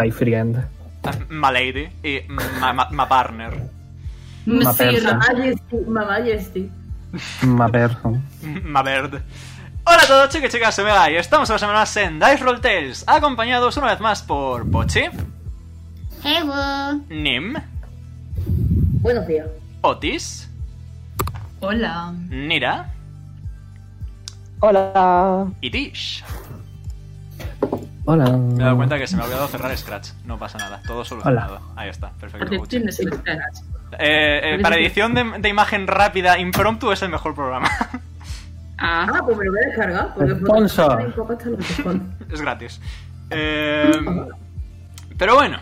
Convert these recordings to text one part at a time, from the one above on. My friend. My lady y my, my- my partner. Mm, Ma Sí, persa. Ma Majesty, Ma Majesty. My person. My bird. Hola a todos chicos y chicas, soy Mega y estamos una semana más en Dice Roll Tales, acompañados una vez más por Pochi, Hello. Nim, Buenos días. Otis, Hola. Nira Hola. y Tish. Hola. Me he dado cuenta que se me ha olvidado cerrar Scratch, no pasa nada, todo solucionado. Ahí está, perfecto. Porque Gucci. tienes el Scratch. Eh, eh, para edición de, de imagen rápida, impromptu es el mejor programa. Ah, Ah, pues me lo voy a descargar. Porque Sponsor. porque- porque está lo que son. es gratis. Eh, pero bueno,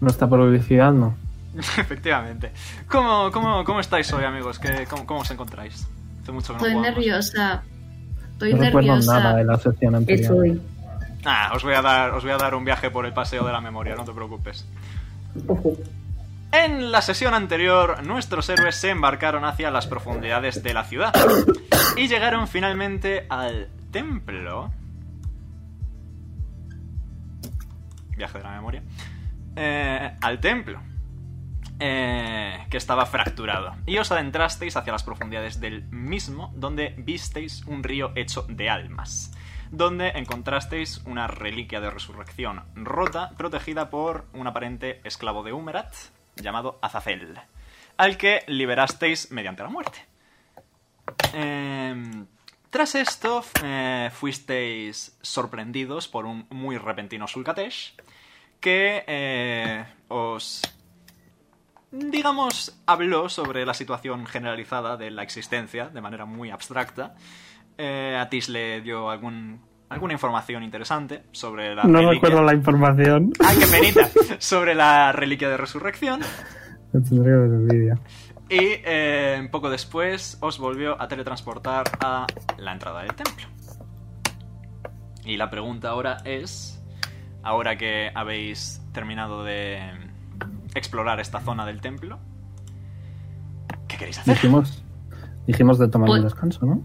Nuestra publicidad no. Efectivamente. ¿Cómo, cómo, cómo estáis hoy, amigos? ¿Qué, cómo, cómo os encontráis? Hace mucho que no Estoy jugamos. nerviosa. Estoy No recuerdo nerviosa. nada de la sesión Es anterior. hoy. Ah, os voy, a dar, os voy a dar un viaje por el paseo de la memoria, no te preocupes. Ojo. En la sesión anterior, nuestros héroes se embarcaron hacia las profundidades de la ciudad y llegaron finalmente al templo. Viaje de la memoria. Eh, al templo. eh, que estaba fracturado. Y os adentrasteis hacia las profundidades del mismo, donde visteis un río hecho de almas. Donde encontrasteis una reliquia de resurrección rota, protegida por un aparente esclavo de Humerat, llamado Azazel, al que liberasteis mediante la muerte. Eh, tras esto, eh, fuisteis sorprendidos por un muy repentino Sulcatesh que eh, os, digamos, habló sobre la situación generalizada de la existencia de manera muy abstracta. Eh, a Tis le dio algún, alguna información interesante sobre la. No reliquia- recuerdo la información. ¡Ay, qué penita! sobre la reliquia de resurrección. Lo tendré que ver el vídeo. Y eh, poco después os volvió a teletransportar a la entrada del templo. Y la pregunta ahora es, ahora que habéis terminado de explorar esta zona del templo, ¿qué queréis hacer? Dijimos, dijimos de tomar un Pues- descanso, ¿no?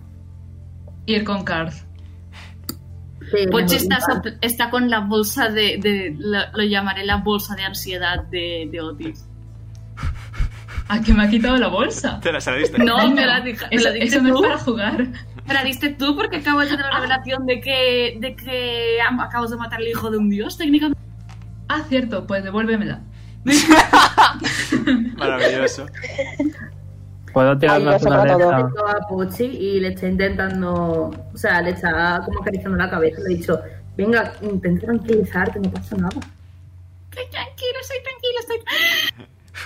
Ir con Card. Sí, Pochi me está, gusta. sop- está con la bolsa de, de- la- lo llamaré la bolsa de ansiedad de, de Otis. ¿A que me ha quitado la bolsa? ¿Te la, se la diste? No, me la, dij- dijo. me la Eso, diste eso no es tú. para jugar. Ah. Me la diste tú porque acabo de tener la revelación de que, de que am- acabas de matar al hijo de un dios, técnicamente. Ah, cierto, pues devuélvemela. Maravilloso. Puedo tirar Ahí lo saca naturaleza. Esto a Pochi y le está intentando, o sea, le está como acariciando la cabeza. Le he dicho, venga, intenta tranquilizarte, no pasa nada. Estoy tranquila, estoy tranquila, estoy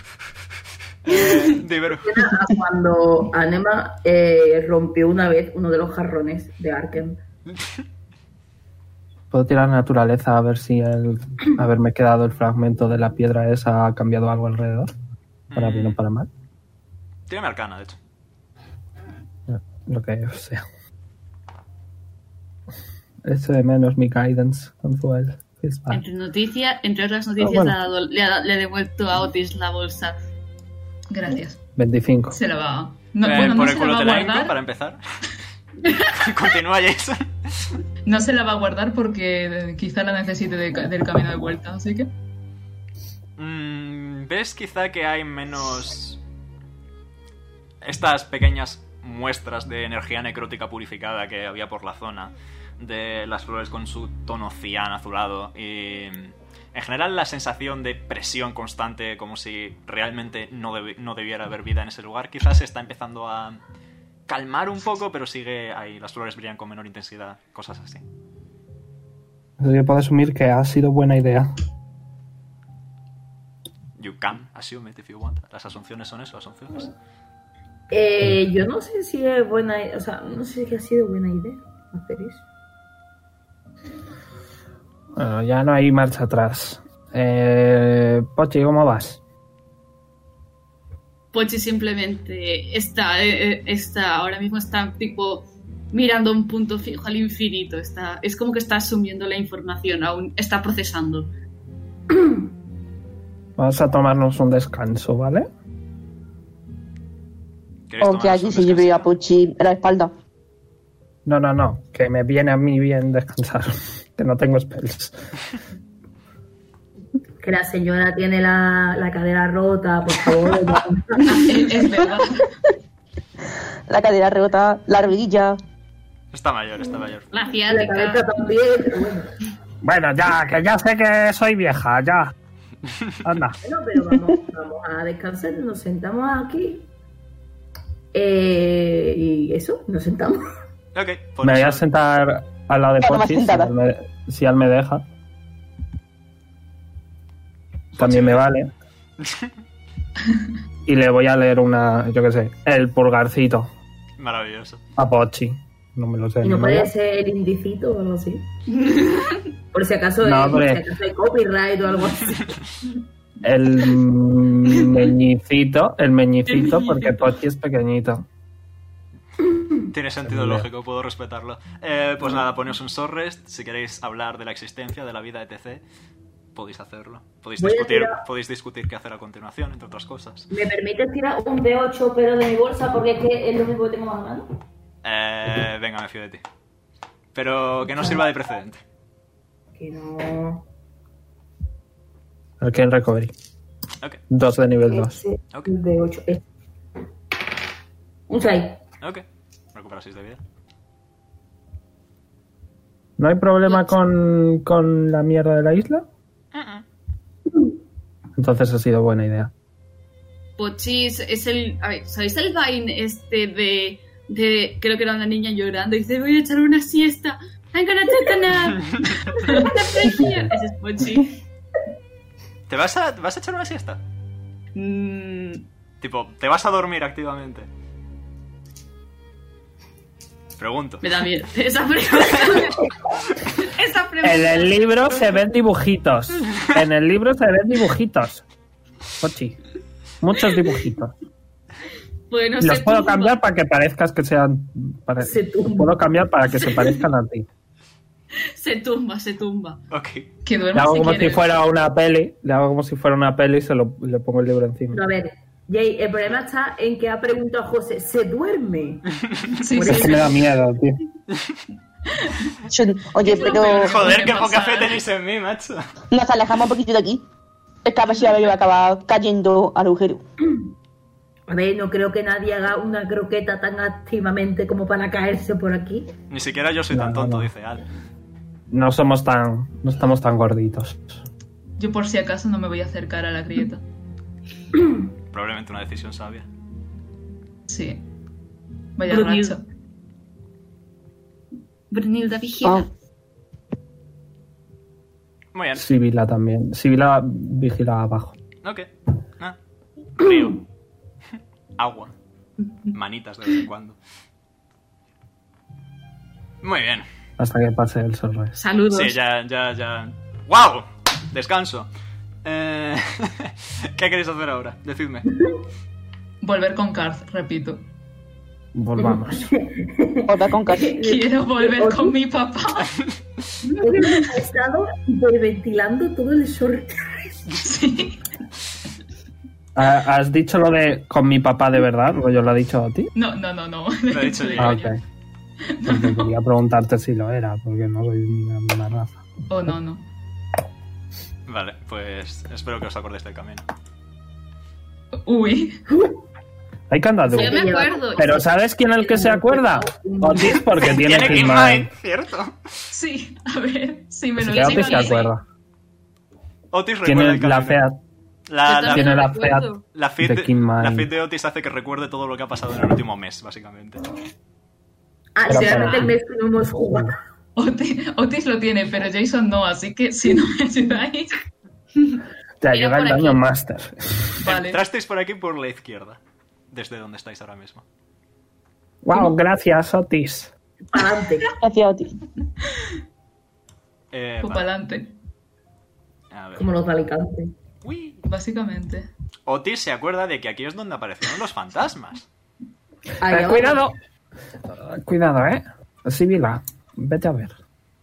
Eh, Dibero. Suena a Cuando Anema eh, rompió una vez uno de los jarrones de Arkham. Puedo tirar naturaleza a ver si el haberme quedado el fragmento de la piedra esa ha cambiado algo alrededor. Para Mm. bien o para mal. Tírame arcana, de hecho. Lo que sea. Eso de menos mi guidance. con su- es- ah, Entre, noticia, entre otras noticias, bueno. le, ha dado- le ha dado- le he devuelto a Otis la bolsa. Gracias. 25. Se la va. No, Eh, por bueno, no el se la culo va a te la hinco, guardar. para empezar. Continúa, Jason. No se la va a guardar porque eh, quizá la necesite de ca- del camino de vuelta, así que. Mm, ¿Ves quizá que hay menos... Estas pequeñas muestras de energía necrótica purificada que había por la zona, de las flores con su tono cian azulado y... En general la sensación de presión constante, como si realmente no, debi- no debiera haber vida en ese lugar, quizás se está empezando a calmar un poco, pero sigue ahí, las flores brillan con menor intensidad, cosas así. Así que puedo asumir que ha sido buena idea. You can assume it if you want. Las asunciones son eso, asunciones. Eh, yo no sé si es buena, o sea, no sé si ha sido buena idea hacer eso. Bueno, ya no hay marcha atrás. Eh, Pochi, ¿cómo vas? Pochi Pues simplemente está, eh, eh, está, ahora mismo está tipo mirando un punto fijo al infinito. Está, es como que está asumiendo la información, aún está procesando. Vamos a tomarnos un descanso, ¿vale? ¿Queréis O que tomaros un allí se lleve a descanso? Pucci a la espalda. No, no, no. Que me viene a mí bien descansar. que no tengo spells. que la señora tiene la, la cadera rota, por favor. ya. es verdad. La cadera rota, la rodilla. Está mayor, está mayor. La la cabeza asiática. también, pero bueno. Bueno, ya, que ya sé que soy vieja, ya. Anda. Bueno, pero vamos, vamos a descansar, nos sentamos aquí. Eh, y eso, nos sentamos. Ok, pues por Me voy eso- a sentar al lado de Pero más Pochi si sentada. él, me, si él me deja. También me vale. Y le voy a leer una, yo qué sé, el pulgarcito Maravilloso. a Pochi. No me lo sé. Y no de puede memoria. ser el indicito o algo así. Por si acaso, No, eh, por si hombre. acaso hay copyright o algo así. El mm, meñicito, el meñicito, porque Pochi es pequeñito. Tiene sentido Muy bien. lógico, puedo respetarlo. Eh, pues nada, poneos un short rest. Si queréis hablar de la existencia, de la vida, etc., podéis hacerlo. Podéis Voy a discutir, tirar- podéis discutir qué hacer a continuación, entre otras cosas. ¿Me permites tirar un D8 pero de mi bolsa? Porque es que es lo mismo que tengo más grande. Eh, venga, me fío de ti. Pero que no sirva de precedente. Que no. Aquí en Recovery. Ok, Dos de nivel 2. Ese ok, de 8. este. Un 6. ok. Recupera 6 de vida. ¿No hay problema con, con la mierda de la isla? Entonces ha sido buena idea. Pochis Pues es el. A ver, ¿sabéis el Vine este de. de creo que era una niña llorando y dice: Voy a echar una siesta. I'm gonna take a nap. I'm gonna play here". Ese es Pochi. ¿Te vas a, te vas a echar una siesta? Mm, Tipo, ¿te vas a dormir activamente? Pregunto. me da miedo. Esa pregunta. Esa pregunta. En el libro se ven dibujitos. En el libro se ven dibujitos. Pochi. Muchos dibujitos. Bueno, Los se puedo tumba. cambiar para que parezcas que sean. para- Se tumba. los puedo cambiar para que se parezcan a ti. Se tumba, se tumba. Ok. Que Le duerma hago si como si quieres. fuera una peli. Le hago como si fuera una peli y se lo, le pongo el libro No, encima. a ver. Jay, el problema está en que ha preguntado a José, ¿se duerme? Sí, Es que sí. me da miedo, tío. Yo- Oye, pero Joder, qué puede poca fe ¿eh? pasar. tenéis en mí, macho. nos alejamos un poquito de aquí. Esta pasiva me va a acabar cayendo al agujero. A ver, no creo que nadie haga una croqueta tan activamente como para caerse por aquí. Ni siquiera yo soy No, tan no, tonto, no. dice Al. No somos tan. No estamos tan gorditos. Yo por si acaso no me voy a acercar a la grieta. Probablemente una decisión sabia. Sí. Vaya Brunilda. racha. Brunilda vigila. Ah, Muy bien. Sibila también. Sibila vigila abajo. Ok. Ah. Río. Agua. Manitas de vez en cuando. Muy bien. Hasta que pase el sunrise. Saludos. Sí, ya, ya, ya. ¡Wow! Descanso. Eh, ¿Qué queréis hacer ahora? Decidme. Volver con Karth, repito. Volvamos. Ah, otra con calle. Quiero volver con mi papá. He estado hiperventilando todo el short. Sí. Ah, ¿Has dicho lo de con mi papá de verdad? ¿Yo lo ha dicho a ti? No, no, no, no. Lo he dicho De yo. Ah, coña. ok. Porque quería preguntarte si lo era, porque no soy ni la misma raza. O Oh, no, no. Vale, pues espero que os acordéis del camino. Uy. Hay candado. Yo me acuerdo. Pero ¿sabes quién es el que se acuerda? Otis, porque tiene Tiene Kingman. Kingmai, cierto. Sí, a ver. Sí, me Así lo que Otis se digo. acuerda. Otis recuerda Tiene el camino. la fea. La, la, Tiene la fea. recuerdo. la feed de de, Kingmai. la feed de Otis hace que recuerde todo lo que ha pasado en el último mes, básicamente. Ah, Pero seguramente para- el mes que no hemos jugado. Otis, Otis lo tiene, pero Jason no, así que si no me ayudáis. Te Mira llega el por aquí. daño master. Vale. Entrasteis por aquí por la izquierda, desde donde estáis ahora mismo. Wow, gracias, Otis. Adelante. Gracias a ti. Eh, Pues vale. pa'lante, A ver. Como los de Alicante. Uy. básicamente. Otis se acuerda de que aquí es donde aparecieron los fantasmas. Ahí Eh, abajo. cuidado. Eh, Cuidado, eh. Sibila, vete a ver.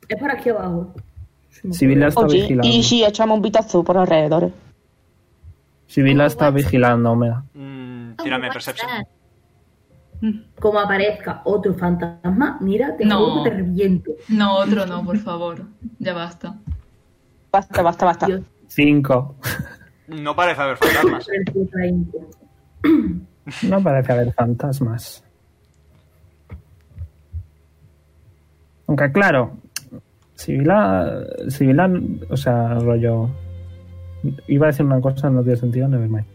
Es por aquí abajo. Sibila está Oye, vigilando. y si echamos un vistazo por alrededor. Sibila está vigilando, Omega. Ah, Mm, tírame Perception. Como aparezca otro fantasma, mira, te No. juro que te reviento. No, otro no, por favor. Ya basta. Basta, basta, basta. Dios, Cinco. No parece haber fantasmas. No parece haber fantasmas. Aunque claro, Sibila, Sibila, o sea, rollo... Iba a decir una cosa, no tiene sentido, nevermind. Eh,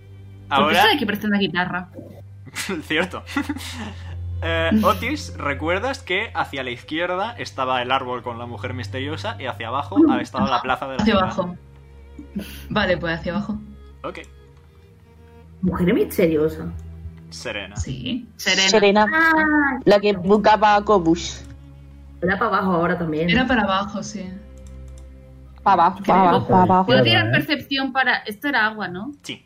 ¿Por qué Ahora, sabe que prestan la guitarra? cierto. Eh, Otis, ¿recuerdas que hacia la izquierda estaba el árbol con la mujer misteriosa y hacia abajo ha estado la plaza de la Hacia ciudad? abajo. Vale, pues hacia abajo. Ok, Mujer misteriosa. Serena. Sí. Serena. Serena, Ah, la que buscaba a Cobus. era para abajo ahora también. Era para abajo, sí. Para abajo, para abajo, para abajo. ¿Puedo tirar ¿eh? percepción para...? Esto era agua, ¿no? Sí.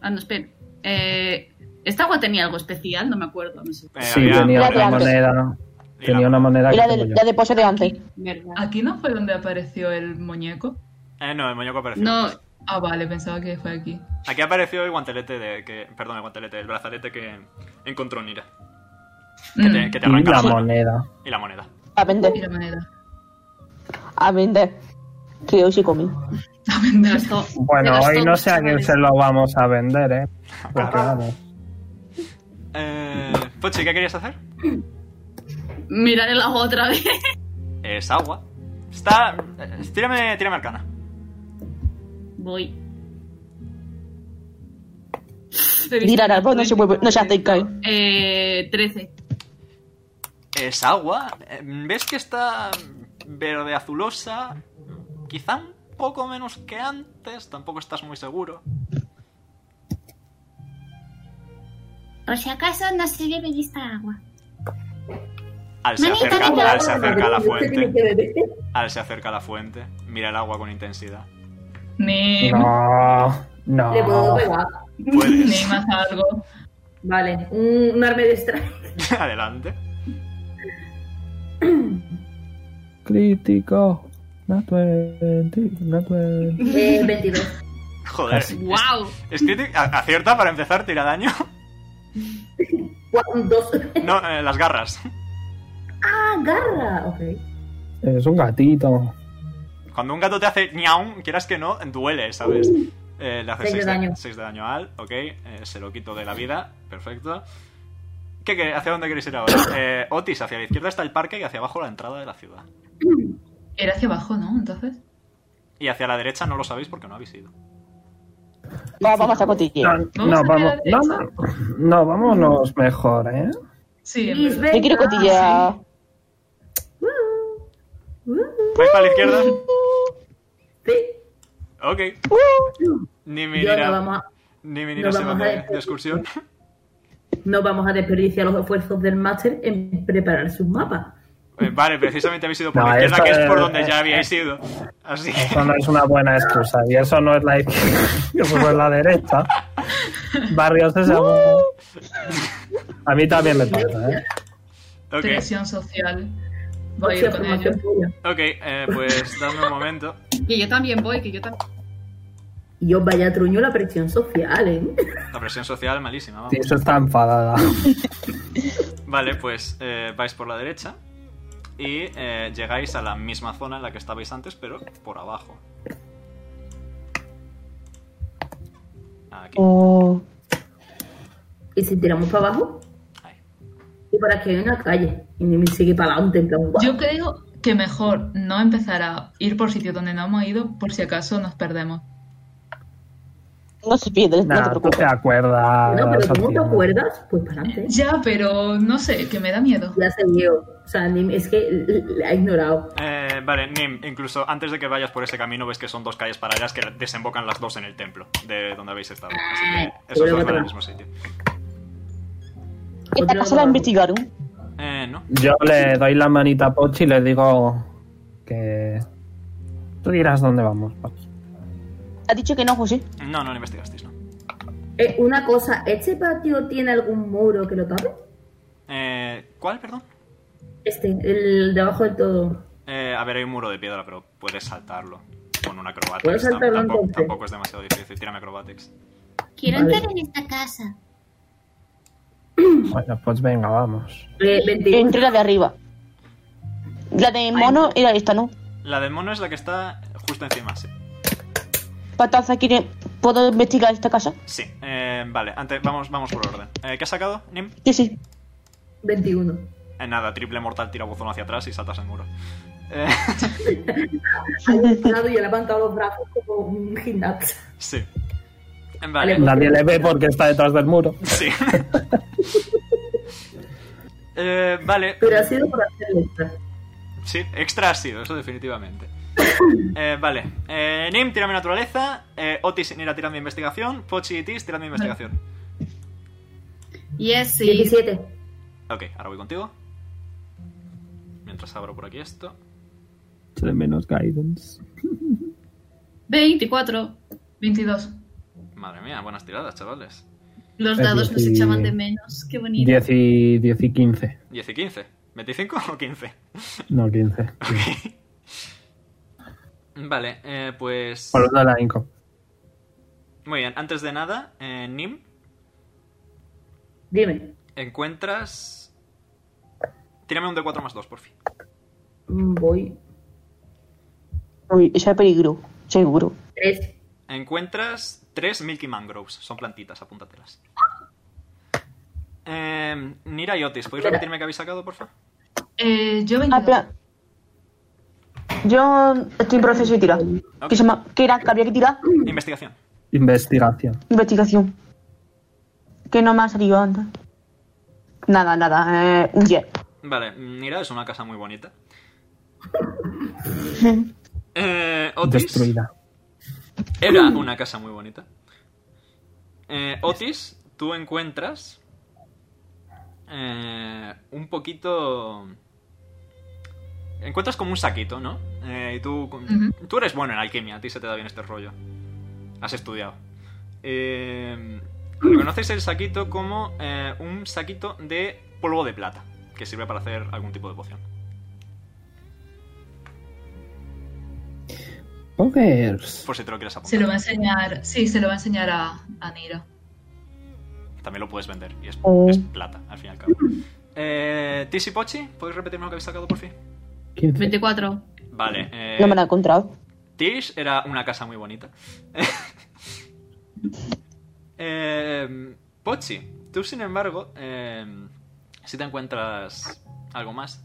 Ah, no, espera. Eh, ¿Esta agua tenía algo especial? No me acuerdo. No sé. Eh, Sí, había- tenía la una de antes. moneda. y Tenía la- una moneda Y que la tengo de, yo. la de Pozo de antes. Verdad. ¿Aquí no fue donde apareció el muñeco? eh, no, el muñeco apareció. No, Ah, vale, pensaba que fue aquí. Aquí apareció el guantelete de que. Perdón, el guantelete, el brazalete que encontró Nira. Que te, Mm, que te Y arranca la la mano. moneda. Y la moneda. A y vender, la manera. a vender. Que hoy sí comí. gastó- Bueno, gastó hoy no sé a mucho, quién ¿vale? se lo vamos a vender, ¿eh? Porque, claro, Eh, Pochi, ¿qué querías hacer? Mirar el agua otra vez. Es agua. Está. eh, Tírame, tírame arcana. Voy. Mira, el árbol no se mueve, no se acerca. ¿eh? Eh, 13. Es agua. Eh, ¿Ves que está verde azulosa? Quizá un poco menos que antes, tampoco estás muy seguro. Por si acaso no se debe de esta agua. Al se Manita, acerca, manita. al Ah, se acerca a la ¿Usted tiene fuente. que beber? Al se acerca a la fuente. Mira el agua con intensidad. Nim, no. No, Le Ah. puedo pegar. Puedes. Nim, haz algo. Vale, un, un arma de strike. Adelante. Crítico. Not 20, not 20. Eh, 22. Joder. Casi. ¡Wow! Es crítico. A- Acierta para empezar, tira daño. Cuatro, Dos. No, eh, las garras. Ah, garra. Ok. Es un gatito. Cuando un gato te hace ñaum, quieras que no, duele, ¿sabes? Eh, le hace Seis de 6 daño. de daño al, ok. eh, se lo quito de la vida, perfecto. ¿Qué, qué- hacia dónde queréis ir ahora? Eh, Otis, hacia la izquierda está el parque y hacia abajo la entrada de la ciudad. Era hacia abajo, ¿no? Entonces. Y hacia la derecha no lo sabéis porque no habéis ido. Va- Vamos a cotillear. No, no, a vamos. ver No, a no, no, vámonos mejor, ¿eh? Sí, en Liz, verdad. venga. Yo quiero cotillear. ¿Vais para la izquierda? Sí. Ok. Ni mi Yo no Nira, vamos, a, ni mi no Nira se vamos van a de, despedir. de excursión. no vamos a desperdiciar los esfuerzos del máster en preparar sus mapas. Eh, vale, precisamente habéis ido por No, la izquierda, esto que es por es- eh, donde ya habíais ido. Así que. Eso no es una buena excusa. Y eso no es la izquierda, eso no es la derecha. Barrios de segundo. A mí también me pasa, ¿eh? Ok, Tensión social. Voy a Hostia, ir con formación ellos. polla. ok, eh, pues dame un momento. Que yo también voy, que yo también. Y yo vaya truño la presión social, ¿eh? La presión social malísima, vamos. Sí, eso está enfadada. Vale, pues eh, vais por la derecha y eh, llegáis a la misma zona en la que estabais antes, pero por abajo. Aquí. Oh. Y si tiramos para abajo, Ahí. y para que hay una calle. Y me sigue para adelante, en plan, guau. Yo creo que mejor no empezar a ir por sitios donde no hemos ido por si acaso nos perdemos. No se pierde, no te Nah, tú te preocupes. acuerdas. Ah, No, pero ¿cómo te Sofía. acuerdas? Pues para adelante. Ya, pero no sé, que me da miedo. Ya se vio. O sea, Nim es que la ha ignorado. Eh, vale, Nim, incluso antes de que vayas por ese camino ves que son dos calles paralelas que desembocan las dos en el templo de donde habéis estado. Así que esos pero dos no van al te- mismo sitio. Esta casa la investigaron. Eh, no. Yo le doy la manita a Pochi y le digo que. Tú dirás dónde vamos, Pochi. Ha dicho que no, José. No, no lo investigasteis, no. Eh, una cosa, ¿este patio tiene algún muro que lo tape? Eh, ¿Cuál, perdón? Este, el de abajo del todo. Eh, a ver, hay un muro de piedra, pero puedes saltarlo con un ¿Puedo acrobatics. Tam- saltarlo Tampoco, entonces? tampoco es demasiado difícil. Tírame acrobatics. Quiero Vale. entrar en esta casa. Bueno, pues venga, vamos. Eh, 21. Entre la de arriba. La de mono era esta, ¿no? La del mono es la que está justo encima, sí. pataza quiere. ¿Puedo investigar esta casa? Sí, eh, vale, antes vamos, vamos por orden. Eh, ¿Qué has sacado, Nim? Sí, sí. 21. Eh, nada, triple mortal, tira buzón hacia atrás y saltas el muro. Eh, Hay un lado y he levantado los brazos como un gimnasta. sí. Vale, Nadie le ve porque está detrás del muro. sí. Eh, vale, Pero ha sido por hacer extra. sí, extra ha sido, eso definitivamente. Eh, vale, eh, Nim, tírame naturaleza. Eh, Otis y Nira, tiran mi investigación. Pochi y Tis, tiran mi investigación. Yes, sí. 17. Ok, ahora voy contigo. Mientras abro por aquí esto. Tiene menos guidance. 24. 22. Madre mía, buenas tiradas, chavales. Los Es dados nos decir, echaban de menos. Qué bonito. 10 y, 10 y 15. 10 y 15. ¿25 o 15? No, 15. Vale, eh, pues... Por lo de la Inco. Muy bien, antes de nada, eh, Nim, Dime. encuentras... Tírame un D4 más 2, por fin. Mm, Voy. Uy, eso es peligro, seguro. 3. Encuentras tres Milky Mangroves. Son plantitas, apúntatelas. Eh, Nira y Otis, ¿podéis repetirme que habéis sacado, por favor? Eh, yo Ah, 22. espera. Yo estoy en proceso de tirar. ¿Qué, se llama? ¿Qué era? ¿Que había que tirar? Investigación. Investigación. Investigación. Que no me ha salido antes. Nada, nada. Eh, un 10. Vale, Nira es una casa muy bonita. Eh, Otis Destruida. era Mm. una casa muy bonita. Eh, Otis, tú encuentras eh, un poquito... Encuentras como un saquito, ¿no? Eh, y tú, Ujú. tú eres bueno en alquimia, a ti se te da bien este rollo. Has estudiado. Eh, reconoces el saquito como eh, un saquito de polvo de plata, que sirve para hacer algún tipo de poción. Pokers. Por si te lo quieres apuntar. Se lo va a enseñar. Sí, se lo va a enseñar a, a Nira. También lo puedes vender y es, Oh. es plata, al fin y al cabo. Eh, Tis y Pochi, ¿podéis repetirme lo que habéis sacado por fin? 15. 24. Vale. eh, No me la he encontrado. Tish era una casa muy bonita. Eh, Pochi, tú sin embargo, eh, si te encuentras algo más,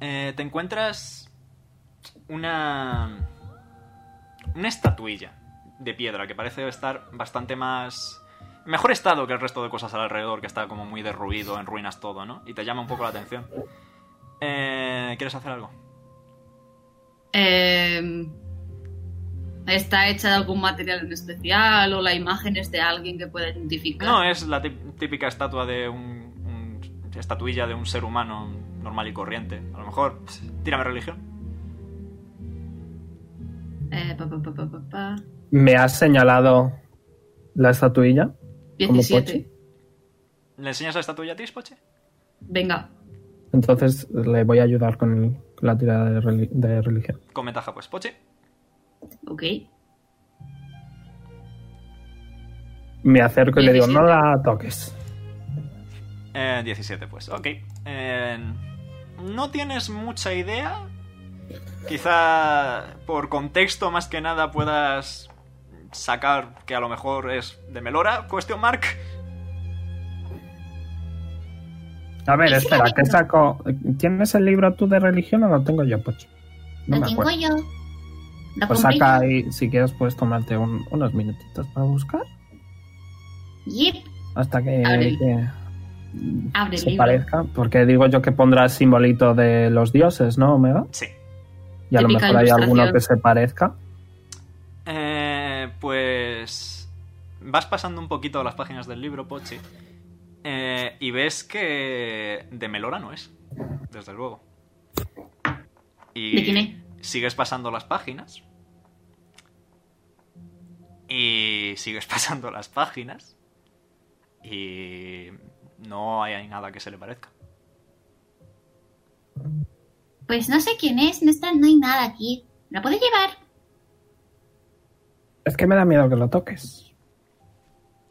Eh, te encuentras una una estatuilla de piedra que parece estar bastante más en mejor estado que el resto de cosas al alrededor, que está como muy derruido, en ruinas todo, ¿no? Y te llama un poco la atención. Eh, ¿Quieres hacer algo? Eh, ¿Está hecha de algún material en especial o la imagen es de alguien que pueda identificar? No, eh. es la tip- típica estatua de un, un- estatuilla de un ser humano normal y corriente. A lo mejor, tírame religión. Eh, pa, pa, pa, pa, pa, pa. ¿Me has señalado la estatuilla? 17. Pochi? ¿Le enseñas la estatuilla a Tispoche? Venga. Entonces le voy a ayudar con, el- con la tirada de, reli- de religión. Con ventaja, pues, Poche. Ok. Me acerco y le digo, 17. no la toques. Eh, 17, pues, ok. Eh, no tienes mucha idea. Quizá por contexto más que nada puedas sacar que a lo mejor es de Melora, cuestión mark. A ver, espera, ¿qué saco? ¿Tienes el libro tú de religión o lo tengo yo, Pochi? No Lo me tengo acuerdo. yo. Lo Pues compré saca yo. y si quieres puedes tomarte un- unos minutitos para buscar. Yep. Hasta que, Abre. que Abre el se libro. parezca. Porque digo yo que pondrás simbolito de los dioses, ¿no, Omega? Sí. Y a lo Típica mejor hay alguno ilustración. que se parezca. Eh, pues vas pasando un poquito las páginas del libro, Pochi, eh, y ves que de Melora no es, desde luego. Y ¿De quién es? sigues pasando las páginas. Y sigues pasando las páginas. Y no hay nada que se le parezca. Pues no sé quién es, no, está, no hay nada aquí. ¿La puedo llevar? Es que me da miedo que lo toques.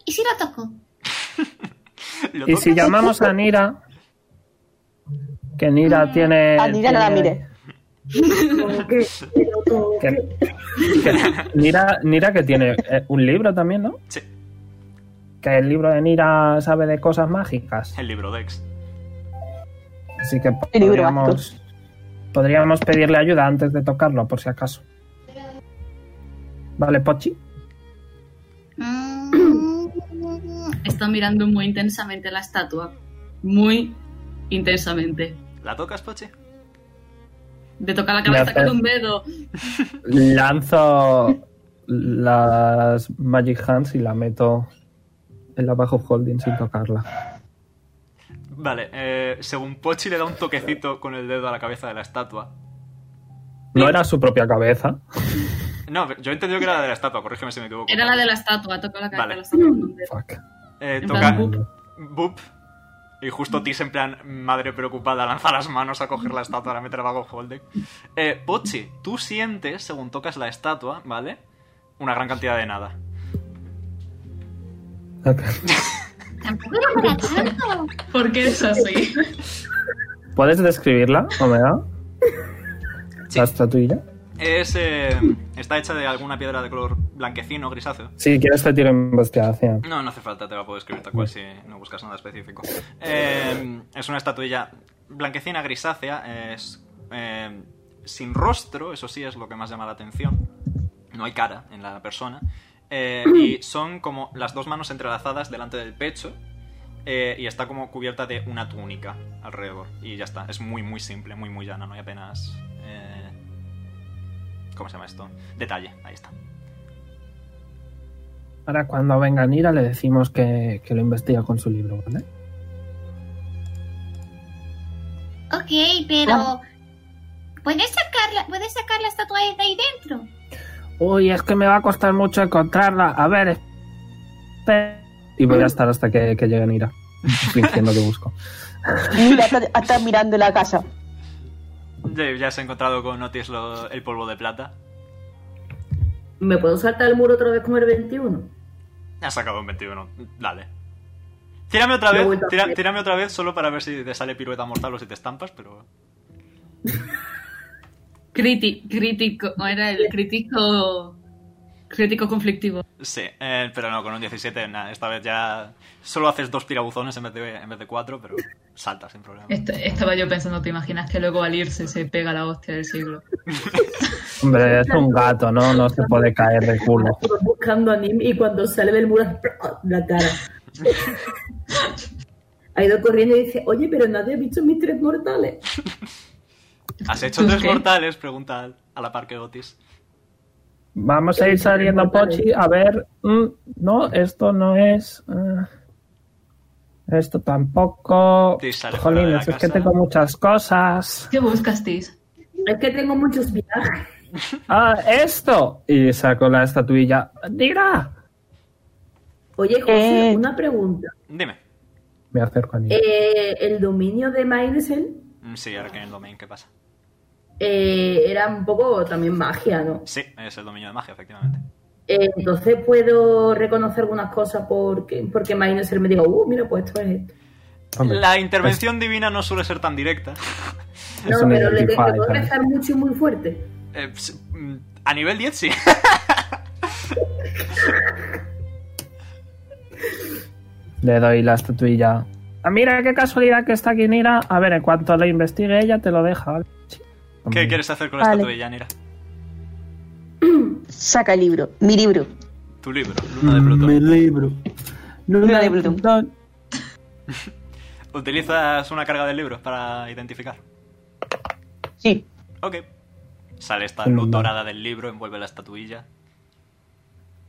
¿Y si lo toco? Lo Y si tocas- llamamos a Nira, que Nira tiene... A Nira no la tiene- mire. Como que- pero como Que- que- que- Nira, Nira que tiene eh, un libro también, ¿no? Sí. Que el libro de Nira sabe de cosas mágicas. El libro Dex. Así que El libro podríamos, podríamos pedirle ayuda antes de tocarlo, por si acaso. Vale, Pochi. Mm. Está mirando muy intensamente la estatua. Muy intensamente. ¿La tocas, Pochi? Le toca la cabeza hace- con un dedo. Lanzo las Magic Hands y la meto en la bajo holding sin tocarla. Vale, eh, según Pochi le da un toquecito con el dedo a la cabeza de la estatua. No era su propia cabeza. No, pero yo he entendido que era la de la estatua, corrígeme si me equivoco. Era la de la estatua, toca la cabeza Vale. de la estatua con un dedo. Fuck. Eh, en toca plan, bup. Boop. Y justo Tis en plan, madre preocupada, lanza las manos a coger la estatua, la meter abajo Holdek. Eh, Pochi, tú sientes, según tocas la estatua, ¿vale? Una gran cantidad de nada. Tampoco era para tanto. ¿Por qué es así? ¿Puedes describirla, Omega? Sí. ¿La estatuilla? Es, eh, está hecha de alguna piedra de color blanquecino, grisáceo. Si quieres te este tiro investigación. No, no hace falta, te la puedo escribir tal cual si no buscas nada específico. Eh, es una estatuilla blanquecina, grisácea, es eh, sin rostro, eso sí es lo que más llama la atención. No hay cara en la persona. Eh, y son como las dos manos entrelazadas delante del pecho eh, y está como cubierta de una túnica alrededor. Y ya está, es muy, muy simple, muy, muy llana, no hay apenas... eh, ¿Cómo se llama esto? Detalle, ahí está. Ahora cuando venga Nira le decimos que, que lo investiga con su libro, ¿vale? Ok, Ah. pero. ¿Puedes sacar, la, ¿Puedes sacar la estatua de ahí dentro? Uy, es que me va a costar mucho encontrarla. A ver. espe- Y voy a estar hasta que, que llegue Nira. Fingiendo que busco. Mira, está, está mirando la casa. Dave, ya se ha encontrado con Otis lo- el polvo de plata. ¿Me puedo saltar el muro otra vez con el 21? Ha sacado un 21. Dale. Tírame otra Lo he vez, vuelto a tira- hacer. tírame otra vez solo para ver si te sale pirueta mortal o si te estampas, pero. Criti- crítico, ¿no era el crítico crítico conflictivo. Sí, eh, pero no, con un 17, nada. Esta vez ya. Solo haces dos tirabuzones en vez de, en vez de cuatro, pero saltas sin problema. Est- estaba yo pensando, ¿te imaginas que luego al irse se pega la hostia del siglo? Hombre, es un gato, ¿no? No se puede caer de culo. Estoy buscando a Nim y cuando sale del muro, ¡plop! la cara. ha ido corriendo y dice, oye, pero nadie ha visto mis tres mortales. Has hecho ¿Tú tres qué? mortales, pregunta al- a la par que Otis. Vamos a ir saliendo, Pochi. A ver. mm, no, esto no es. ah, esto tampoco. Sí, sale fuera de la Jolines, es que casa. tengo muchas cosas. ¿Qué buscas, Tis? Es que tengo muchos viajes. ¡Ah, esto! Y saco la estatuilla. ¡Nira! Oye, José, Eh. una pregunta. Dime. Me acerco a Nira. Eh, el dominio de Mindsen Mm, Sí, ahora que en el domain, ¿qué pasa? eh, era un poco también magia, ¿no? Sí, es el dominio de magia, efectivamente. Eh, entonces puedo reconocer algunas cosas porque, porque Mindsen me diga, uh, mira, pues esto es esto. Hombre, La intervención divina no suele ser tan directa. No, es un pero le tengo identify, que ¿sabes? rezar mucho y muy fuerte. Eh, ps- mm, a nivel 10, sí. Le doy la estatuilla. Ah, mira qué casualidad que está aquí Nira. A ver, en cuanto la investigue ella te lo deja, ¿vale? Sí. ¿Qué quieres hacer con la Vale. estatuilla, Nira? Saca el libro, mi libro. Tu libro, Luna de Plutón. libro. Luna de Plutón. Utilizas una carga de libros para identificar. Sí. Ok. Sale esta Fenomenal. luz dorada del libro, envuelve la estatuilla.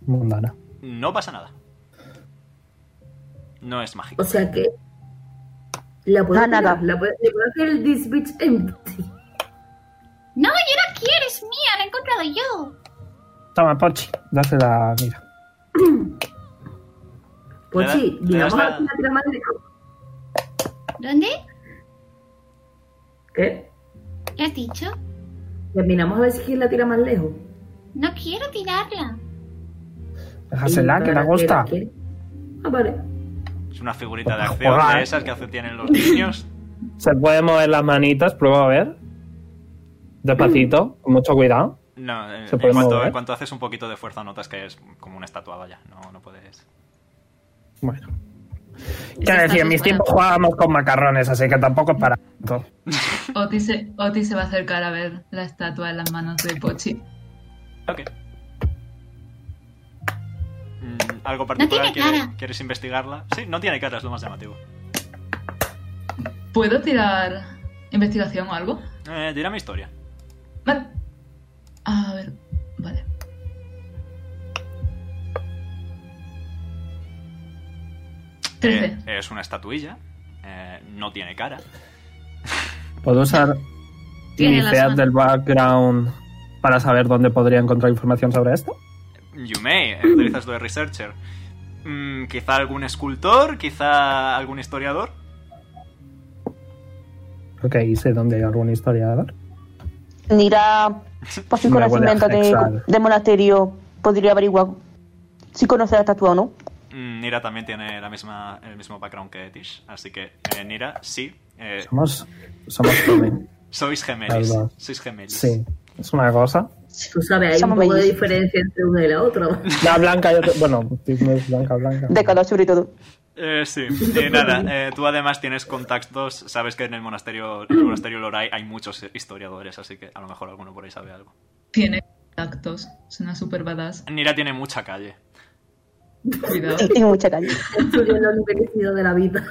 Mundana. No pasa nada. No es mágico. O sea que la puedo Ah, nada. tirar, la puedo, le puedo hacer el this bitch empty. No, yo no quiero, es mía, la he encontrado yo. Toma, Pochi. Dásela, mira. Pues Le sí, da- le das digamos la- a la tira madre. ¿Dónde? ¿Qué? ¿Qué has dicho? Terminamos a ver si quién la tira más lejos. No quiero tirarla. Déjasela, que la la gusta. quiere. Ah, vale. Es una figurita de Joder. acción de esas que hace- tienen los niños. Se puede mover las manitas, prueba a ver. Despacito, con mucho cuidado. No, eh, ¿Se en, puede cuanto, mover? en cuanto haces un poquito de fuerza notas que es como una estatua, vaya. No, no puedes. Bueno. Esa Quiero decir, en mis estatua es tiempos buena. jugábamos con macarrones, así que tampoco es para tanto. Otis se, Otis se va a acercar a ver la estatua en las manos de Pochi. Ok. Mm, ¿Algo particular? tiene ¿Quieres- cara. ¿Quieres investigarla? Sí, no tiene cara, es lo más llamativo. ¿Puedo tirar investigación o algo? Eh, dirá mi historia. Vale. A ver, vale. Trece. Eh, es una estatuilla. eh, no tiene cara. ¿Puedo usar Tiene mi la feed zona. del background para saber dónde podría encontrar información sobre esto? You may, eh, utilizas lo de researcher. Mm, quizá algún escultor, quizá algún historiador. Ok, sé dónde hay algún historiador. Mira, pues si Me conoce huele a inventa de, Hexal. de monasterio, podría averiguar si conoce la estatua o no. Mm, Nira también tiene la misma, el mismo background que Tish. Así que, eh, Nira, sí. eh, Somos. Somos joven. sois gemelis. Ahí va. Sois gemelis. Sí, es una cosa. Tú sabes, hay Somos un poco de mellizos. diferencia entre uno y la otra. La blanca y otra. Bueno, no es blanca, blanca. De color sobre todo. Eh, sí, Eh, nada, eh, tú además tienes contactos, sabes que en el monasterio, en el monasterio Lorai hay muchos historiadores, así que a lo mejor alguno por ahí sabe algo. Tiene contactos. Suena súper badass. Nira tiene mucha calle. Cuidado. Y tiene mucha calle. Estudio en lo envejecido de la vida.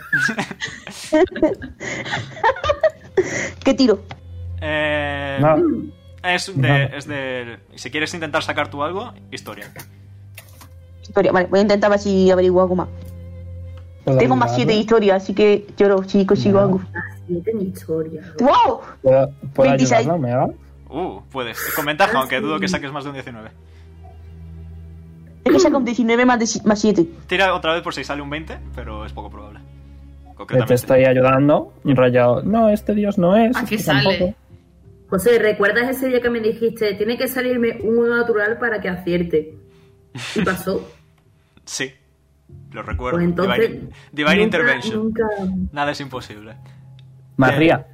¿Qué tiro? Eh, No, es, de, es de... Si quieres intentar sacar tú algo, historia. Historia. Vale, voy a intentar ver si averiguo algo más. puedo Tengo más ayudarlo. 7 de historia, así que lloro si consigo algo. Siete en historia. ¡Wow! ¿Puedo, puedo 26. ayudarlo, Mega? Uh, puedes. Con Ah, ventaja, aunque dudo que saques más de un 19. Es que saca un 19 más, de si- más 7. Tira otra vez por si sale un 20, pero es poco probable. Que Concretamente. Mm. te estoy ayudando. Rollo. No, este dios no es. ¿A qué este sale? tampoco. José, ¿recuerdas ese día que me dijiste, tiene que salirme uno natural para que acierte? Y pasó. Sí, lo recuerdo. Pues entonces. Divine, Divine nunca- Intervention. Nunca. Nada es imposible. María,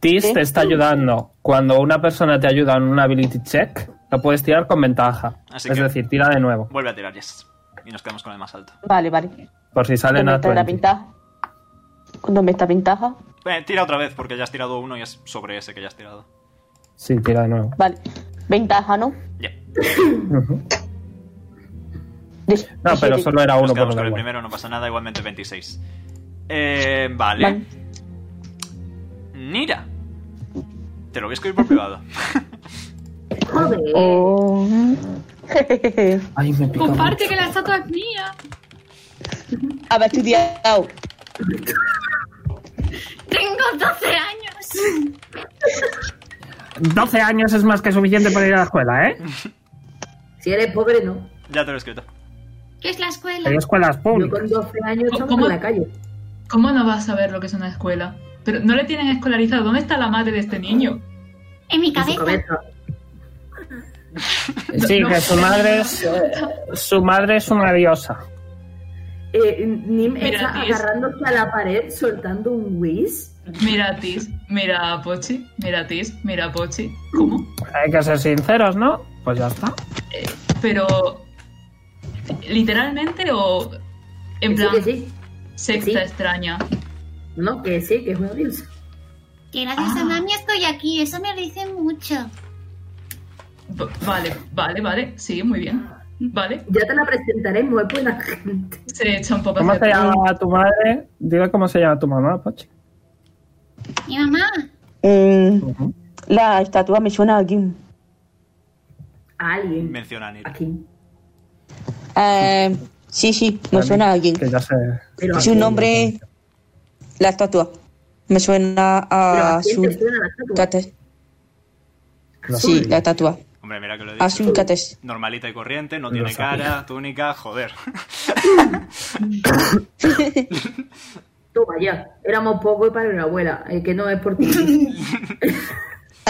Tis ¿Sí? te está ayudando. Cuando una persona te ayuda en un ability check, la puedes tirar con ventaja. Así es que- decir, tira de nuevo. Vuelve a tirar, yes. Y nos quedamos con el más alto. Vale, vale. Por si sale ¿Dónde una está la 20. ventaja? ¿Dónde está ventaja? Eh, tira otra vez porque ya has tirado uno y es sobre ese que ya has tirado. Sí, tira de nuevo. Vale. Ventaja, ¿no? Ya. Ujú. De- No, pero de siete. solo era Nos uno por quedamos lo con el menos. primero, no pasa nada, igualmente 26. Eh, vale. Vale. Nira. Te lo voy a escribir por privado. Joder. Oh. Ay, me pica. Comparte que la estatua es mía. Habrá estudiado. Tengo 12 años. 12 años es más que suficiente para ir a la escuela, ¿eh? Si eres pobre, no. Ya te lo he escrito. ¿Qué es la escuela? Hay escuelas Yo públicas. con 12 años estaba ¿Cómo? en la calle. ¿Cómo no vas a saber lo que es una escuela? Pero no le tienen escolarizado. ¿Dónde está la madre de este niño? En mi En su cabeza. cabeza. Sí, que su madre es. eh, Su madre es una diosa. Eh, Nim Mira, está tío, es- agarrándose a la pared soltando un whiz. Mira a Tis, mira a Pochi, mira a Tis, mira a Pochi. ¿Cómo? Hay que ser sinceros, ¿no? Pues ya está. Pero. ¿Literalmente o.? En Que sí, plan, que sí. secta sí. extraña. No, que sí, que es una diosa. Que gracias a Ah. mami estoy aquí. Eso me dice mucho. B- vale, vale, vale. Sí, muy bien. Vale. Ya te la presentaré, muy buena gente. Se echa un poco ¿Cómo hacia se atrás. llama tu madre? Dile cómo se llama tu mamá, Pochi. Mi mamá. Mm, Ujú. la estatua me suena aquí. A alguien. Menciona a Nira. Aquí. Eh, sí, sí, me suena a alguien. Que ya sé. Pero a Su quién- nombre, la estatua. Me suena Ah, pero a ¿a quién te Azul suena la estatua? Cates. Lo Sí, sé. la estatua. Hombre, mira que lo he dicho. Azul Cates. Normalita y corriente, no tiene sabía. cara, túnica, joder. Toma ya. Éramos pocos para una abuela. eh, que no es por ti.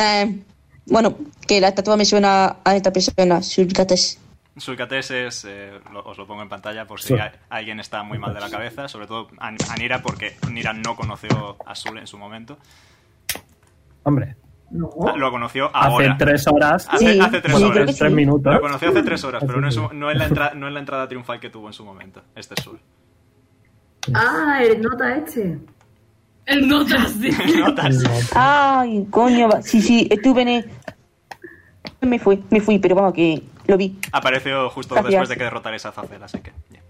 Eh, bueno, que la estatua me suena a esta persona, Azul Cates. Sulcates es, eh, lo- os lo pongo en pantalla por Sí. si a- alguien está muy mal de la cabeza, sobre todo a, a Nira porque Nira no conoció a Sul en su momento. Hombre, No. Ah, Lo conoció Hace ahora. tres horas. Ah. Hace, Sí, hace tres sí, creo horas. que sí. Tres minutos. Lo conoció hace tres horas, Así pero no, en su- que- no en la entra- no en la entrada triunfal que tuvo en su momento. Este es Sul. Ah, el nota este. El notas, sí. Notas. Ay, coño. va- Sí, sí, estuve en el... Me fui, me fui, pero vamos, que lo vi. Apareció justo Gracias. después de que derrotar esa Azazel, así que. yeah.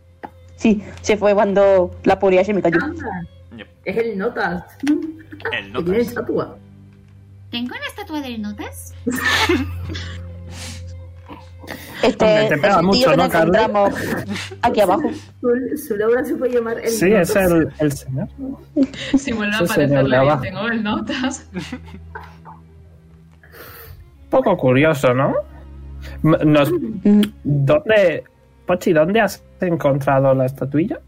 Sí, se fue cuando la poría se me cayó. Anda, Yep. es el notas. El Que tiene Notas. estatua. ¿Tengo una estatua del Notas? Este Hombre, es te Este, el pega tío mucho, que ¿no, nos Carly? encontramos aquí abajo. Su, su Laura se puede llamar el Sí, notas. es el, el señor. Si vuelve a Sí, señor, aparecer la la baja. y tengo el notas. Poco curioso, ¿no? M- Nos, Mm, ¿Dónde, Pochi, dónde has encontrado la estatuilla?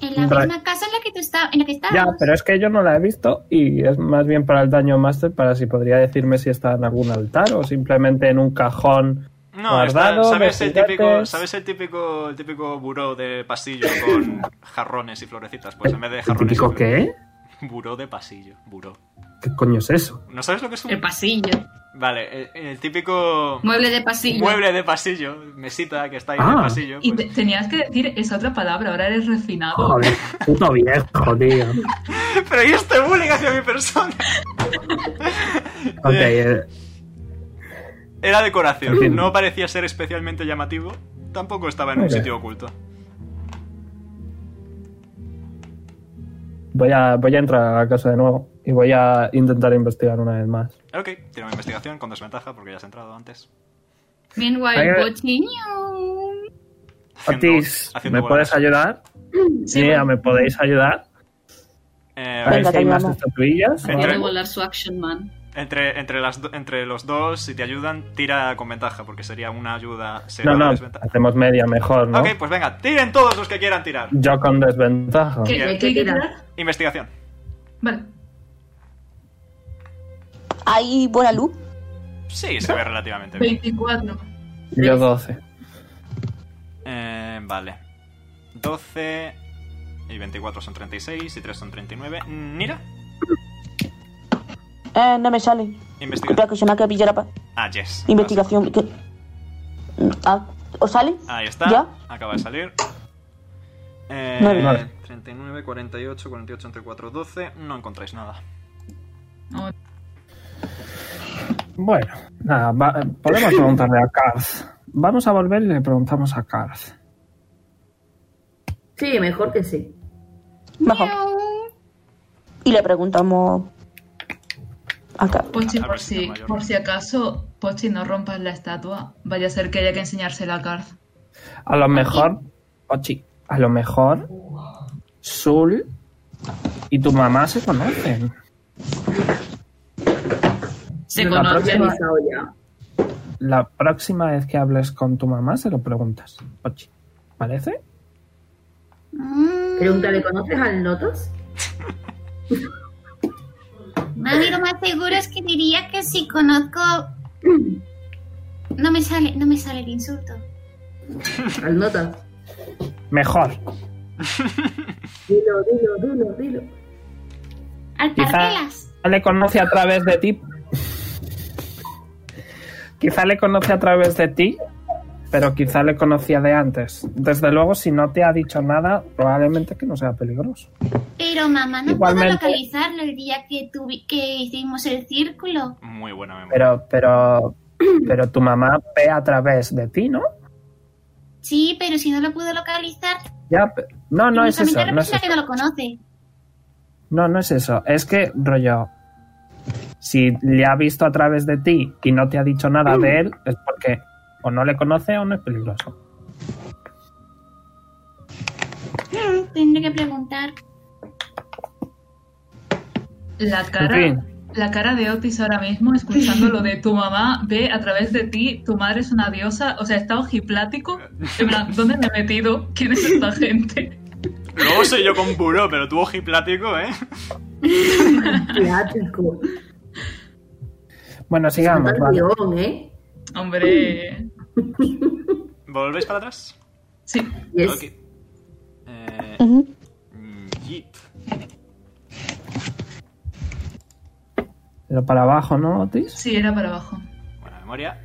En la Vale. misma casa en la que tú estabas. En la que Ya, estábamos. pero es que yo Ah, no la he visto y es más bien para el daño master, para si podría decirme si está en algún altar o simplemente en un cajón. No, está- Guardado, ¿sabes, el vestidetes. típico, ¿sabes el típico el típico buró de pasillo con jarrones y florecitas? Pues en vez de jarrones. y flore- Buró de pasillo, buró. ¿Qué coño es eso? ¿No sabes lo que es un.? El pasillo. Vale, el, el típico. Mueble de pasillo. Mueble de pasillo, mesita que está ahí en Ah. el pasillo. Y pues- te- tenías que decir esa otra palabra, ahora eres refinado. Joder, puto viejo, tío. Pero ¿y este bullying hacia mi persona? Ok, eh, Era decoración, Entiendo. no parecía ser especialmente llamativo, tampoco estaba en un Mira. sitio oculto. Voy a, voy a entrar a la casa de nuevo y voy a intentar investigar una vez más. Ok, tiene una investigación con desventaja porque ya has entrado antes. Meanwhile, Venga. pues, Pochi. Haciendo- Otis, haciendo ¿me puedes bolas. ayudar? Sí, ¿me podéis ayudar? Eh, A ver Venga, si hay te más ayudamos. estatuillas. Entra. Puede volar su action man. entre, entre, las, do- entre los dos, si te ayudan, tira con ventaja porque sería una ayuda, sería No, una no, desventaja. hacemos media mejor, ¿no? Ok, pues venga, tiren todos los que quieran tirar. Yo con desventaja. ¿Qué, Bien. qué hay que tirar? Investigación. Vale. ¿Hay buena luz? Sí, se ve relativamente bien. 24. Yo 12. Eh, vale. 12 y 24 son 36 y 3 son 39. Mira, Eh, no me sale. Espera, investigación. que se me ha quedado pillada la pa- Ah, yes. investigación. que- Ah, ¿Os sale? Ahí está. ¿Ya? Acaba de salir. Eh, Nueve. Vale. 39, 48, 48 entre 4, 12. No encontráis nada. No, Bueno, nada, va- podemos preguntarle a Karth. Vamos a volver y le preguntamos a Karth. Sí, mejor que sí. Mejor. Y le preguntamos. Acá. Pochi, A- a ver por si está si, mayor. por si acaso, Pochi, no rompas la estatua. Vaya a ser que haya que enseñársela a Karth. A lo mejor, Ochi, a lo mejor Sul y tu mamá se conocen. Se La He conoce. próxima- avisado ya. La próxima vez que hables con tu mamá se lo preguntas, Ochi. ¿Parece? Mm, Pregúntale, ¿conoces al notas? mami, lo más seguro es que diría que si conozco. No me sale, no me sale el insulto. Al notas. Mejor. Dilo, dilo, dilo, dilo. Al Quizá- parcelas. le conoce a través de ti. quizá le conoce a través de ti, pero quizá le conocía de antes. Desde luego, si no te ha dicho nada, probablemente que no sea peligroso. Pero mamá, no Igualmente. puedo localizarlo el día que, tuvi- que hicimos el círculo. Muy buena memoria. Pero, pero, pero tu mamá ve a través de ti, ¿no? Sí, pero si no lo puedo localizar, Ya, pe- no, no es eso. únicamente No es representa eso. que no lo conoce. No, no es eso. Es que, rollo, si le ha visto a través de ti y no te ha dicho nada de él, es porque o no le conoce o no es peligroso. Mm, Tendré que preguntar. La cara, En la cara de Otis ahora mismo, escuchando lo de tu mamá, ve a través de ti, tu madre es una diosa, o sea, está ojiplático. En plan, ¿dónde me he metido? ¿Quién es esta gente? Luego soy yo con buró, pero tú ojiplático, ¿eh? Plático. Bueno, sigamos. Falta vale. guión, ¿eh? Hombre. ¿Volvéis para atrás? Sí, Yes. Ok. Eh, Ujú. mm, yeet. Era para abajo, ¿no, Otis? Sí, era para abajo. Buena memoria.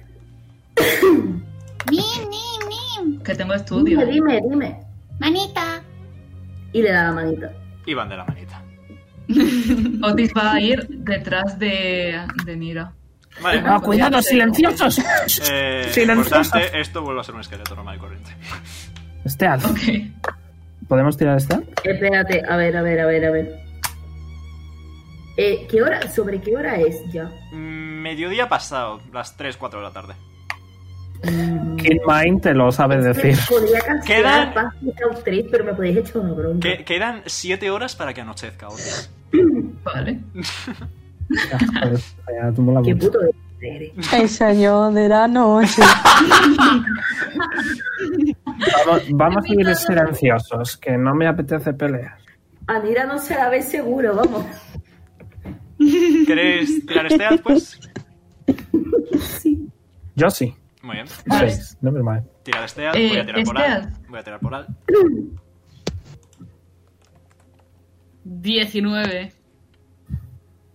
Nim, nim, nim. Que tengo estudio. Dime, dime, dime. Manita. Y le da la manita. Y van de la manita. Otis va a ir detrás de, de Nira. Vale. Ah, cuidado, silenciosos. Eh, silenciosos. importante, esto vuelve a ser un esqueleto normal y corriente. Este alto. Ok. ¿Podemos tirar este? esta? Espérate, a ver, a ver, a ver, a ver. Eh, ¿qué hora, ¿Sobre qué hora es ya? Mm, Mediodía pasado, las 3, 4 de la tarde. Kid Mind te lo sabe decir. Podría cancelar Quedan- Paz y Cloud 3, pero me podéis echar una bronca. Que- quedan 7 horas para que anochezca, Otis. Vale. Ya, joder, ya, tú mola Qué mucho. puto de eres. El señor de la noche. Vamos, vamos a ir silenciosos, que no me apetece pelear. A Nira Ah, no se la ve seguro, vamos. ¿Queréis tirar este después? Yo sí. Muy bien. Vale. Seis, never mind. Tirar este ad, Eh, voy a tirar por este ad. ad. Voy a tirar por ad. 19.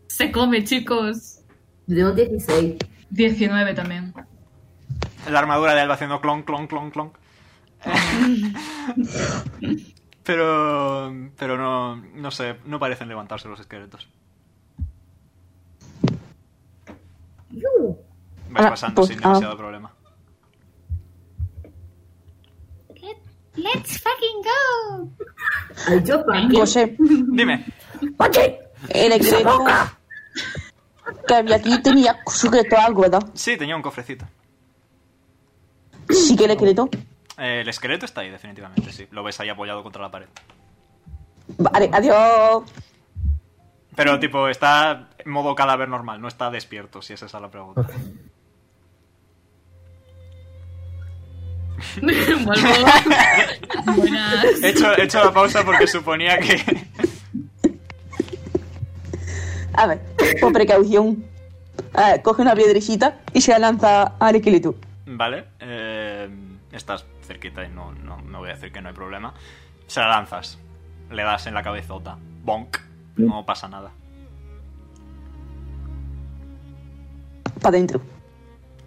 Se come, chicos. Yo tengo 16. 19 también. La armadura de Alba haciendo clon, clon, clon, clon. pero. Pero no. No sé, no parecen levantarse los esqueletos. Yo. Vais Ah, pasando pues, sin demasiado problema. Let- let's fucking go. Ay, yo, Paz, ¿qué? José, Dime, Oye, el esqueleto que había aquí tenía secreto algo, ¿verdad? sí, tenía un cofrecito. Sí que el esqueleto. Eh, el esqueleto está ahí, definitivamente, sí. Lo ves ahí apoyado contra la pared. Vale, adiós. Pero, tipo, está en modo cadáver normal, no está despierto, si es esa la pregunta. Vuelvo. Buenas. He hecho, he hecho la pausa porque suponía que. A ver, por precaución. A ver, coge una piedrecita y se la lanza al esqueleto. Vale, eh, estás cerquita y no, no, no voy a decir que no hay problema. Se la lanzas, le das en la cabezota, bonk, no pasa nada. Para adentro.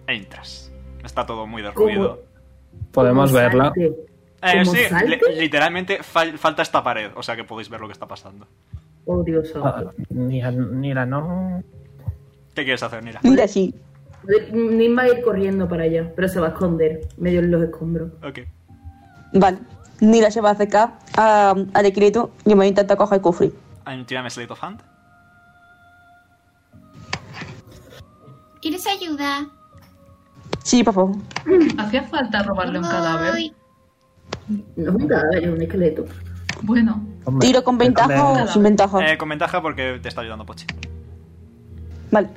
Entras, está todo muy derruido. Podemos ¿cómo verla. salte? Eh, ¿Cómo sí, salte? li- literalmente fal- falta esta pared, o sea que podéis ver lo que está pasando. Oh, Dios santo. Ah, Mira, mira, no. ¿Qué quieres hacer, Nira? Mira, sí. Nim va a ir corriendo para allá, pero se va a esconder, medio en los escombros. Ok, Vale. Nila se va a acercar a- al esqueleto y me intenta coger el cofre. Ah, tírame Slate of Hand. ¿Quieres ayuda? Sí, por favor. Hacía falta robarle un cadáver. Voy. No es un cadáver, es un esqueleto. Bueno, Hombre, ¿Tiro con ventaja depende- o sin ventaja? Eh, con ventaja porque te está ayudando Pochi. Vale.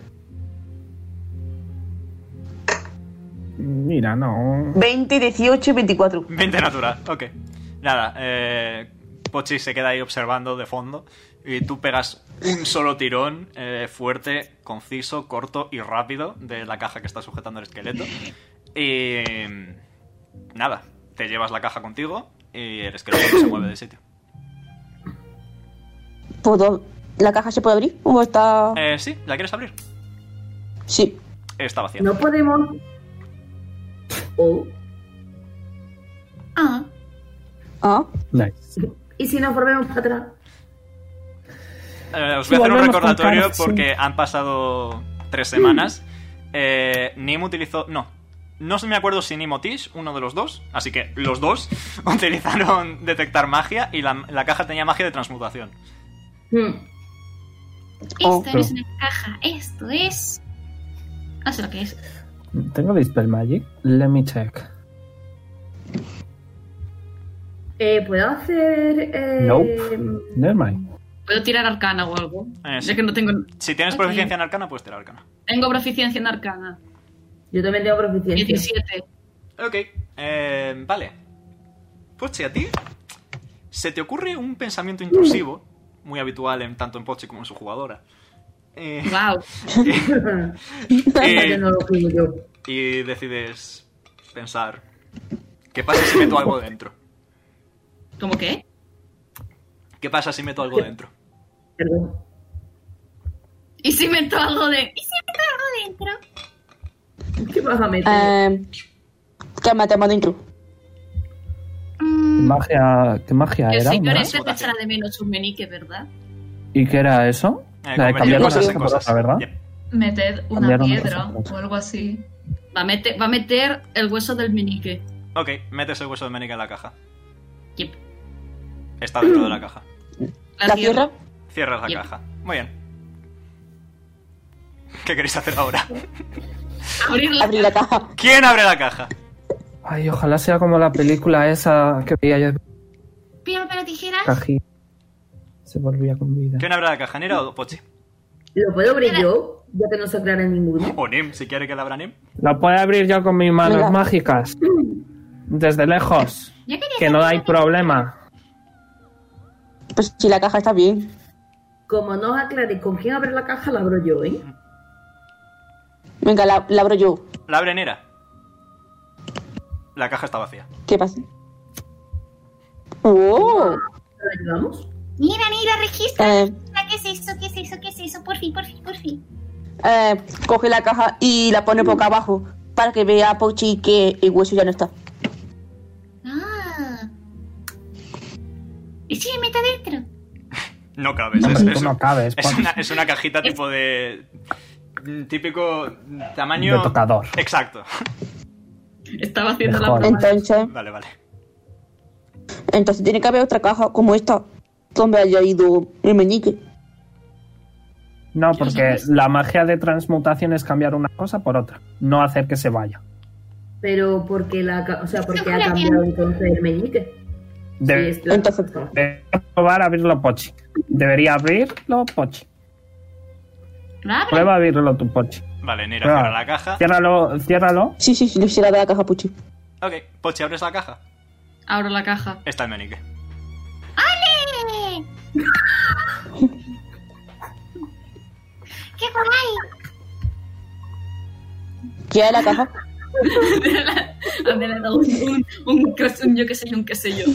Mira, no. 20, 18 y 24. 20 natural, ok. Nada, eh, Pochi se queda ahí observando de fondo y tú pegas un solo tirón eh, fuerte, conciso, corto y rápido de la caja que está sujetando el esqueleto. Y nada, te llevas la caja contigo y el esqueleto no se mueve de sitio. ¿Puedo... Pues ¿La caja se puede abrir? ¿O está...? Eh, sí, ¿la quieres abrir? Sí. Está vacía. No podemos. Oh. Ah, Ah. Nice. ¿Y si nos volvemos para atrás? Eh, os voy a hacer un Volvemos con recordatorio Karen, sí. porque han pasado tres semanas. Eh, Nim utilizó. No. No se me acuerdo si Nim o Tish, uno de los dos. Así que los dos utilizaron detectar magia y la, la caja tenía magia de transmutación. Hmm. esto Oh. no es una caja, esto es. No sé lo que es. Tengo Dispel Magic. Let me check. Eh, ¿Puedo hacer. Eh... Nope. Never mind. ¿Puedo tirar arcana o algo? Eh, sí. Ya que no tengo. Si tienes Ok. proficiencia en arcana, puedes tirar arcana. Tengo proficiencia en arcana. Yo también tengo proficiencia. 17. Ok. eh, vale. Pochi, a ti se te ocurre un pensamiento intrusivo, muy habitual en, tanto en Pochi como en su jugadora. Eh, Wow. Vale, no lo digo yo. y decides pensar qué pasa si meto algo dentro ¿Cómo qué? qué pasa si meto algo dentro Perdón. ¿Y si meto algo de.? ¿Y si meto algo dentro? ¿Qué vas a meter? Eh, cama, cama dentro. ¿Qué mm, magia, qué magia El era? señor ¿no? este te echará de menos sus meniques, ¿verdad? ¿Y qué era eso? Eh, La de convertir cambiar cosas cosas en en cosas. ¿verdad? Yep. Meted una Cambiar una piedra cosa por otra. o algo así. Va a, meter, va a meter el hueso del menique. Ok, metes el hueso de Menica en la caja. Yep. Está dentro de la caja. ¿La tierra? Cierras la Yep. caja. Muy bien. ¿Qué queréis hacer ahora? Abrirla. Abrir la caja. ¿Quién abre la caja? Ay, ojalá sea como la película esa que veía yo de Piedra, pero tijeras. Cají. Se volvía con vida. ¿Quién abre la caja? ¿Nira o Pochi? ¿Lo puedo abrir yo? Ya que no sé crear en ninguno. O Nim, si quiere que la abra Nim. La puedo abrir yo con mis manos Venga. mágicas. Desde lejos. Yo quería Que no saber hay lo problema. Pues si la caja está bien. Como no os aclaréis con quién abrir la caja, la abro yo, ¿eh? Venga, la, la abro yo. La abre Nira. La caja está vacía. ¿Qué pasa? ¡Oh! ¿La ayudamos? Mira, mira, registra. Eh, ¿Qué es eso? ¿Qué es eso? ¿Qué es eso? Por fin, por fin, por fin. eh, coge la caja y la pone boca abajo para que vea Pochi que el hueso ya no está. Ah. ¿Y si me meto dentro? No cabes. es, Tú es- no cabes. es Pochi. una, es una cajita tipo de... Típico tamaño... De tocador. Exacto. Estaba haciendo Mejor. la broma. Entonces, Vale, vale. entonces tiene que haber otra caja como esta donde haya ido el meñique. No, porque la magia de transmutación es cambiar una cosa por otra. No hacer que se vaya. Pero porque la ca- o sea, porque ha Ojalá que- cambiado entonces el meñique. Sí, De- es la- Entonces- Debería probar abrirlo Pochi. Debería abrirlo Pochi. ¿La abre? Prueba a abrirlo tu Pochi. Vale, Nira Prueba. cierra la caja. Ciérralo, ciérralo. Sí, sí, sí, le será de la caja, Pochi. Ok, Pochi, ¿abres la caja? Abro la caja. Está el menique. ¡Eh! ¡Qué guay! ¿Qué hay en la caja? André le ha dado un, un, un cos- un yo qué sé yo, un qué sé yo.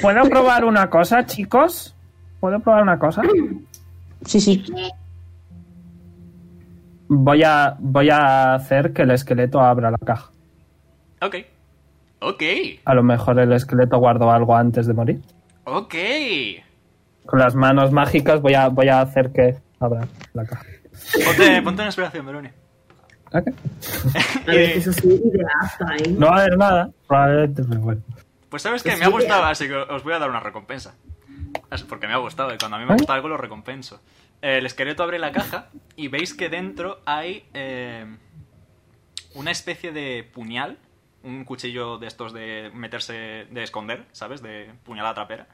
¿Puedo probar una cosa, chicos? ¿Puedo probar una cosa? Sí, sí. Voy a, voy a hacer que el esqueleto abra la caja. Ok. Ok. A lo mejor el esqueleto guardó algo antes de morir. Ok. Con las manos mágicas voy a, voy a hacer que abra la caja. Ponte, ponte una inspiración, Veroni. Ok. A ver, que eso sí, y de asta, ¿eh? No va a haber nada. Probablemente me muera. Pues sabes que me ha gustado, así que os voy a dar una recompensa. Así- Porque me ha gustado, y cuando a mí me ¿Eh? gusta algo lo recompenso. El esqueleto abre la caja y veis que dentro hay eh, una especie de puñal, un cuchillo de estos de meterse, de esconder, ¿sabes? De puñalada trapera,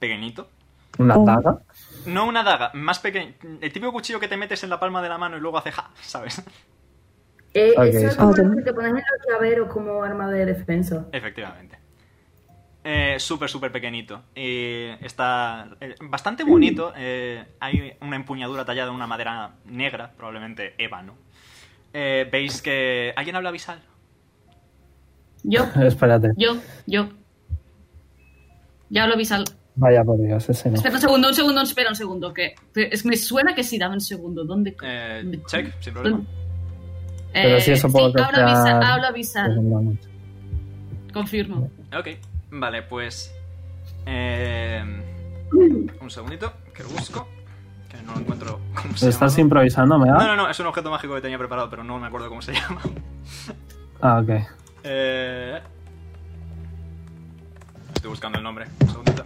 pequeñito. Una Uh. Oh. daga. No una daga, más pequeño. El típico cuchillo que te metes en la palma de la mano y luego hace ja, ¿sabes? Eh, Ok, eso es sí. como Ah, lo que también. te pones en los llaveros como arma de defensa. Efectivamente. Eh, súper, súper pequeñito. Y está eh, bastante bonito. Eh, hay una empuñadura tallada en una madera negra, probablemente ébano. Eh, Veis que... ¿Alguien habla abisal? Yo, Espérate. yo, yo. Ya lo vi sal. Vaya por Dios, ese no. Espera un segundo, un segundo, espera un segundo. Que que es, me suena que sí, dame un segundo. ¿Dónde? co- Eh, ¿dónde co- check, sin problema. Pero sí, eso puedo sí, hablo crear- avisar, hablo avisar. Seguramente. Confirmo. Ok. Vale, pues... eh, un segundito, que lo busco. Que no lo encuentro... ¿Cómo se Estás llama? improvisando, ¿me No, da? no, no, es un objeto mágico que tenía preparado, pero no me acuerdo cómo se llama. Ah, ok. Eh... Estoy buscando el nombre. Un segundito.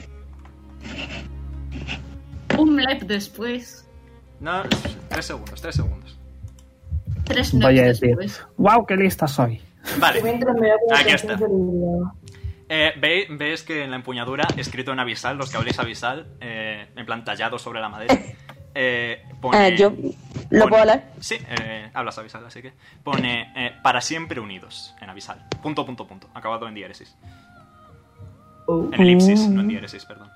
Un lep después. No, tres segundos, tres segundos. Tres Voy a naps decir. después. ¡Wow, qué lista soy! Vale, Mientras me hago la Aquí canción está. feliz. eh, ve- ves que en la empuñadura, escrito en avisal, los que habléis avisal, eh, en plan tallado sobre la madera, eh, pone... Eh, yo. ¿Lo pone- puedo hablar? Sí, eh, hablas avisal, así que pone eh, para siempre unidos en avisal. Punto, punto, punto. Acabado en diéresis. Oh. En elipsis, no en diéresis, perdón.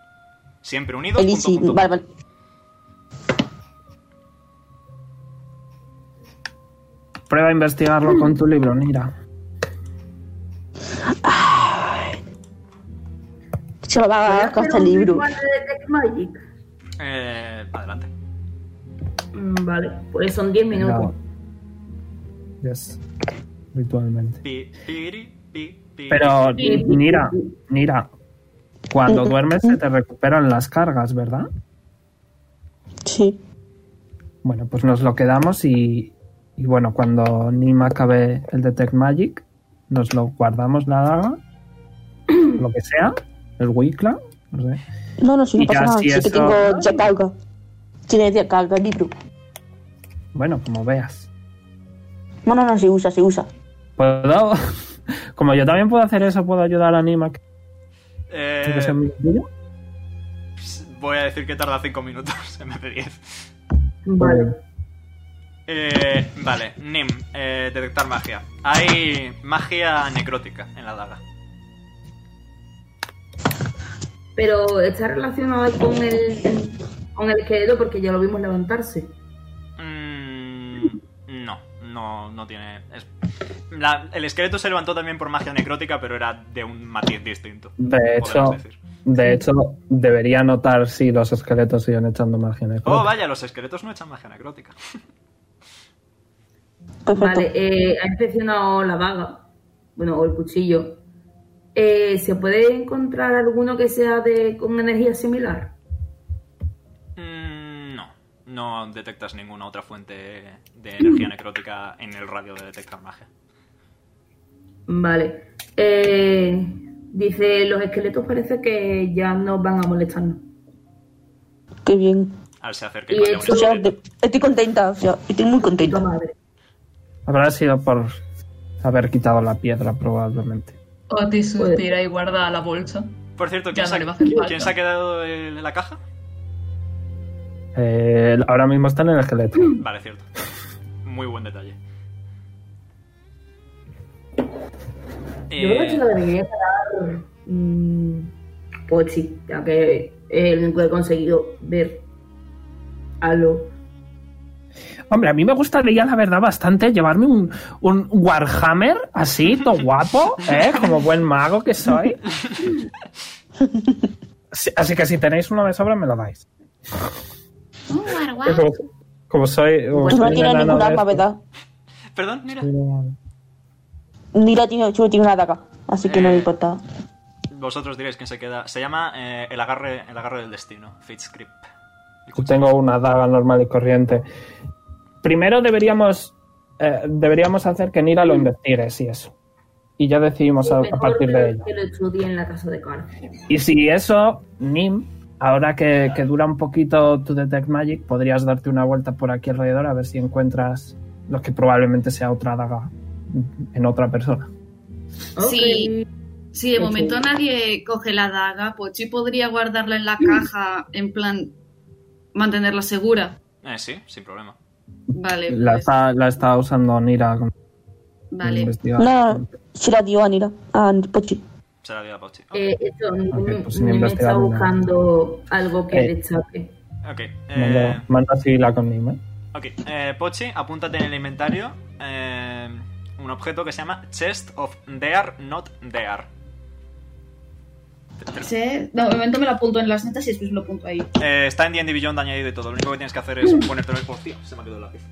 Siempre unidos, El punto, Easy. punto, Vale, punto. vale. Prueba a investigarlo con tu libro, Nira. Se lo va a Voy a gastar hacer el un libro. ritual de Detect Magic. Eh, adelante. Mm, Vale, pues son 10 minutos. Yes. Ritualmente. Pi, piri, pi, pi. Pero, Nira, Nira, cuando duermes se te recuperan las cargas, ¿verdad? Sí. Bueno, pues nos lo quedamos y, y bueno, cuando Nima acabe el Detect Magic, nos lo guardamos la daga, lo que sea, el Wicla, no sé. No, no, sí, Y no ya pasa nada. si Sí que eso- tengo ya carga. Tiene ya carga el libro. Bueno, como veas. No, no, no, se usa, se usa. ¿Puedo? Como yo también puedo hacer eso, puedo ayudar a Nima. que- Eh, que sea mi amiga? voy a decir que tarda 5 minutos en vez de 10. Vale. Eh, vale, Nim, eh, detectar magia. Hay magia necrótica en la daga. Pero está relacionado con el, con el esqueleto porque ya lo vimos levantarse. Mm, no, no, no tiene. es- la- el esqueleto se levantó también por magia necrótica, pero era de un matiz distinto. De podemos hecho, decir. Mm, de hecho, debería notar si los esqueletos siguen echando magia necrótica. Oh, vaya, los esqueletos no echan magia necrótica. Vale, eh, ha inspeccionado la vaga, bueno, o el cuchillo. Eh, ¿Se puede encontrar alguno que sea de con energía similar? Mm, no, no detectas ninguna otra fuente de energía necrótica en el radio de detectar magia. Vale. Eh, dice, los esqueletos parece que ya no van a molestarnos. Qué bien. Al se acerca y Y vaya un hecho, O sea, de- estoy contenta, o sea, estoy muy contenta. Habrá sido por haber quitado la piedra, probablemente. Otis suspira y guarda la bolsa. Por cierto, Ya ¿quién, no se, le va a hacer ¿quién falta. se ha quedado en la caja? Eh, ahora mismo está en el esqueleto. Vale, cierto. Muy buen detalle. Yo creo que Eh, se lo debería dar mm, Pochi, ya que es el único que he conseguido ver algo. Hombre, a mí me gustaría, la verdad, bastante llevarme un, un Warhammer así, todo guapo, ¿eh? Como buen mago que soy. Sí, Así que si tenéis uno de sobra, me lo dais. Uh, guau, guau. Yo Como, como soy. como Tú Ah. Pues no soy tienes enano ningún de arma, estos, eh, ¿verdad? Perdón, mira. Mira, tiene, solo tiene una daga, así que no Eh. le importa. Vosotros diréis quién se queda. Se llama eh, el, agarre, el agarre del destino, Fitzgrip. Tengo una daga normal y corriente. Primero deberíamos eh, deberíamos hacer que Nira lo investigue, si eso. Y ya decidimos a, a Mm. Mejor partir que- de ello. Que lo estudie en la casa de cárcel. Y si eso, Nim, ahora que, que dura un poquito tu Detect Magic, podrías darte una vuelta por aquí alrededor a ver si encuentras lo que probablemente sea otra daga en otra persona. Sí. Si de momento nadie coge la daga, Pochi podría guardarla en la caja, en plan, mantenerla segura. Eh, sí, sin problema. Eh, Vale, pues- pues, La está, la está usando Nira con- vale. investigar. No, se la dio a Nira, a Pochi. Se la dio a Pochi. Eh, esto, Ok, pues sin me, está investigar nada. buscando algo que Eh. destaque. Ok. Eh, Manda, manda a Sibila con Nim, ¿eh? ok. Eh, Pochi, apúntate en el inventario eh, un objeto que se llama Chest of There Not There. Sé- no, de momento me lo apunto en las notas y después lo apunto ahí. Eh, está en D&D Beyond añadido y todo. Lo único que tienes que hacer es Mm. ponértelo en el... Hostia, se me ha quedado el lápiz.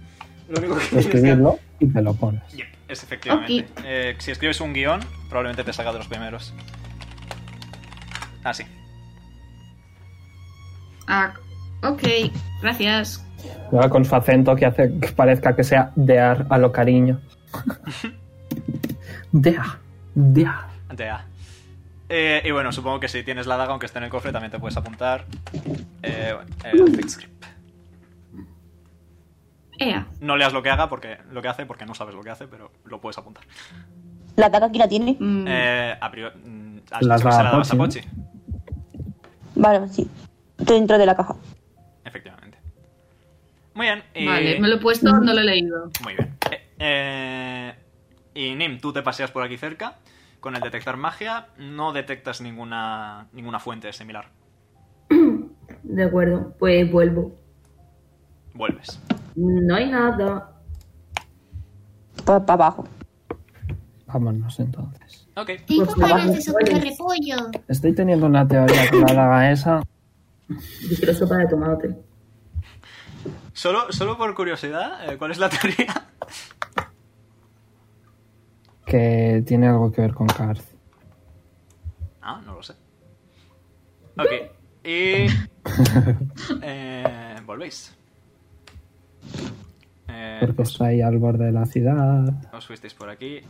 Lo único que tienes que hacer... Escribirlo y te lo pones. Yep, es efectivamente. Eh, si escribes un guión, probablemente te salga de los primeros. Ah, sí. Ah, ok, gracias. Luego con su acento que hace que parezca que sea dear a lo cariño. dear, dear. Ante A. Eh, y bueno, supongo que si tienes la daga, aunque esté en el cofre, también te puedes apuntar. Eh, bueno, el fix script. Ea. No leas lo que haga porque lo que hace porque no sabes lo que hace, pero lo puedes apuntar. ¿La daga quién la tiene? Mm. Eh, a priori- mm, a- Las se la da a dabas a Pochi, Pochi. Vale, sí. Dentro de la caja. Efectivamente. Muy bien. y- Vale, me lo he puesto, Mm. no lo he leído. Muy bien. Eh, eh, y Nim, tú te paseas por aquí cerca. Con el detectar magia no detectas ninguna, ninguna fuente similar. De acuerdo, pues vuelvo. Vuelves. No hay nada. Para abajo. Vámonos entonces. Ok. Tengo Pues ganas vamos, de sopa de vale. repollo. Estoy teniendo una teoría con la daga esa. Yo quiero sopa de tomate. Solo, solo por curiosidad, eh, ¿cuál es la teoría? que tiene algo que ver con Karth. Ah, no lo sé. Ok. Y. eh, volvéis. Eh, Porque está ahí al borde de la ciudad. os fuisteis por aquí.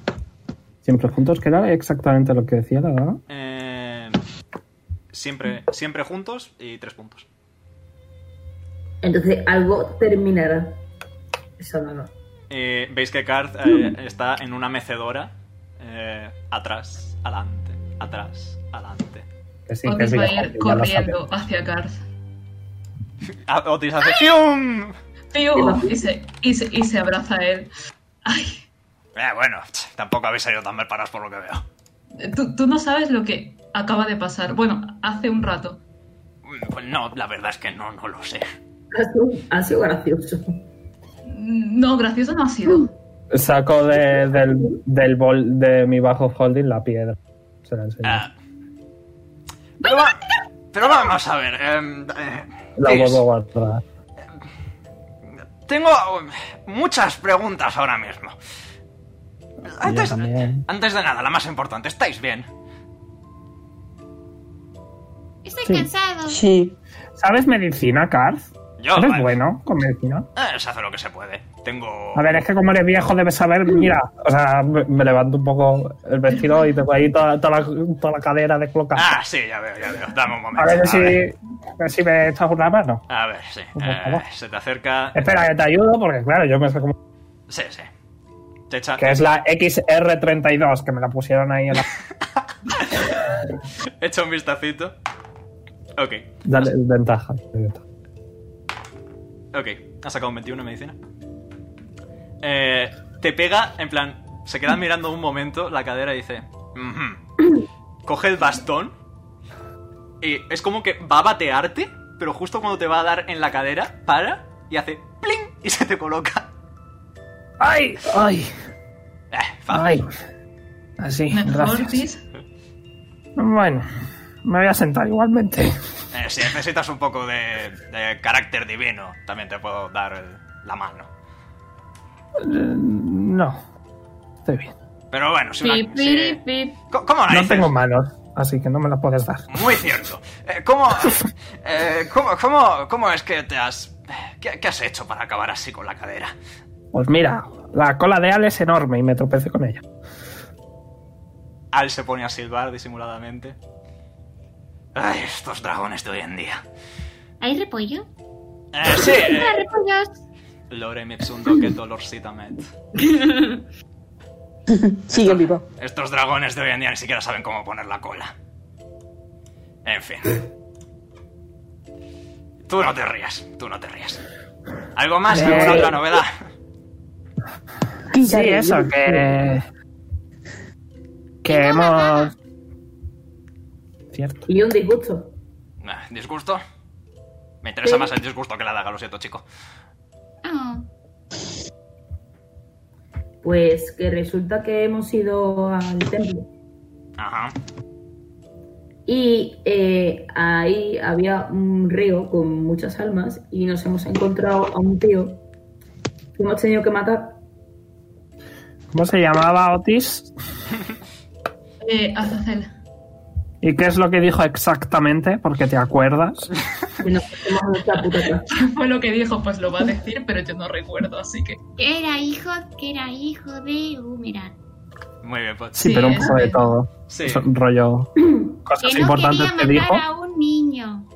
Siempre juntos, que era exactamente lo que decía la daga. Eh, siempre, siempre juntos y tres puntos. Entonces algo terminará. Esa daga. Eh, Veis que Karth eh, está en una mecedora. eh, atrás, adelante, atrás, adelante. Que sí, que Otis sí, va a que sí, ir ya lo sabe. corriendo hacia Garth. Ah, Otis hace ¡Fium! Piu, Y se, y, se, y se abraza a él. Eh, bueno, ch, tampoco habéis salido tan mal parados por lo que veo. Tú, tú no sabes lo que acaba de pasar. Bueno, hace un rato. Mm, Pues no, la verdad es que no, no lo sé. Ha sido- Ha sido gracioso. No, gracioso no ha sido. Mm. Saco de, del, del bol de mi bajo holding la piedra. Se la enseño. Eh, Pero, va- pero vamos a ver. em, eh, la Tis, vuelvo a guardar. tengo um, muchas preguntas ahora mismo. Yo Antes, también. antes de nada, la más importante, ¿estáis bien? Estoy Sí. cansado. ¿Sabes medicina, Karth? Yo, ¿Eres vale. bueno con medicina? Eh, se hace lo que se puede. Tengo. A ver, es que como eres viejo debes saber, mira, o sea, me, me levanto un poco el vestido y tengo ahí toda, toda la, toda la cadera descolocada. Ah, sí, ya veo, ya veo. Dame un momento. a ver si, a ver si me echas una mano. A ver, sí. Por eh, favor. se te acerca. Espera, que te ayudo porque claro, yo me sé como... Sí, sí. Te echa- Que es la XR32, que me la pusieron ahí en la... Echa un vistacito. Ok, Dale, ventaja. ventaja. ok. Ha sacado un 21 en medicina. Eh, te pega, en plan, se queda mirando un momento la cadera y dice... "Ujú". Coge el bastón y es como que va a batearte, pero justo cuando te va a dar en la cadera, para y hace pling y se te coloca. ¡Ay! ¡Ay! Eh, ¡Ay! Así, Mejor, gracias. Tis. Bueno, me voy a sentar igualmente. Eh, si necesitas un poco de, de carácter divino, también te puedo dar el- la mano. No, estoy bien. Pero bueno, si una- Pip, si- piri, pip. Co- ¿Cómo No narices? tengo manos, así que no me las puedes dar. Muy cierto. Eh, ¿cómo, eh, cómo, cómo, cómo es que te has... ¿Qué, qué has hecho para acabar así con la cadera? Pues mira, la cola de Al es enorme y me tropecé con ella. Al se pone a silbar disimuladamente. Ay, estos dragones de hoy en día. ¿Hay repollo? Eh, sí. eh, Ah, repollos. Lore Mipsundo, que dolorcita met. Sigue vivo. Estos dragones de hoy en día ni siquiera saben cómo poner la cola. En fin. Tú no te rías, tú no te rías. ¿Algo más? ¿Alguna Eh. otra novedad? Sí, eso, que. Que hemos. Cierto. Y un disgusto. Ah, ¿Disgusto? Me interesa más el disgusto que la daga, lo siento, chico. Ah, Pues que resulta que hemos ido al templo. Ajá. Y eh, ahí había un río con muchas almas y nos hemos encontrado a un tío que hemos tenido que matar. ¿Cómo se llamaba Otis? Eh, Azazel. ¿Y qué es lo que dijo exactamente? Porque te acuerdas. Y nos hemos nuestra puta casa. ¿Qué fue lo que dijo? Pues lo va a decir, pero yo no recuerdo, así que. que era hijo, que era hijo de Humeran. Muy bien, pues. Sí, ¿eh? pero un poco de eso. todo. Sí. Es un rollo. Que Cosas no importantes quería que este matar dijo. a un niño.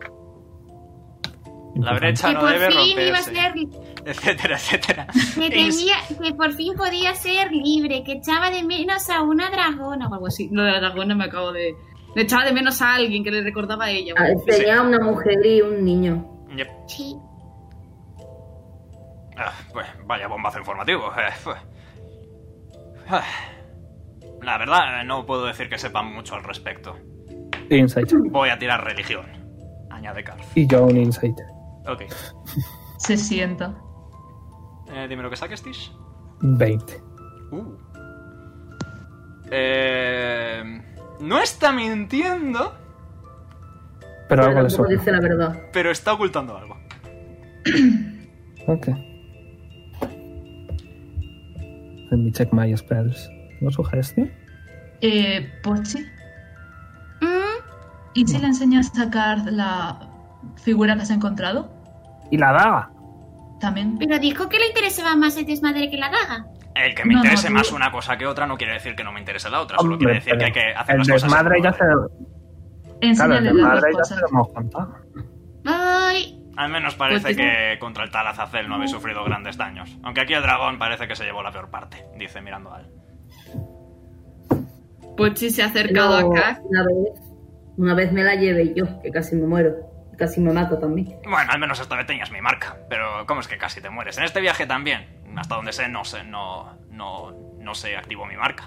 La brecha que Ah, no por debe fin iba a romperse. ser Etcétera, etcétera. que tenía, que por fin podía ser libre, que echaba de menos a una dragona o algo pues Sí, así. lo de la dragona me acabo de. Le echaba de menos a alguien que le recordaba a ella. Ah, bueno. Tenía una mujer y un niño. Yep. Sí. Ah, pues vaya bombazo informativo. eh, fue. Ah. La verdad, eh, no puedo decir que sepan mucho al respecto. Insight. Voy a tirar religión. Añade Carl. Y yo un insight. Ok. Se sienta. Eh, dime lo que saques, Tish. 20. Uh. Eh, no está mintiendo, Pero algo le Ah, tampoco sobra. dice la verdad. pero está ocultando algo. Ok. Let me check my spells. ¿No este? sugestion? Eh, Pochi. Mm, ¿Y Mm. si le enseñas a Card la figura que has encontrado? Y la daga. También. Pero dijo que le interesaba más el desmadre que la daga. El que me No, no, interese tú- más una cosa que otra no quiere decir que no me interese la otra, solo Hombre, quiere decir que hay que hacer El las cosas. desmadre ya se. Claro, el Enséñale las desmadre dos ya se cosas. lo hemos contado. Voy. Al menos parece Pues dice- que contra el tal Azazel no habéis sufrido grandes daños. Aunque aquí el dragón parece que se llevó la peor parte, dice mirando a él. Pochi se ha acercado Pero a Kat. Una vez, una vez me la llevé yo, que casi me muero. Casi me mato también. Bueno, al menos esta vez tenías mi marca. Pero, ¿cómo es que casi te mueres? En este viaje también. Hasta donde sé, no sé, no, no, no se activó mi marca.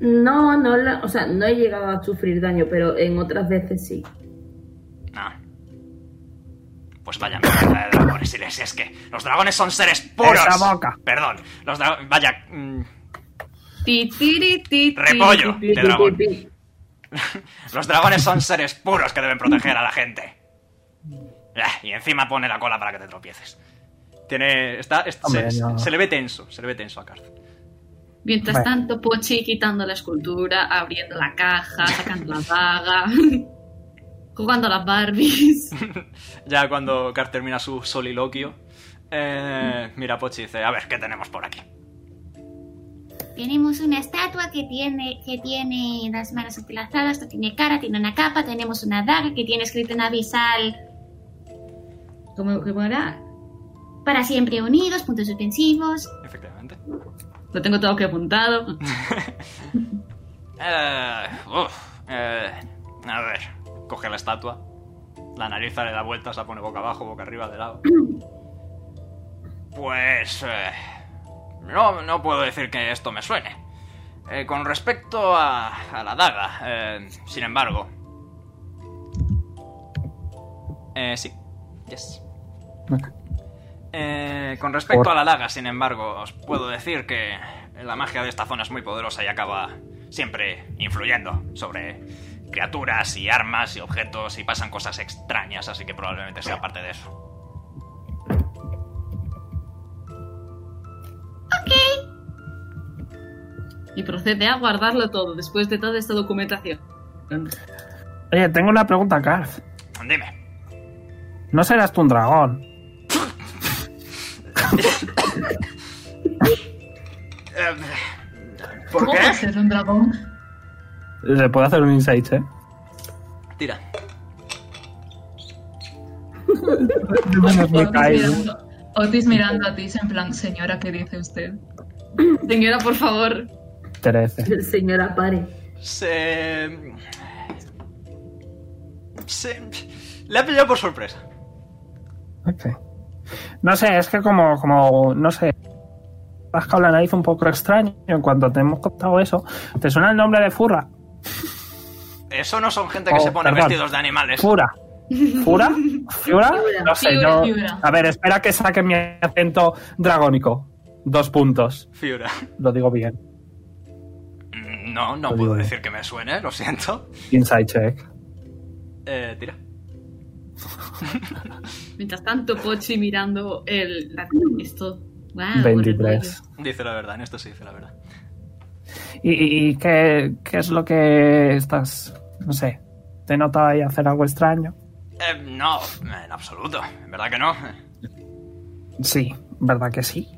No, no, la- o sea, no he llegado a sufrir daño, pero en otras veces sí. Ah. Pues vaya mierda de dragones, si les es que los dragones son seres puros. Esa boca. Perdón, los dragones. Vaya. mm, Ti, tiri, ti, ti, Repollo ti, ti, de dragón. ti, ti. Los dragones son seres puros que deben proteger a la gente. Ah, Y encima pone la cola para que te tropieces. Tiene. Está, es- Hombre, se, no. se le ve tenso, se le ve tenso a Karth. Mientras Bueno. tanto, Pochi quitando la escultura, abriendo la caja, sacando la daga, jugando a las Barbies. Ya cuando Karth termina su soliloquio, eh, mira a Pochi y dice: A ver, ¿qué tenemos por aquí? Tenemos una estatua que tiene, que tiene las manos entrelazadas, no tiene cara, tiene una capa. Tenemos una daga que tiene escrito en abisal ¿Cómo, cómo era? para siempre unidos, puntos suspensivos. Efectivamente. Lo tengo todo que apuntado. Eh, uf, eh, a ver, coge la estatua, la analiza, le da vueltas, la pone boca abajo, boca arriba, de lado. Pues... eh, no, no puedo decir que esto me suene. Eh, con respecto a, a la daga, eh, sin embargo... Eh, sí. Yes. Ok. Eh, con respecto a la daga, sin embargo, os puedo decir que la magia de esta zona es muy poderosa y acaba siempre influyendo sobre criaturas y armas y objetos y pasan cosas extrañas, así que probablemente sea parte de eso. Y procede a guardarlo todo después de toda esta documentación. Oye, tengo una pregunta, Garth. Dime. ¿No serás tú un dragón? ¿Por ¿Cómo qué? va a ser un dragón? Le puedo hacer un insight, ¿eh? Tira. Menos me cae, Otis ¿no? mirando, Otis mirando a ti, en plan, señora, ¿qué dice usted? Señora, por favor. 13. Señora, pare. Se... se... Le ha pillado por sorpresa. Ok. No sé, es que como, como no sé, has con la nariz un poco extraño. En cuanto te hemos contado eso, ¿te suena el nombre de Furra? Eso no son gente que Oh, se pone perdón. vestidos de animales. Fura. ¿Fura? ¿Fura? No sé, Fiura, yo... Fiura. A ver, espera que saque mi acento dragónico. Dos puntos. Fiura. Lo digo bien. Mm, No, no Lo puedo digo. decir que me suene, lo siento. Inside check. Eh, tira. Mientras tanto, Pochi mirando el. la- esto. Ah, Guau, 23. Dice la verdad, en esto sí dice la verdad. ¿Y, y- y qué, qué es lo que estás...? No sé. ¿Te nota ahí hacer algo extraño? Eh, no, en absoluto. En verdad que no. Sí, ¿verdad que sí?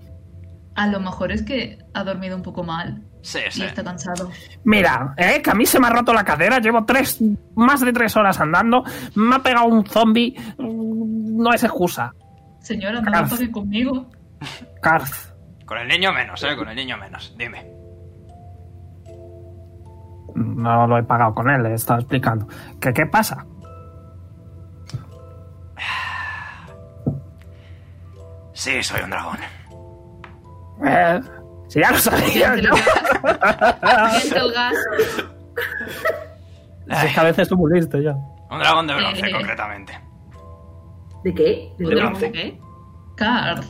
A lo mejor es que ha dormido un poco mal Sí, y sí. está cansado. Mira, eh, que a mí se me ha roto la cadera, llevo tres, más de tres horas andando, me ha pegado un zombie, mm, no es excusa. Señora, no Carf. lo toque conmigo. Karth, Con el niño menos, eh, con el niño menos. Dime. no lo he pagado con él, le he estado explicando. ¿Qué, qué pasa? Sí, soy un dragón. Eh, si ya lo sabía, Siente el yo. gas. Siente el gas. Si es que a veces tú muriste ya. Un dragón de bronce, Eh. concretamente. ¿De qué? ¿De ¿De qué? bronce? ¿Qué? Carl,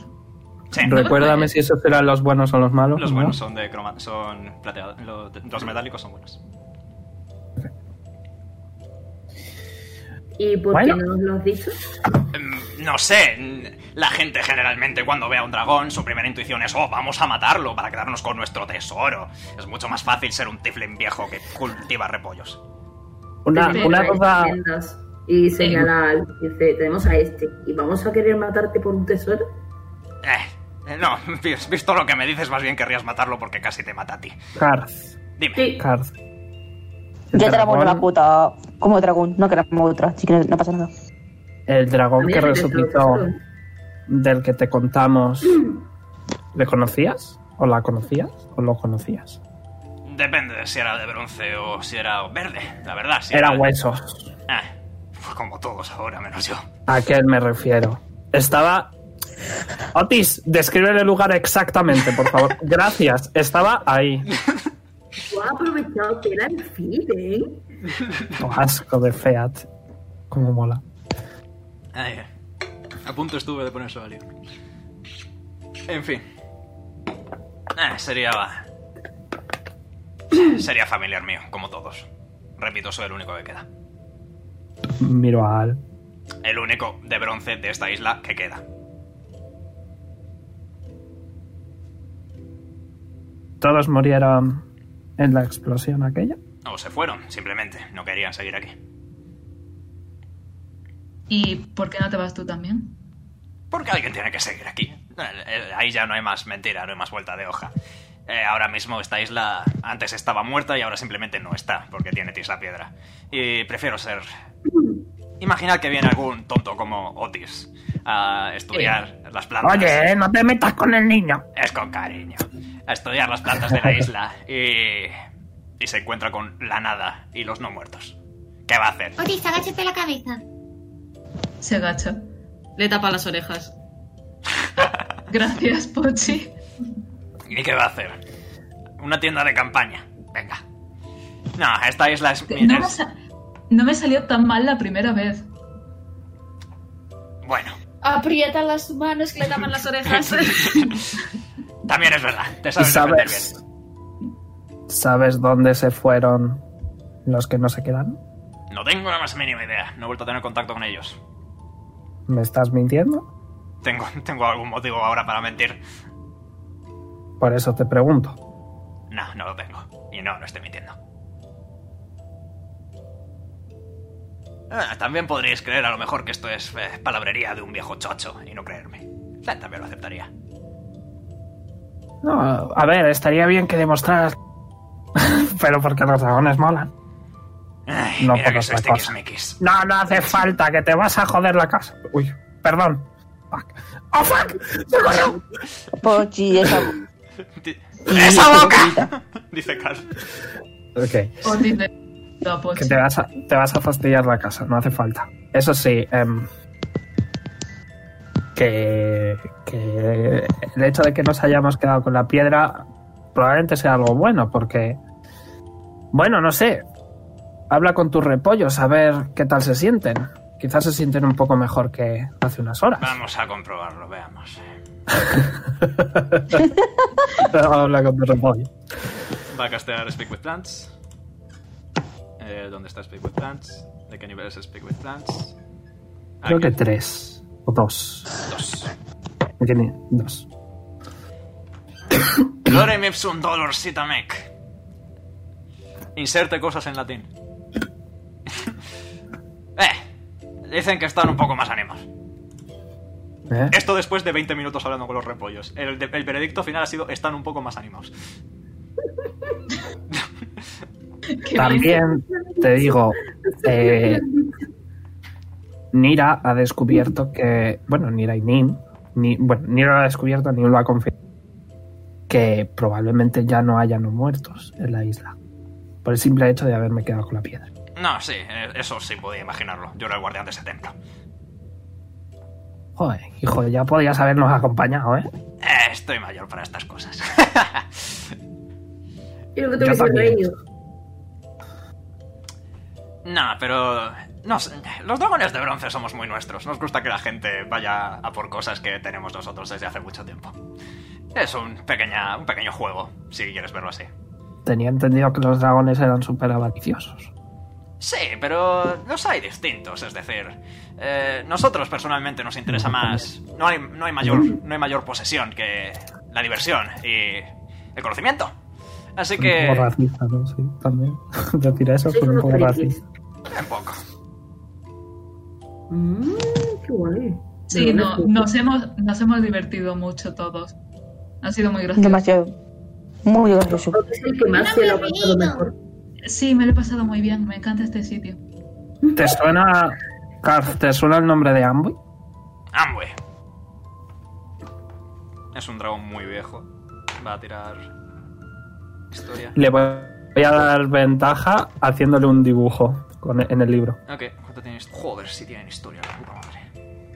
Sí. Recuérdame si esos eran los buenos o los malos. Los ¿no? buenos son de croma... Son plateados. Los, los metálicos son buenos. ¿Y por Bueno. qué no nos lo has dicho? Mm, No sé, mm, la gente generalmente cuando ve a un dragón, su primera intuición es, oh, vamos a matarlo para quedarnos con nuestro tesoro. Es mucho más fácil ser un tiflin viejo que cultiva repollos. Una, Pero una hay cosa. leyendas. Y señala, al- dice, tenemos a este. ¿Y vamos a querer matarte por un tesoro? Eh, eh, no, vis- visto lo que me dices, más bien querrías matarlo porque casi te mata a ti. Karth. Dime. Karth. Ya te la dragón- pongo la puta como dragón, no queramos otra, así que no, no pasa nada. El dragón que También es resucitó, otro. del que te contamos, ¿le conocías? ¿O la conocías? ¿O lo conocías? Depende de si era de bronce o si era verde, la verdad. Si Era hueso. Ah, pues como todos ahora, menos yo. ¿A qué me refiero? Estaba. Otis, describe el lugar exactamente, por favor. Gracias, estaba ahí. Tú has aprovechado que era el feed, ¿eh? Oh, asco de Feat. Como mola. Ay, eh. a punto estuve de poner valio. En fin. Ah, sería... Sería familiar mío, como todos. Repito, soy el único que queda. Miro a Al. El único de bronce de esta isla que queda. Todos murieron en la explosión aquella. O se fueron, simplemente. No querían seguir aquí. ¿Y por qué no te vas tú también? Porque alguien tiene que seguir aquí. Eh, eh, Ahí ya no hay más mentira, no hay más vuelta de hoja. Eh, ahora mismo esta isla antes estaba muerta y ahora simplemente no está, porque tiene Tis la piedra. Y prefiero ser... Imaginad que viene algún tonto como Otis a estudiar las plantas. Oye, eh, no te metas con el niño. Es con cariño. A estudiar las plantas de la isla y... Y se encuentra con la nada y los no muertos. ¿Qué va a hacer? Otis, agáchate la cabeza. Se agacha. Le tapa las orejas. Gracias, Pochi. ¿Y qué va a hacer? Una tienda de campaña. Venga. No, esta isla es... No me, es- sa- no me salió tan mal la primera vez. Bueno, Aprieta las manos que le tapan las orejas. también es verdad. Te ¿Y sabes, defender sabes? ¿Sabes dónde se fueron los que no se quedaron? bien. No tengo la más mínima idea. No he vuelto a tener contacto con ellos. ¿Me estás mintiendo? Tengo, tengo algún motivo ahora para mentir. Por eso te pregunto. No, no lo tengo. Y no, no estoy mintiendo. Ah, también podréis creer a lo mejor que esto es eh, palabrería de un viejo chocho y no creerme. Eh, También lo aceptaría. No, a ver, estaría bien que demostraras. Pero porque los dragones molan. Ay, No mira por que otra sois cosa. tiquismiquis. No, no hace falta, que te vas a joder la casa. Uy, perdón. Fuck. ¡Oh, fuck! ¡Se cogió! Pochi, esa. ¡Esa boca! Dice Carl. Ok. Otis le da a Que Pochi. te vas, a, te vas a fastidiar la casa, no hace falta. Eso sí, em, que, que el hecho de que nos hayamos quedado con la piedra probablemente sea algo bueno, porque, bueno, no sé, habla con tus repollos a ver qué tal se sienten. Quizás se sienten un poco mejor que hace unas horas. Vamos a comprobarlo, veamos. habla con tus repollos. Va a castear Speak with Plants. Eh, ¿Dónde está Speak with Plants? ¿De qué nivel es Speak with Plants? Creo Aquí. que tres o dos. Ah, Dos. Porque ni- Dos. Lorem ipsum dolor sitamec. Inserte cosas en latín. eh, dicen que están un poco más animados. ¿Eh? Esto después de 20 minutos hablando con los repollos. El, el veredicto final ha sido están un poco más animados. También te digo, eh, Nira ha descubierto que, bueno, Nira y Nim, ni, bueno, Nira lo ha descubierto, Nim lo ha confirmado, que probablemente ya no hayan muertos en la isla, por el simple hecho de haberme quedado con la piedra. No, sí, eh, eso sí podía imaginarlo. Yo era el guardián de ese templo. Joder, hijo, ya podías habernos acompañado, ¿eh? Eh, estoy mayor para estas cosas. Y lo Yo que tengo que ser también. reír. No, pero... No sé, los dragones de bronce somos muy nuestros. Nos gusta que la gente vaya a por cosas que tenemos nosotros desde hace mucho tiempo. Es un, pequeña, un pequeño juego, si quieres verlo así. Tenía entendido que los dragones eran súper avariciosos. Sí, pero los hay distintos, es decir, eh, nosotros personalmente nos interesa más, no hay, no hay mayor, no hay mayor posesión que la diversión y el conocimiento. Así Un poco que racista, ¿no? Sí, también. Decir eso, pero un poco racista. tampoco. Mmm, qué guay. Sí, Pero no, es- nos, hemos, nos hemos divertido mucho todos. Ha sido muy gracioso. Demasiado. Muy gracioso. Es el que más se lo ha pasado mejor. Sí, me lo he pasado muy bien. Me encanta este sitio. ¿Te suena, Karth, ¿te suena el nombre de Amboy? Amway. Es un dragón muy viejo. Va a tirar historia. Le voy voy a dar ventaja haciéndole un dibujo con- e, en el libro. Ok, ¿cuánto tiene historia? Joder, si tienen historia, la puta madre.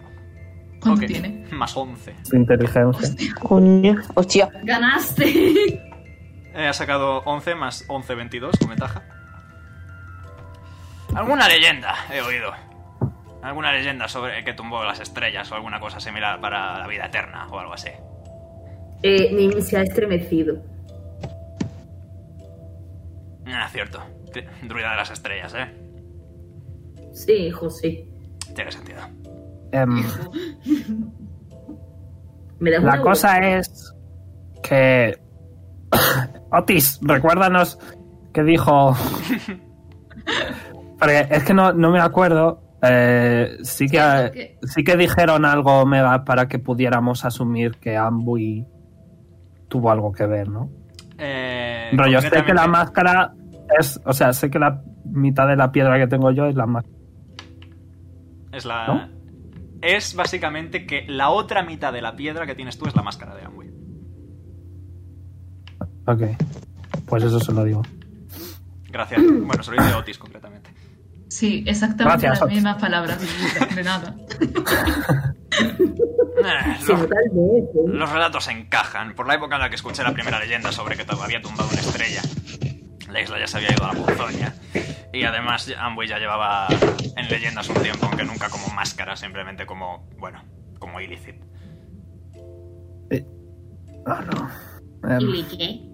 ¿Cuánto Ok, tiene? Más 11. Su inteligencia. Coño. Hostia. Ganaste. Eh, ha sacado 11 más 11, 22 con ventaja. Alguna leyenda he oído. Alguna leyenda sobre que tumbó las estrellas o alguna cosa similar para la vida eterna o algo así. Eh, Nim se ha estremecido. Ah, cierto. Te- Druida de las estrellas, ¿eh? Sí, José. Tiene sentido. Em, Me da la cosa es que... Otis, recuérdanos que dijo... Porque es que no, no me acuerdo. Eh, sí, que, sí que dijeron algo, Omega, para que pudiéramos asumir que Amboy tuvo algo que ver, ¿no? Eh, Rollo, sé que la concretamente- máscara es. O sea, sé que la mitad de la piedra que tengo yo es la máscara. Es la. ¿No? Es básicamente que la otra mitad de la piedra que tienes tú es la máscara de Amway. Ok. Pues eso se lo digo. Gracias. Bueno, se lo dice Otis concretamente. Sí, exactamente Gracias, las Otis. mismas palabras. De nada. Eh, Sí, lo- totalmente. Los relatos encajan. Por la época en la que escuché la primera leyenda sobre que to- había tumbado una estrella, la isla ya se había ido a la ponzoña. Y además ya- Amway ya llevaba en leyendas un tiempo, aunque nunca como máscara, simplemente como, bueno, como ilícito. Ah, no. Em, ¿Y qué?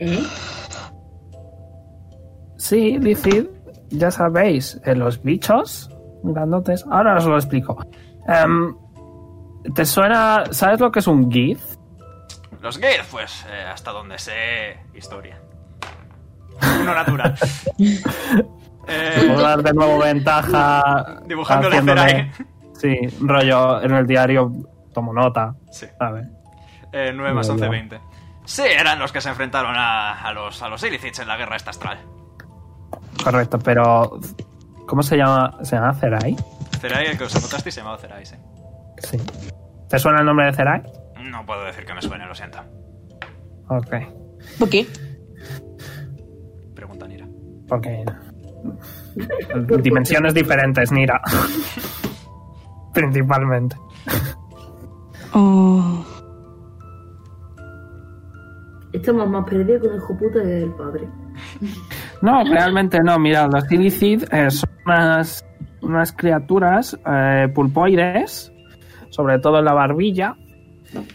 ¿Eh? sí, Lizid, ya sabéis, eh, los bichos grandotes. Ahora os lo explico. Em, ¿Te suena. ¿Sabes lo que es un GIF? Los Gale, pues, eh, hasta donde sé historia. Uno natural. Te Eh, puedo dar de nuevo ventaja. Dibujando la haciéndole- esfera, ¿eh? Sí, rollo, en el diario tomo nota. Sí. ¿Sabes? eh, 9 más Ya, 11, ya. 20. Sí, eran los que se enfrentaron a, a los, a los Illicits en la guerra esta astral. Correcto, pero. ¿Cómo se llama? ¿Se llama Zerai? Zerai, el que os encontraste, se llamaba Zerai, sí. Sí. ¿Te suena el nombre de Zerai? No puedo decir que me suene, lo siento. Ok. ¿Por qué? Pregunta Nira. Porque. Dimensiones diferentes, Nira. Principalmente. Oh, Estamos más perdidos con el hijo puta que el padre. Ah, No, realmente no. Mira, los Illicid eh, son unas, unas criaturas eh, pulpoides, sobre todo en la barbilla,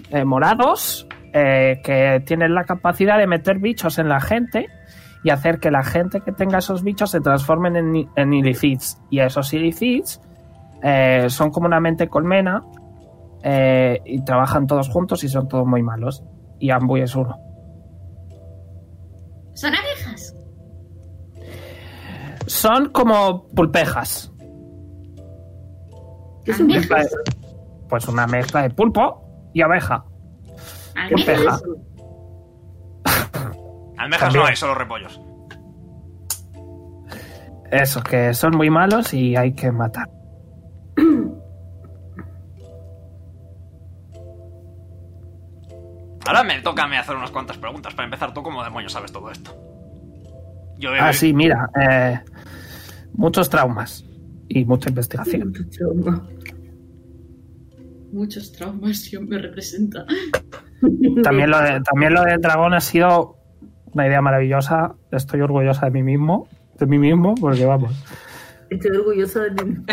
eh, morados, eh, que tienen la capacidad de meter bichos en la gente y hacer que la gente que tenga esos bichos se transformen en, i- en Illicids. Y esos Illicids eh, son como una mente colmena eh, y trabajan todos juntos y son todos muy malos. Y Ambuy es uno. Son abejas. Son como pulpejas. ¿Qué son Mezcla Almejas. de- pues una mezcla de pulpo y abeja. Pulpeja. Almejas. Almejas También. no hay, solo repollos. Esos que son muy malos y hay que matar. Ahora me toca a mí hacer unas cuantas preguntas. Para empezar, ¿tú cómo demonios sabes todo esto? Yo he, Ah, sí, mira. eh, muchos traumas y mucha investigación. Mucho trauma. Muchos traumas, yo me representa. También lo, de- también lo del dragón ha sido una idea maravillosa. Estoy orgullosa de mí mismo. De mí mismo, porque vamos. Estoy orgullosa de mí.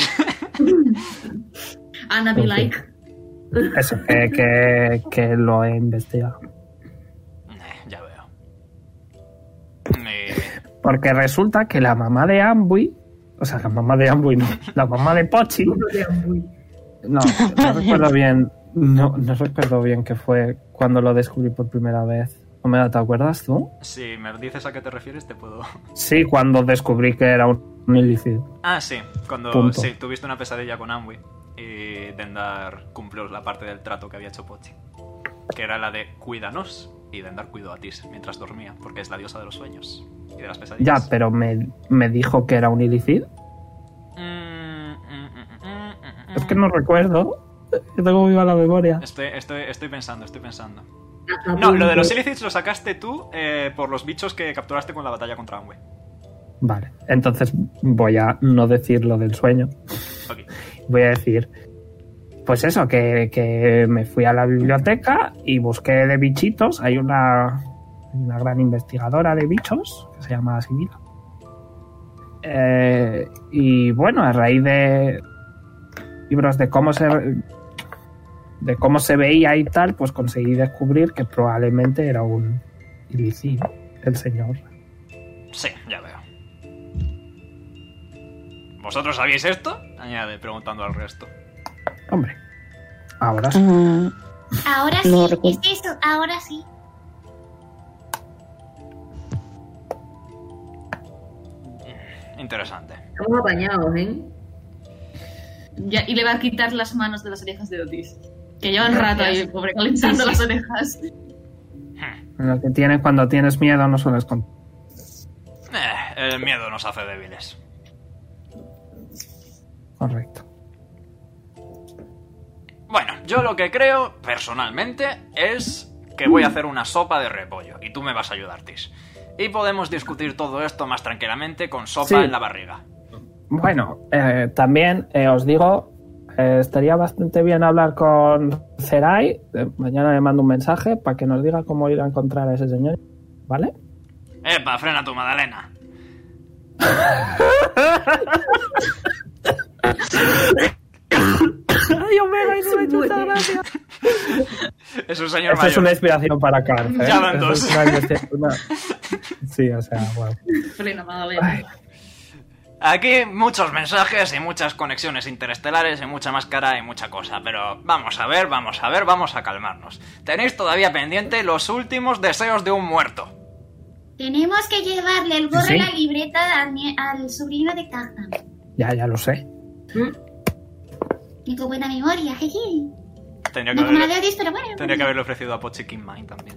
Ana, be like. Eso, que, que- que lo he investigado. Eh, ya veo. Y Porque resulta que la mamá de Ambui, o sea, la mamá de Ambui no, la mamá de Pochi, no, no recuerdo bien, no, no recuerdo bien qué fue cuando lo descubrí por primera vez. Omega, ¿te acuerdas tú? Si me dices a qué te refieres, te puedo. Sí, cuando descubrí que era un ilícito. Ah, sí, cuando Punto. sí, tuviste una pesadilla con Amwi y Dendar cumplió la parte del trato que había hecho Pochi, que era la de cuídanos y Dendar cuidó a Tis mientras dormía, porque es la diosa de los sueños y de las Ya, pesadillas. pero me, me dijo que era un ilícito. Mm, Es que no recuerdo. Tengo viva la memoria. Estoy, estoy, estoy pensando, estoy pensando. Ah, No, lo de los pues- ilícitos lo sacaste tú eh, por los bichos que capturaste con la batalla contra Amway. Vale, entonces voy a no decir lo del sueño. Voy a decir, pues eso, que, que me fui a la biblioteca y busqué de bichitos. Hay una, una gran investigadora de bichos que se llama Sibila. Eh, y bueno, a raíz de libros de cómo se de cómo se veía y tal, pues conseguí descubrir que probablemente era un ilícito el señor. Sí, ya veo. ¿Vosotros sabéis esto? Añade, preguntando al resto. Hombre, ahora sí. Ahora sí, No es recuerdo. eso, ahora sí. Interesante. Estamos apañados, ¿eh? Ya, y le va a quitar las manos de las orejas de Otis. Que lleva un rato ahí, pobre, calentando Sí, sí, las sí. orejas. Lo que tienes cuando tienes miedo no sueles contar. Eh, el miedo nos hace débiles. Correcto. Bueno, yo lo que creo, personalmente, es que voy a hacer una sopa de repollo. Y tú me vas a ayudar, Tis. Y podemos discutir todo esto más tranquilamente con sopa Sí. en la barriga. Bueno, eh, también eh, os digo, eh, estaría bastante bien hablar con Zerai. Eh, mañana le mando un mensaje para que nos diga cómo ir a encontrar a ese señor. ¿Vale? ¡Epa, frena tu Madalena! Ay, Omega, eso me ha hecho mucha gracia. Es un señor Esta es una mayor. inspiración para Carl. ¿eh? Ya van Esto dos. es una inspiración- una- Sí, o sea, bueno. Frena, Magdalena. Aquí muchos mensajes y muchas conexiones interestelares y mucha máscara y mucha cosa. Pero vamos a ver, vamos a ver, vamos a calmarnos. Tenéis todavía pendiente los últimos deseos de un muerto. Tenemos que llevarle el gorro Sí. y la libreta al, nie- al sobrino de Caja. Ya, ya lo sé. Tengo buena memoria, jeje. Tendría que, No como la haber- de Otis, pero bueno. tendría que haberle ofrecido a Pochi King Mine también.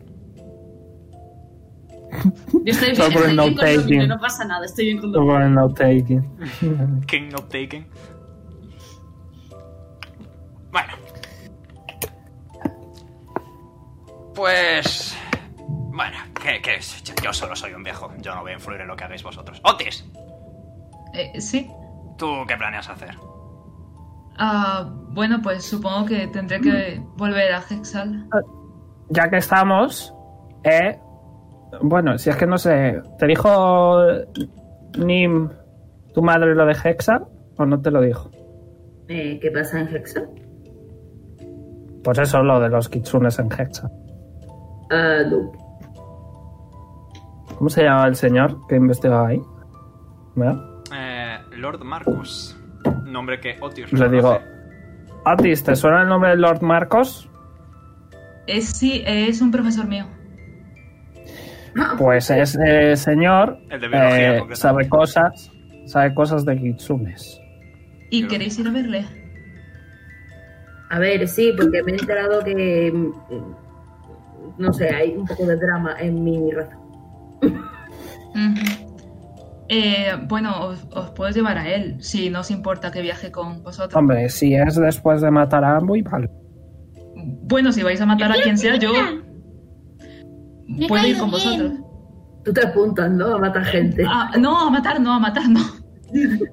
Yo estoy Solo bien, por estoy el bien con lo mío, note-taking. no pasa nada, estoy bien con lo Luego mío. el note-taking. King of Taking. Bueno. Pues. Bueno, ¿qué, qué es? Yo solo soy un viejo. Yo no voy a influir en lo que hagáis vosotros. Otis, Eh, sí. ¿tú qué planeas hacer? Ah, bueno, pues supongo que tendré que volver a Hexal. ya que estamos, eh, bueno, si es que no sé, ¿te dijo Nim tu madre lo de Hexa o no te lo dijo? Eh, ¿Qué pasa en Hexa? Pues eso, lo de los kitsunes en Hexa. Ah, no. ¿Cómo se llama el señor que investigaba ahí? ¿Verdad? Eh, Lord Marcus. Nombre que Otis. Le digo, Otis, ¿te suena el nombre de Lord Marcos? Eh, sí, es un profesor mío. Pues ese señor El de biología, eh, concretamente. sabe cosas, sabe cosas de kitsunes. ¿Y queréis ir a verle? A ver, sí, porque me he enterado que. mm, No sé, hay un poco de drama en mi raza. Ujú. Eh, bueno, os, os puedo llevar a él, si no os importa que viaje con vosotros. Hombre, si es después de matar a Ambu, vale. Bueno, si vais a matar a quien sea, yo Me puedo ir caigo bien. con vosotros. Tú te apuntas, ¿no? A matar gente. Ah, no, a matar, no, a matar, no.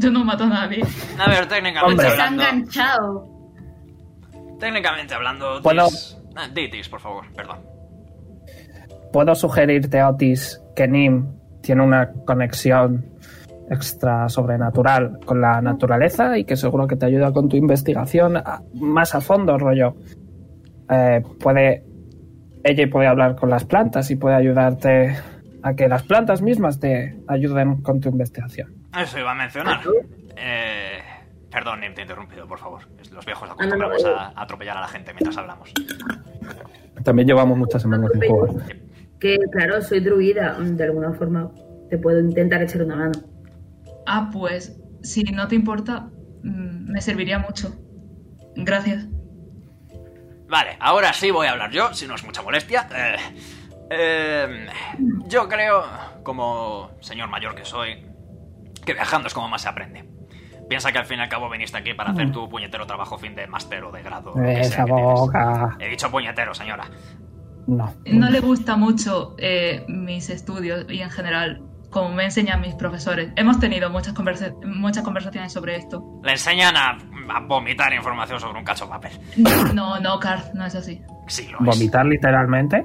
Yo no mato a nadie. A ver, técnicamente Hombre. hablando. enganchado. Técnicamente hablando, Otis. Puedo- Ah, di, Otis, por favor, perdón. puedo sugerirte, Otis, que Nim tiene una conexión extra sobrenatural con la naturaleza y que seguro que te ayuda con tu investigación a- más a fondo, rollo. Eh, puede, ella puede hablar con las plantas y puede ayudarte a que las plantas mismas te ayuden con tu investigación. Ah, Eso iba a mencionar. Eh, perdón, te he interrumpido, por favor. Los viejos Ah, no, acostumbramos no, no. a a atropellar a la gente mientras hablamos. También llevamos muchas semanas sin jugar. Que claro, soy druida, mm, de alguna forma te puedo intentar echar una mano. Ah, pues, si no te importa, mm, me serviría mucho. Gracias. Vale, ahora sí voy a hablar yo, si no es mucha molestia. Eh, eh, yo creo, como señor mayor que soy, que viajando es como más se aprende. Piensa que al fin y al cabo viniste aquí para hacer tu puñetero trabajo fin de máster o de grado. lo que sea Mm. Esa que tienes. boca. He dicho puñetero, señora. No. No le gusta mucho eh, mis estudios y en general, como me enseñan mis profesores. Hemos tenido muchas, conversa- muchas conversaciones sobre esto. Le enseñan a, a vomitar información sobre un cacho de papel. No, no, Karth, no es así. Sí, lo es. ¿Vomitar literalmente?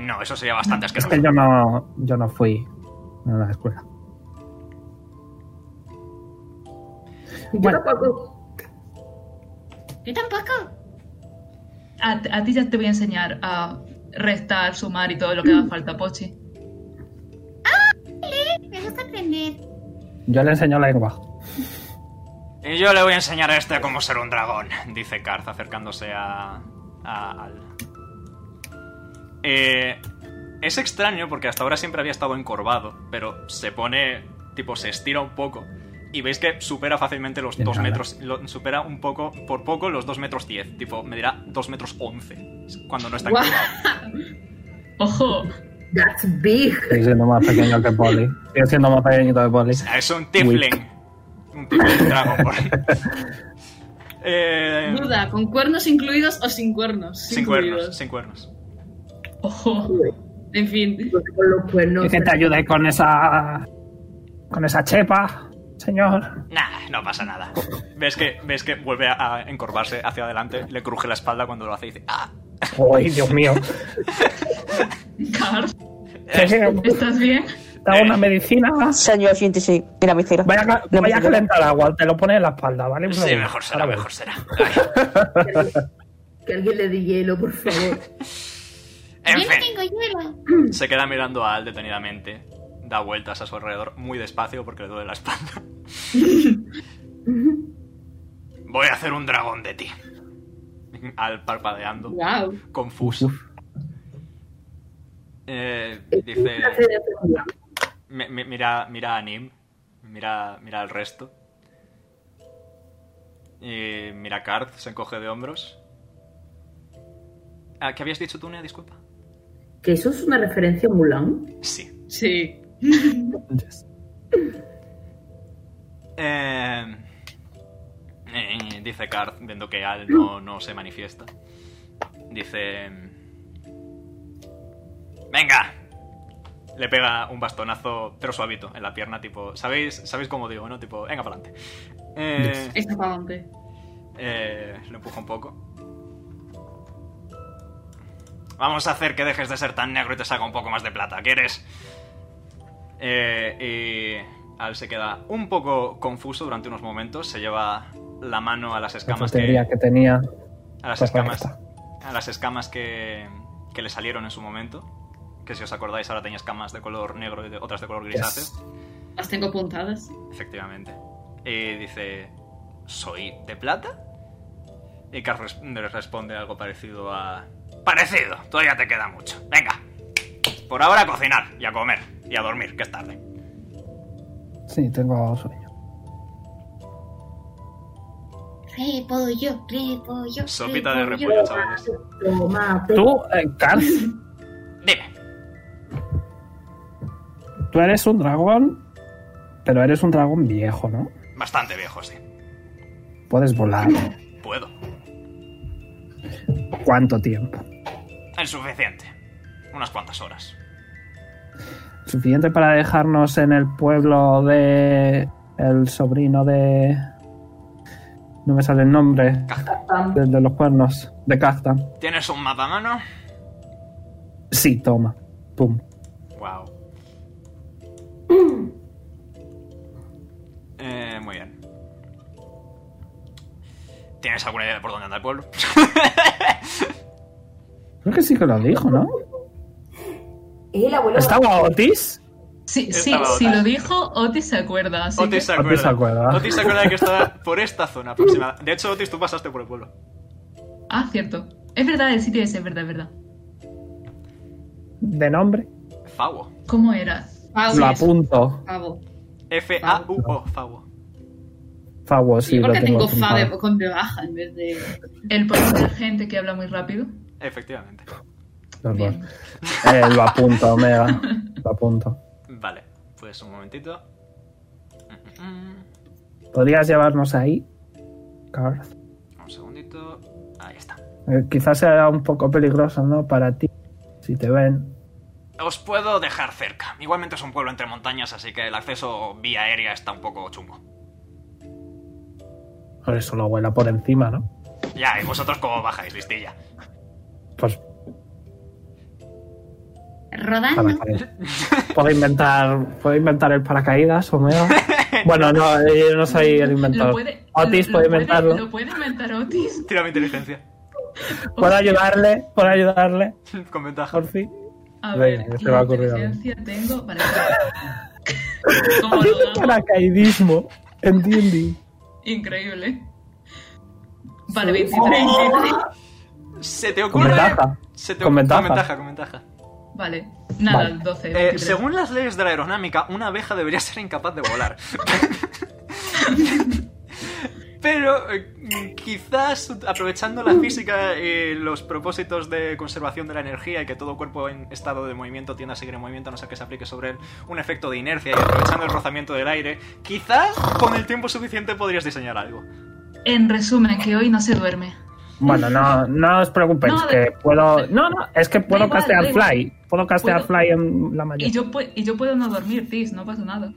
No, eso sería bastante Es asqueroso. que yo no, yo no fui a la escuela. Yo tampoco. Yo tampoco. A, a ti ya te voy a enseñar a restar, sumar y todo lo que haga falta, Pochi. Vale, me gusta aprender. Yo le enseño lengua. Y yo le voy a enseñar a este cómo ser un dragón, dice Karth, acercándose a. a al. Eh, es extraño porque hasta ahora siempre había estado encorvado, pero se pone. tipo, se estira un poco. Y veis que supera fácilmente los dos metros. lo- supera un poco, por poco, los dos metros 10. Tipo, medirá dos metros 11. Cuando no está Guau. encorvado. ¡Ojo! That's big. Estoy siendo más pequeño que Polly. Estoy siendo más pequeñito que Polly. Es un tiefling. Un tiefling dragon. por- Eh, Duda, ¿con cuernos incluidos o sin cuernos? sin cuernos, sin cuernos. Ojo. En fin. Con los cuernos. Y que te ayude con esa. con esa chepa, señor. Nah, no pasa nada. ¿Ves que, ves que vuelve a a encorvarse hacia adelante, le cruje la espalda cuando lo hace y dice, ¡ah! ¡Uy, Dios mío! Karth, Te ¿estás bien? hago una medicina. Señor, siéntese en la mesera. Vaya, ca- No me vaya a digas. calentar agua, te lo pones en la espalda, ¿vale? Una Sí, vez. mejor será, Ahora ves. mejor será. Que alguien le dé hielo, por favor. En yo fin, no tengo hielo. se queda mirando a Al detenidamente, da vueltas a su alrededor muy despacio porque le duele la espalda. Voy a hacer un dragón de ti. Al parpadeando, Wow. confuso. Eh, dice... Mi- mi- mira, mira a Nim, mira, mira al resto. Y mira a Karth, se encoge de hombros. Ah, ¿Qué habías dicho tú, Nea? Disculpa. ¿Que eso es una referencia a Mulan? Sí. Sí. Eh, eh, dice Karth, viendo que Al no, no se manifiesta. Dice... Venga. Le pega un bastonazo, pero suavito, en la pierna, tipo... ¿Sabéis, ¿sabéis cómo digo, no? Tipo, venga, Eh, para adelante. Es apagante. Eh, lo empujo un poco. Vamos a hacer que dejes de ser tan negro y te saca un poco más de plata, ¿quieres? Eh, y Al se queda un poco confuso durante unos momentos. Se lleva la mano a las La escamas tontería que. que tenía. A las Pues para escamas. esta. A las escamas que. que le salieron en su momento. Que si os acordáis, ahora tenía escamas de color negro y de- otras de color grisáceo. Las tengo puntadas. Efectivamente. Y dice, ¿soy de plata? Y Carl res- le responde algo parecido a... Parecido, todavía te queda mucho. Venga. Por ahora a cocinar y a comer y a dormir, que es tarde. Sí, tengo sueño. Repollo, repollo. Sopita de repollo. repollo, chavales. Tomate. Tú, eh, Karl, Dime. tú eres un dragón, pero eres un dragón viejo, ¿no? Bastante viejo, sí. Puedes volar. Puedo. ¿Cuánto tiempo? Es suficiente. Unas cuantas horas. ¿Suficiente para dejarnos en el pueblo de. el sobrino de. no me sale el nombre. De, de los cuernos. De Casta. ¿Tienes un mapa a mano? Sí, toma. Pum. Wow. Eh, muy bien. ¿Tienes alguna idea de por dónde anda el pueblo? Creo que sí que lo dijo, ¿no? Es el el abuelo. ¿Estaba Otis? Sí, sí, Estaba si Otis. lo dijo, Otis se acuerda. así que- Otis se acuerda. Otis se acuerda. Otis se acuerda de que está por esta zona aproximada. De hecho, Otis, tú pasaste por el pueblo. Ah, cierto. Es verdad, el sitio ese, es verdad, es verdad. De nombre. Fawo. ¿Cómo era? Lo apunto. Pavo. Ah, F-A-U-O. Fawo. Fawo, sí, lo Porque tengo. tengo fa apuntado. de, con de baja en vez de. El por la gente que habla muy rápido. Efectivamente. Los dos. Eh, lo apunto, Omega. Lo apunto. Vale, pues un momentito. Mm-hmm. ¿Podrías llevarnos ahí? Garth. Un segundito. Ahí está. Eh, quizás sea un poco peligroso, ¿no? Para ti. Si te ven. Os puedo dejar cerca. Igualmente es un pueblo entre montañas, así que el acceso vía aérea está un poco chungo. Por eso lo vuela por encima, ¿no? Ya, ¿y vosotros cómo bajáis, listilla? Pues Ah, Rodando. paracaídas. Puedo inventar, puedo inventar el paracaídas, Omega. Bueno, no, eh, yo no soy el Lo inventor. puede, Otis lo- puede lo puede- inventarlo. Lo puede inventar Otis. Tira mi inteligencia. Puedo ayudarle, puedo ayudarle. Con ventaja. Por fin. A Venga, ver, se me ha ¿qué ocurrido a mí. inteligencia tengo Vale, Haciendo paracaidismo. Entiende. Increíble. Vale, 23. Oh. Se te Con ocurre. ventaja. Se te Con ocurre- ventaja. Con ventaja, con ventaja. Vale, nada, Vale. 12. Eh, 23. según las leyes de la aerodinámica, una abeja debería ser incapaz de volar. Pero eh, quizás aprovechando la física y los propósitos de conservación de la energía y que todo cuerpo en estado de movimiento tiende a seguir en movimiento a no ser que se aplique sobre él un efecto de inercia y aprovechando el rozamiento del aire, quizás con el tiempo suficiente podrías diseñar algo. En resumen, que hoy no se duerme. Bueno, no, no os preocupéis, No, que de- puedo. No, no, es que puedo igual, castear da igual. fly. Puedo castear Puedo- fly en la mañana. Y yo, pu- y yo puedo no dormir, Tis, no pasa nada.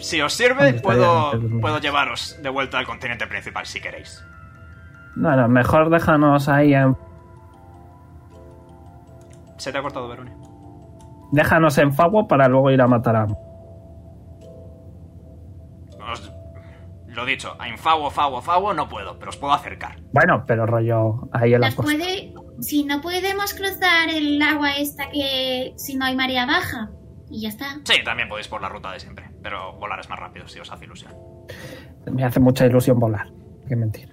Si os Hombre, sirve, está puedo, bien, está bien. puedo llevaros de vuelta al continente principal si queréis. No, no, mejor déjanos ahí en. Se te ha cortado, Verone. Déjanos en Fago para luego ir a matar a. Os- lo dicho, a infago, fago, fago no puedo, pero os puedo acercar. Bueno, pero rollo ahí en la Nos costa. puede, si no podemos cruzar el agua esta que si no hay marea baja. Y ya está. Sí, también podéis por la ruta de siempre, pero volar es más rápido si os hace ilusión. Me hace mucha ilusión volar. Qué mentira.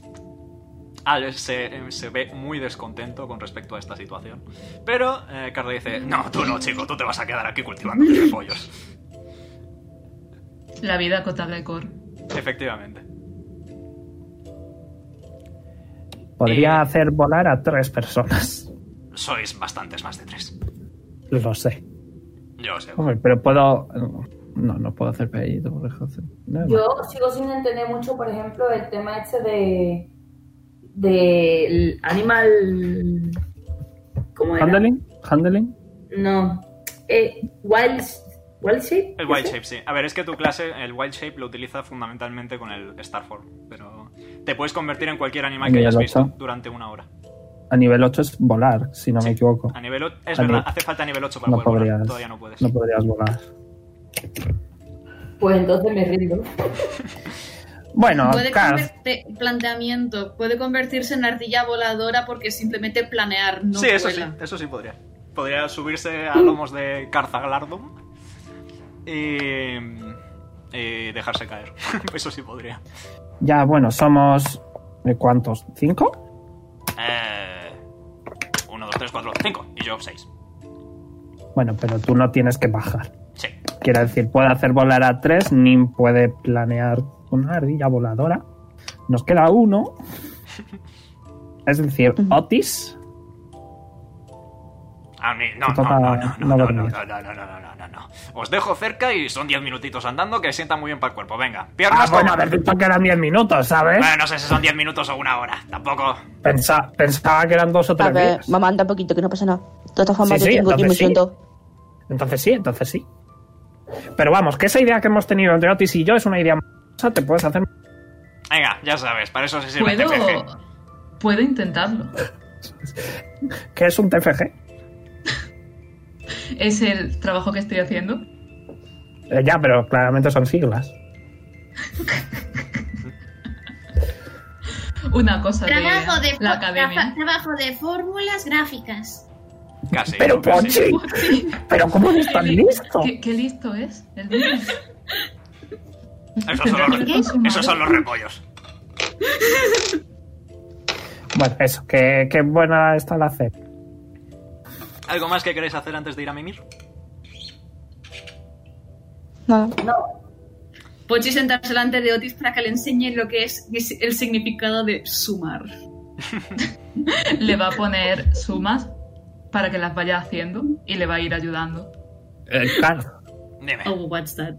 Al se, se ve muy descontento con respecto a esta situación. Pero eh, Carla dice, no, tú no, chico, tú te vas a quedar aquí cultivando pollos. La vida acotable de Cor. Efectivamente. Podría hacer volar a tres personas. Sois bastantes más de tres. Lo sé. Yo sé. Hombre, pero puedo. No, no puedo hacer pedido. No, no. Yo sigo sin entender mucho, por ejemplo, el tema este de. Del animal. ¿Cómo era? ¿Handling? ¿Handling? No. Eh, wild, wild shape. ¿Este? El Wild Shape, sí. A ver, es que tu clase, el Wild Shape lo utiliza fundamentalmente con el Starform, pero te puedes convertir en cualquier animal que Nivel hayas visto ocho. durante una hora. A nivel 8 es volar, si no me equivoco. A nivel 8, es A verdad, nivel- hace falta nivel 8 para No poder volar, podrías, todavía no puedes. no podrías volar. Pues entonces me rindo. Bueno, Puede Karth, converte- planteamiento, puede convertirse en ardilla voladora porque simplemente planear no sí, eso vuela. sí, eso sí podría. Podría subirse a lomos de Carzalardo y, y dejarse caer. eso sí podría. ya bueno, somos. ¿de ¿Cuántos? ¿Cinco? Eh, 1, 2, 3, 4, 5 y yo 6. Bueno, pero tú no tienes que bajar. Sí. Quiero decir, puede hacer volar a tres, Nim puede planear una ardilla voladora. Nos queda uno. Es decir, Otis. A mí, no, Te no, toca no, no, no, no no, no, dormir. no, no, no, no, no, no, no. Os dejo cerca y son 10 minutitos andando que sienta muy bien para el cuerpo. Venga, Ah, piernas bueno, como- haber dicho que eran diez minutos, ¿sabes? Bueno, no sé si son 10 minutos o una hora. Tampoco. Pensa- pensaba que eran dos o A tres ver, días. mamá, anda un poquito, que no pasa nada. De todas formas, Sí, yo sí, tengo que irme entonces sí. yendo. Entonces sí, entonces sí. Pero vamos, que esa idea que hemos tenido entre Otis y yo es una idea maravillosa, te puedes hacer... Venga, ya sabes, para eso se sirve el TFG. Puedo. Puedo intentarlo. que es un TFG? Es el trabajo que estoy haciendo. Eh, ya, pero claramente son siglas. Una cosa de Trabajo de, la fo- trafa- academia. trabajo de fórmulas gráficas. Casi. Pero casi. Pochi, pero ¿cómo eres tan listo? ¿Qué, qué listo es? El dueño. Esos son los, ¿Qué? esos son los repollos. Bueno, eso, que, que buena está la cena. ¿Algo más que queréis hacer antes de ir a mimir? No. Pochi sentarse delante de Otis para que le enseñe lo que es el significado de sumar. Le va a poner sumas para que las vaya haciendo y le va a ir ayudando. El can. Oh, what's that?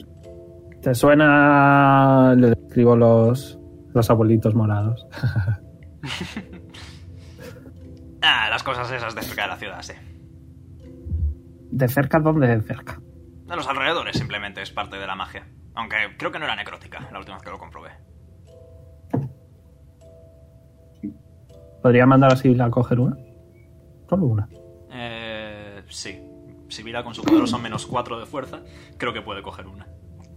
¿Te suena? Le describo los, los abuelitos morados. Ah, las cosas esas de cerca de la ciudad, sí. ¿De cerca? ¿Dónde de cerca? De los alrededores simplemente es parte de la magia. Aunque creo que no era necrótica la última vez que lo comprobé. ¿Podría mandar a Sibila a coger una? Solo una. Eh, sí. Si mira con su poderoso menos 4 de fuerza, creo que puede coger una.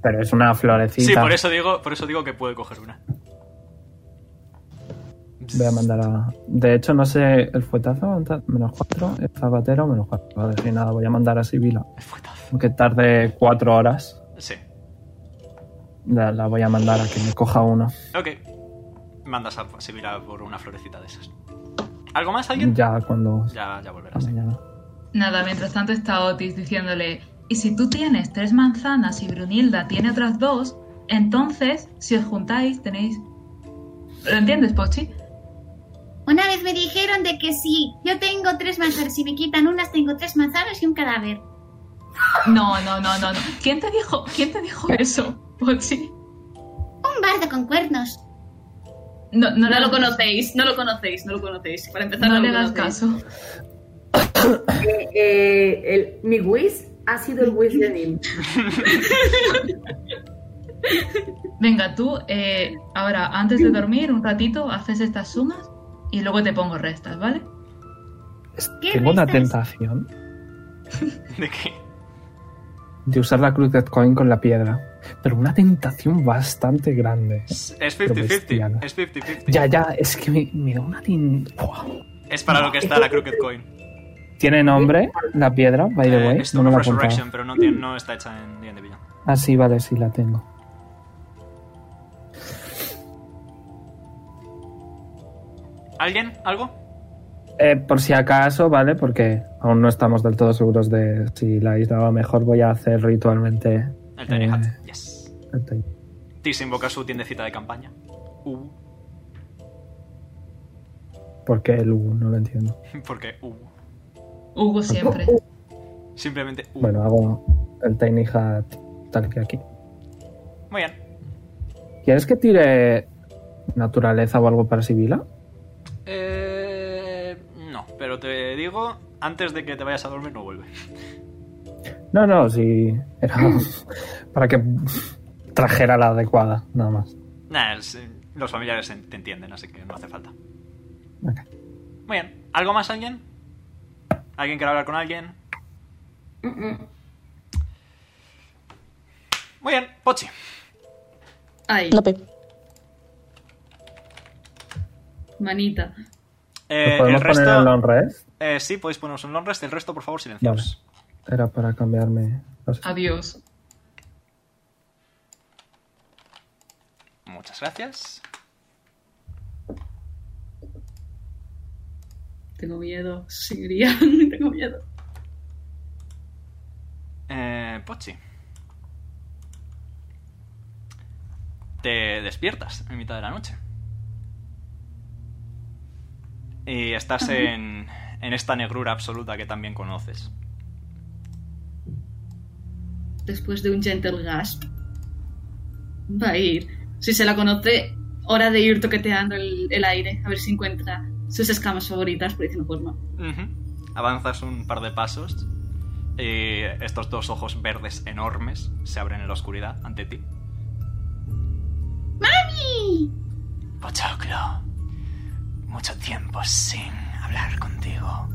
Pero es una florecita. Sí, por eso digo, por eso digo que puede coger una. Voy a mandar a. De hecho, no sé, el fuetazo, menos 4, el zapatero, menos 4. Vale, sin nada, voy a mandar a Sibila. Aunque tarde 4 horas, Sí. la, la voy a mandar a que me coja uno. Ok. Mandas a Sibila por una florecita de esas. ¿Algo más alguien? Ya cuando. Ya, ya volverás. Mañana. Nada, mientras tanto está Otis diciéndole, y si tú tienes tres manzanas y Brunilda tiene otras dos, entonces, si os juntáis, tenéis... ¿Lo entiendes, Pochi? Una vez me dijeron de que si yo tengo tres manzanas y me quitan unas, tengo tres manzanas y un cadáver. No, no, no, no. no. ¿Quién te dijo, ¿quién te dijo eso, Pues Pochi? Un bardo con cuernos. No, No, no, le- lo conocéis, no lo conocéis, no lo conocéis. Para empezar, No lo le hagas conocéis. caso. Eh, eh, el- mi Wiz ha sido el Wiz de Nim. Venga, tú, eh, ahora, antes de dormir, un ratito, haces estas sumas y luego te pongo restas, ¿vale? ¿Qué Tengo una restas? tentación ¿De qué? de usar la cruz de coin con la piedra. Pero una tentación bastante grande. Es Pero bestial. 50-50. Es 50-50. Ya, ya, es que me, me da una tin- ¡Buah! Es para lo que está la Crooked Coin. ¿Tiene nombre la piedra, by the Eh, way? es No me la Stone of he apuntado. Resurrection, pero no, tiene- no está hecha en D&D Beyond. Ah, sí, vale, sí, la tengo. ¿Alguien? ¿Algo? Eh, por si acaso, ¿vale? Porque aún no estamos del todo seguros de si la isla va mejor. Voy a hacer ritualmente... El Tiny eh, Hat. Yes. el Tiny- Tis invoca su tiendecita de campaña. Uh, ¿Por qué el U? No lo entiendo. porque uh. Hugo siempre. Simplemente uh. Bueno, hago el Tiny Hat tal que aquí. Muy bien. ¿Quieres que tire naturaleza o algo para Sibila? Eh, no, pero te digo, antes de que te vayas a dormir no vuelve. No, no, sí. Era para que trajera la adecuada, nada más. Nah, es- eh, los familiares te te entienden, así que no hace falta. Ok. Muy bien. ¿Algo más alguien? ¿Alguien quiere hablar con alguien? Muy bien, Pochi. Ay, Lope. manita. Eh, podemos el resto, poner en long rest? Eh, sí, podéis poneros un long rest. El resto, por favor, silenciados. Era para cambiarme. los- Ah. Adiós. Muchas gracias. Tengo miedo, seguiría. Tengo miedo. Eh, Pochi. Te despiertas en mitad de la noche. Y estás en, en esta negrura absoluta que también conoces. Después de un gentle gasp. Va a ir. Si se la conoce, hora de ir toqueteando el, el aire, a ver si encuentra sus escamas favoritas, por decirlo forma. Ujú. Avanzas un par de pasos y estos dos ojos verdes enormes se abren en la oscuridad ante ti. ¡Mami! Pochoclo, mucho tiempo sin hablar contigo.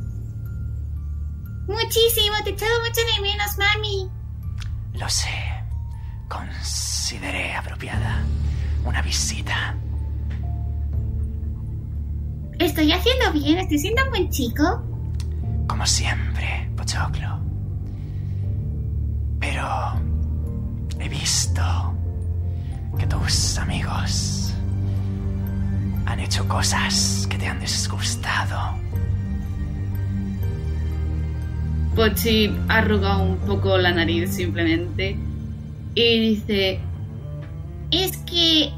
Muchísimo, te he echado mucho de menos, mami. Lo sé. Consideré apropiada una visita. Estoy haciendo bien, estoy siendo un buen chico. como siempre, Pochoclo. Pero he visto que tus amigos han hecho cosas que te han disgustado. Pochi arruga un poco la nariz simplemente y dice, Es que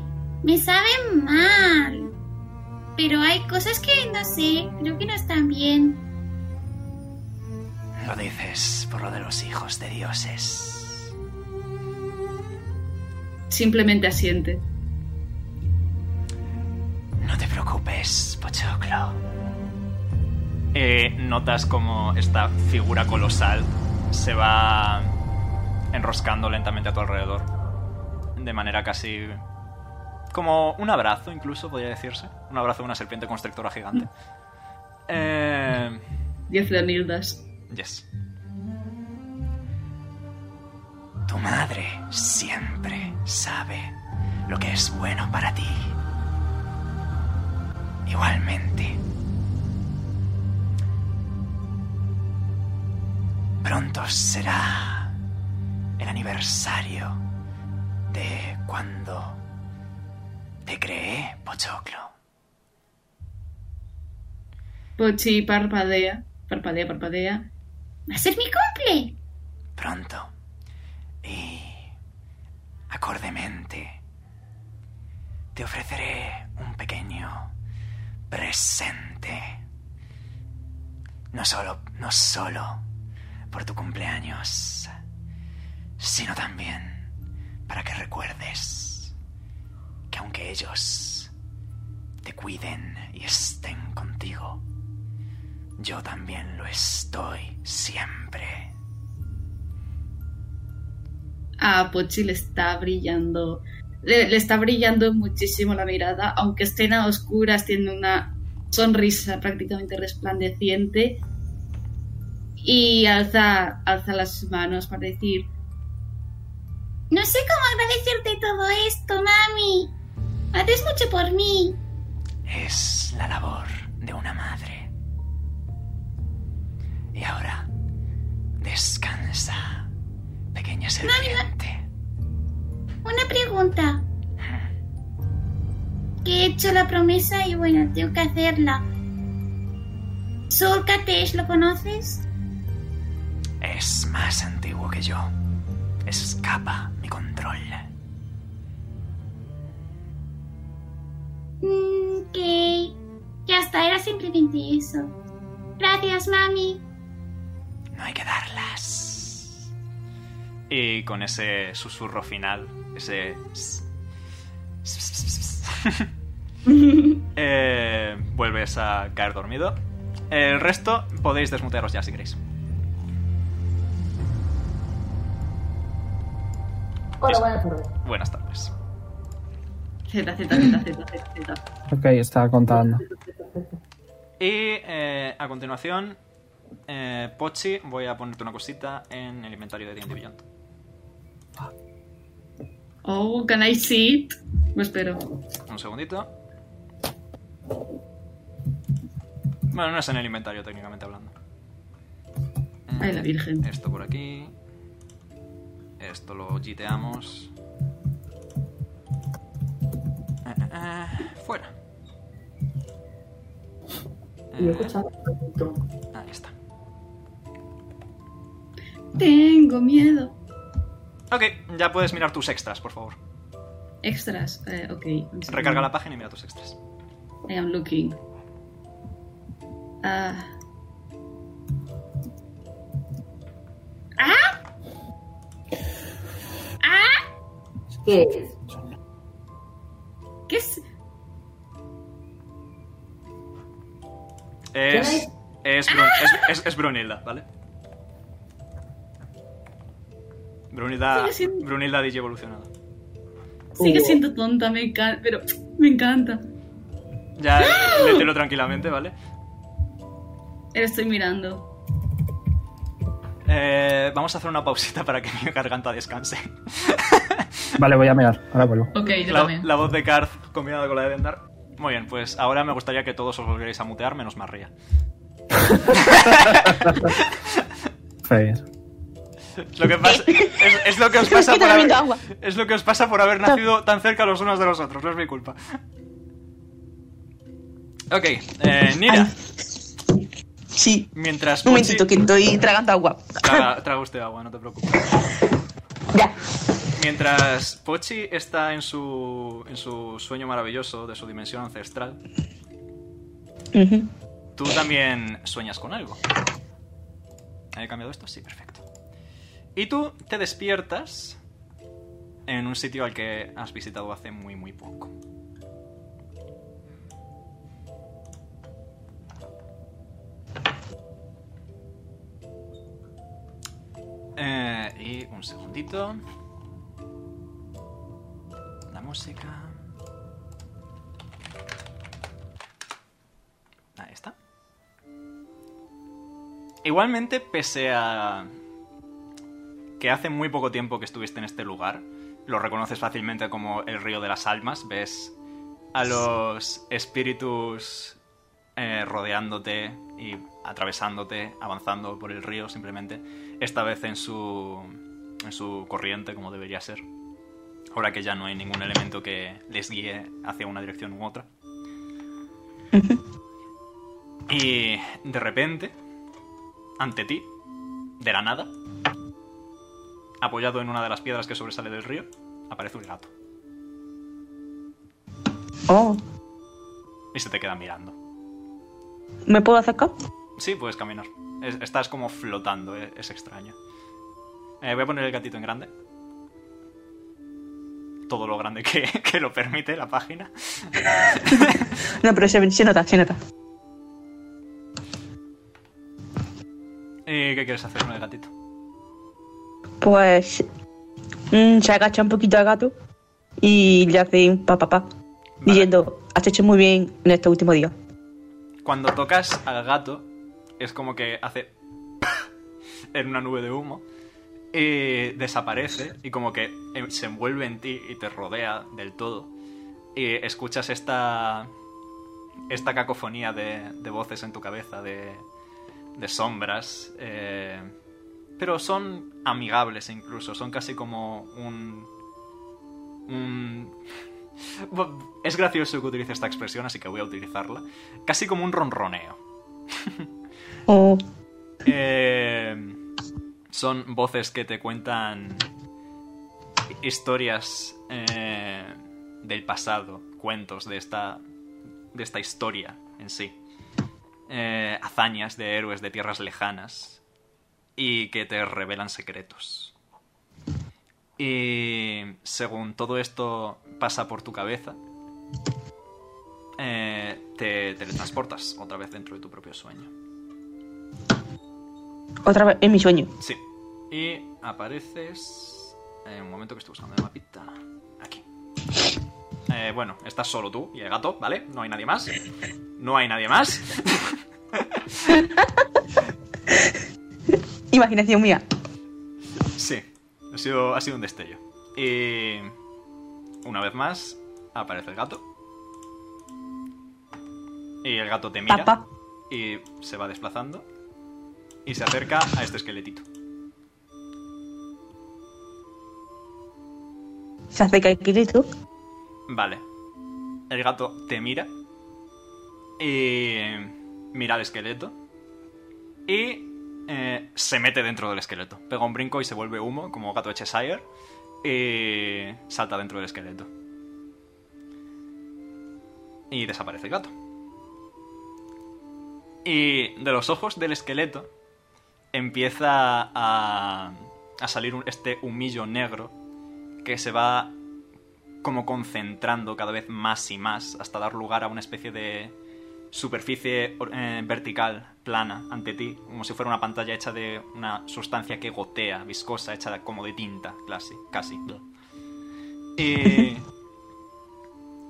me saben mal. Pero hay cosas que no sé, creo que no están bien. Lo dices por lo de los hijos de dioses. simplemente asiente. No te preocupes, Pochoclo. Eh, notas como esta figura colosal se va enroscando lentamente a tu alrededor. De manera casi... Como un abrazo incluso, podría decirse. Un abrazo de una serpiente constrictora Mm. gigante. Eh, Diez leonildas. yes. Tu madre siempre sabe lo que es bueno para ti. Igualmente. Pronto será el aniversario de cuando te creé, Pochoclo. Pochi parpadea, parpadea, parpadea. Va a ser mi cumple. Pronto. Y acordemente te ofreceré un pequeño presente. No solo, no solo por tu cumpleaños, sino también para que recuerdes que aunque ellos te cuiden y estén contigo, yo también lo estoy siempre. A Pochi le está brillando, le, le está brillando muchísimo la mirada, aunque estén a oscuras, tiene una sonrisa prácticamente resplandeciente y alza, alza las manos para decir, No sé cómo agradecerte todo esto, mami. Haces mucho por mí. Es la labor de una madre. Y ahora, descansa, pequeña serpiente. Una pregunta. Que he hecho la promesa y bueno, tengo que hacerla. Soul Catesh, ¿lo conoces? Es más antiguo que yo. Escapa mi control. Mm, Ok. Ya está, era simplemente eso. Gracias, mami. No hay que darlas. Y con ese susurro final, ese... eh, vuelves a caer dormido. El resto podéis desmutearos ya si queréis. Hola, buenas tardes. Buenas tardes. Z, Z, Z, Z, Z, Z. Ok, estaba contando. Y eh, a continuación, eh, Pochi, voy a ponerte una cosita en el inventario de D&D Beyond. Oh, can I see it? Me espero. Un segundito. Bueno, no es en el inventario técnicamente hablando. Mm, Ay, la Virgen. Esto por aquí. Esto lo giteamos. Eh, eh, eh, fuera. Mm. Eh, Y he escuchado un poquito. Ahí está. Tengo miedo. Ok, ya puedes mirar tus extras, por favor. Extras, eh, ok. un segundo. Recarga la página y mira tus extras. I am looking. Ah. ¿Ah? ¿Ah? ¿Qué es? ¿Qué es? Es. Es, Bru- es, es- es Brunilda, ¿vale? Brunilda. Sigue siendo- Brunilda Digi evolucionada. Sigue siendo tonta, me encanta, pero me encanta. Ya, eh, léetelo tranquilamente, ¿vale? Le estoy mirando. Eh, vamos a hacer una pausita para que mi garganta descanse. Vale, voy a mear. Ahora vuelvo. Ok, La, la voz de Karth combinada con la de Dendar. Muy bien, pues ahora me gustaría que todos os volvierais a mutear menos María. Fair. Lo que pasa, es, es lo que os pasa Es que por te haber, aviento agua. es lo que os pasa por haber nacido tan cerca los unos de los otros, no es mi culpa. Ok, eh, Nira. Sí. Mientras Un Pochi- momentito, que estoy tragando agua. Traga, traga usted agua, no te preocupes. Ya. Mientras Pochi está en su, en su sueño maravilloso de su dimensión ancestral, Ujú. tú también sueñas con algo. ¿He cambiado esto? Sí, perfecto. Y tú te despiertas en un sitio al que has visitado hace muy, muy poco. Eh, y un segundito. La música. Ahí está. Igualmente, pese a que hace muy poco tiempo que estuviste en este lugar, lo reconoces fácilmente como el río de las almas, ves a los espíritus eh, rodeándote y atravesándote, avanzando por el río simplemente, esta vez en su, en su corriente como debería ser, ahora que ya no hay ningún elemento que les guíe hacia una dirección u otra. Y de repente, ante ti, de la nada, apoyado en una de las piedras que sobresale del río, aparece un gato Oh, y se te queda mirando. ¿me puedo acercar? Sí, puedes caminar. Es- estás como flotando, e- es, extraño. Eh, voy a poner el gatito en grande. Todo lo grande que, que lo permite la página. No, pero se, se nota, se nota. Eh, ¿Qué quieres hacer con el gatito? Pues mm, se agacha un poquito al gato y le hace un pa pa pa, diciendo, has hecho muy bien en este estos últimos días. Cuando tocas al gato, es como que hace. en una nube de humo. Y desaparece y como que em- se envuelve en ti y te rodea del todo. Y escuchas esta. esta cacofonía de, de voces en tu cabeza, de. de sombras. eh, pero son amigables incluso, son casi como un. un Bueno, Es gracioso que utilice esta expresión, así que voy a utilizarla. Casi como un ronroneo. Oh, Eh, son voces que te cuentan historias eh, del pasado, cuentos de esta, de esta historia en sí. Eh, hazañas de héroes de tierras lejanas y que te revelan secretos. Y según todo esto pasa por tu cabeza, eh, te teletransportas otra vez dentro de tu propio sueño. otra vez en mi sueño. Sí. Y apareces. eh, un momento que estoy buscando el mapita. Aquí. Eh, bueno, estás solo tú y el gato, ¿vale? No hay nadie más. No hay nadie más. Imaginación mía. Sí. Ha sido, ha sido un destello. Y. Una vez más, aparece el gato. Y el gato te mira. Y se va desplazando. Y se acerca a este esqueletito. Se acerca el grito. Vale. El gato te mira. Y. Mira al esqueleto. Y. eh, se mete dentro del esqueleto. Pega un brinco y se vuelve humo, como gato de Cheshire. Y. Salta dentro del esqueleto. Y desaparece el gato. Y de los ojos del esqueleto empieza a, a salir un- este humillo negro que se va como concentrando cada vez más y más hasta dar lugar a una especie de superficie eh, vertical, plana, ante ti, como si fuera una pantalla hecha de una sustancia que gotea, viscosa, hecha como de tinta, casi. casi. Y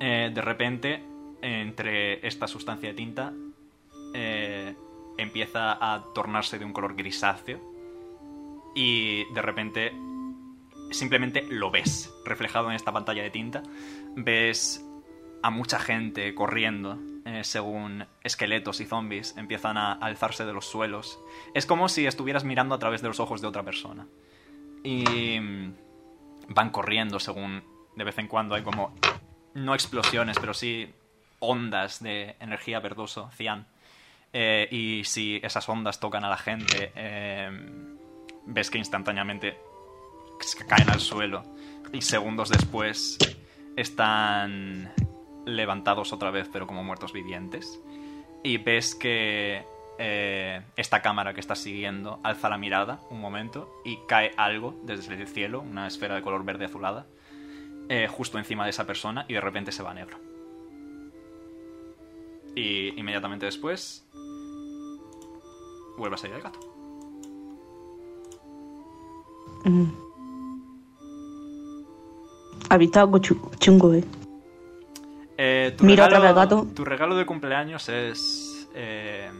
eh, de repente, entre esta sustancia de tinta, eh, empieza a tornarse de un color grisáceo y de repente simplemente lo ves reflejado en esta pantalla de tinta. Ves a mucha gente corriendo eh, según esqueletos y zombies empiezan a alzarse de los suelos. Es como si estuvieras mirando a través de los ojos de otra persona. Y mm, van corriendo según de vez en cuando hay como, no explosiones, pero sí ondas de energía verdoso, cian. Eh, y si esas ondas tocan a la gente, eh, ves que instantáneamente caen al suelo y segundos después están levantados otra vez, pero como muertos vivientes. Y ves que eh, esta cámara que estás siguiendo alza la mirada un momento y cae algo desde el cielo, una esfera de color verde azulada, eh, justo encima de esa persona y de repente se va a negro. Y inmediatamente después vuelve a salir el gato. Mm. Ha visto algo chu- chungo, eh. Eh, tu, Mira regalo, otra vez al gato. tu regalo de cumpleaños es eh,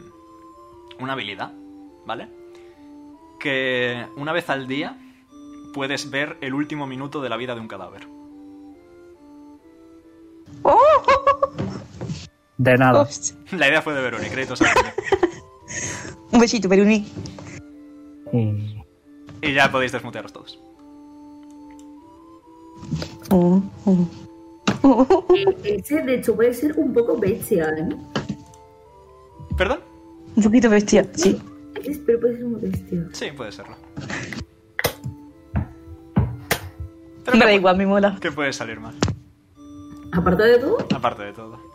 una habilidad, ¿vale? Que una vez al día puedes ver el último minuto de la vida de un cadáver. De nada. La idea fue de Verónica, créditos a Verónica. Un besito, Peruni. Y ya podéis desmutearos todos. Oh, oh. Ese, de hecho, puede ser un poco bestia, ¿eh? ¿Perdón? Un poquito bestia, sí. Es- pero puede ser muy bestia. Sí, puede serlo. Me da igual, me mola. ¿Qué puede salir mal? Aparte de todo, Aparte de todo.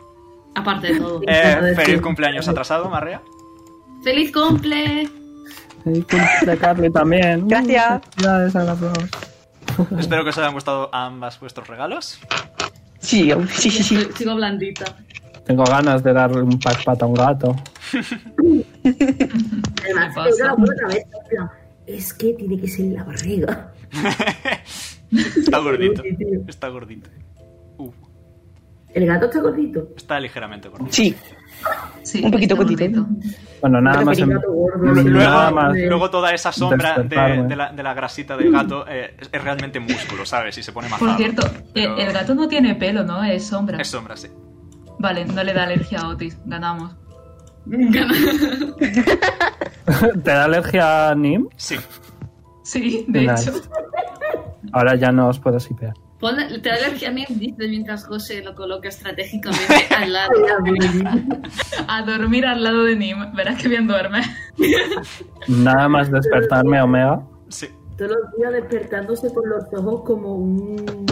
Aparte de todo. Eh, feliz cumpleaños atrasado, Marrea. ¡Feliz cumple! Feliz cumple, Carly, también. Gracias. Felicidades a las dos. Espero que os hayan gustado ambas vuestros regalos. Sí, sí, sí, sí. Sigo blandita. Tengo ganas de darle un pat pat a un gato. además, pasa? yo te la pongo otra vez. en plan, Es que tiene que ser en la barriga. Está gordito. Está gordito. El gato está gordito. Está ligeramente gordito. Sí. Sí, este un poquito cortito. Bueno, nada más. en- nada Luego, más. luego toda esa sombra de, despertarme. de la, de la grasita del gato eh, es, es realmente músculo, ¿sabes? Y se pone más Por raro. cierto, el, el gato no tiene pelo, ¿no? Es sombra. Es sombra, sí. Vale, no le da alergia a Otis. Ganamos. ¿Te da alergia a Nim? Sí. Sí, de Nice. hecho. Ahora ya no os puedo sipear. Ponle- te da alergia a mí, dice mientras José lo coloca estratégicamente al lado. pues, A dormir al lado de Nim. Verás que bien duerme. Nada más despertarme, Omega. Sí. Todos los días despertándose con los ojos como un.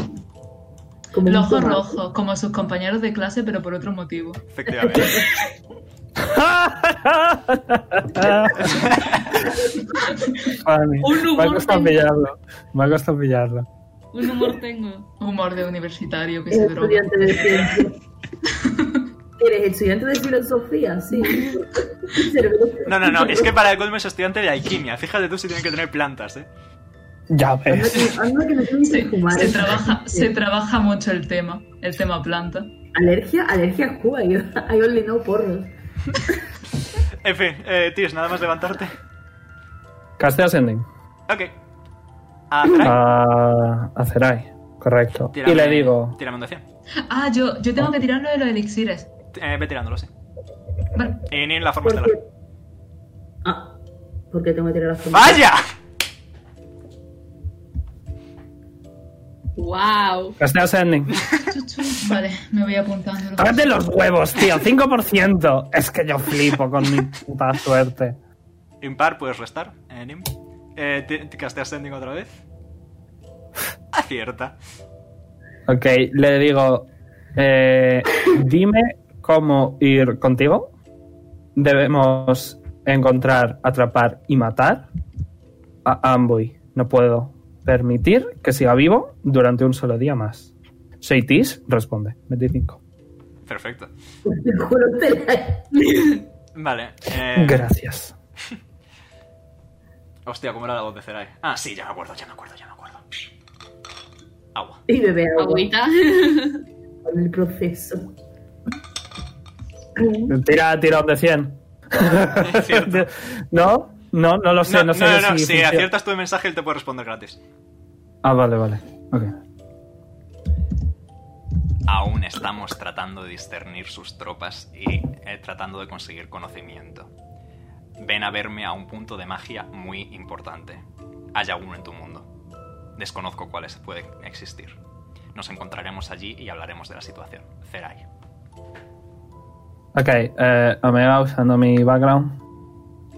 Como El un ojo tomate. rojo, como sus compañeros de clase, pero por otro motivo. Efectivamente. Funny. Un Me ha humor costado tenso. pillarlo. Me ha costado pillarlo. Un humor tengo. Humor de universitario que se Eres droga. estudiante de ciencia. Eres estudiante de filosofía, sí. No, no, no. Es que para el colmo es estudiante de alquimia. Fíjate tú si tienen que tener plantas, ¿eh? Ya ves. Anda que no tengo Se, fumar. ¿eh? se trabaja, se trabaja mucho el tema, el tema planta. Alergia, alergia a Cuba. Yo, I only know porros. En fin, eh, Tis, nada más levantarte. Casteas en Nim. Ok. Ah, ¿Eh? A, a Zerai. Correcto. tírame- Y le digo. Tírame un de 100. Ah, yo, yo tengo que tirar lo de los elixires. Eh, ve tirándolo, sí. Vale. Y ni en la forma estelar. Ah, Porque tengo que tirar la fumar. ¡Vaya! ¡Wow! Casteas en Nim. Vale, me voy apuntando. Cágate en los huevos, tío. 5%. Es que yo flipo con mi puta suerte. Impar, puedes restar. eh, Nim. Eh, te- te casteas Sending otra vez. Acierta. Ok, le digo, eh, dime cómo ir contigo. Debemos encontrar, atrapar y matar a Amboy. No puedo permitir que siga vivo durante un solo día más. Soy Tis, responde. 25. Perfecto. Te juro, te la- Vale. eh, Gracias. Hostia, ¿cómo era la voz de Zerai? Ah, sí, ya me acuerdo, ya me acuerdo, ya me acuerdo. Agua. Y bebé agua. Agüita. Con el proceso. Tira, tira un de 100. no, no, no lo sé. No, no, sé no, no, si si funciona. aciertas tu mensaje, él te puede responder gratis. Ah, vale, vale. Ok. Aún Estamos tratando de discernir sus tropas y eh, tratando de conseguir conocimiento. Ven a verme a un punto de magia muy importante. Haya uno en tu mundo. Desconozco cuáles pueden existir. Nos encontraremos allí y hablaremos de la situación. Zerai. Ok, eh, Omega usando mi background.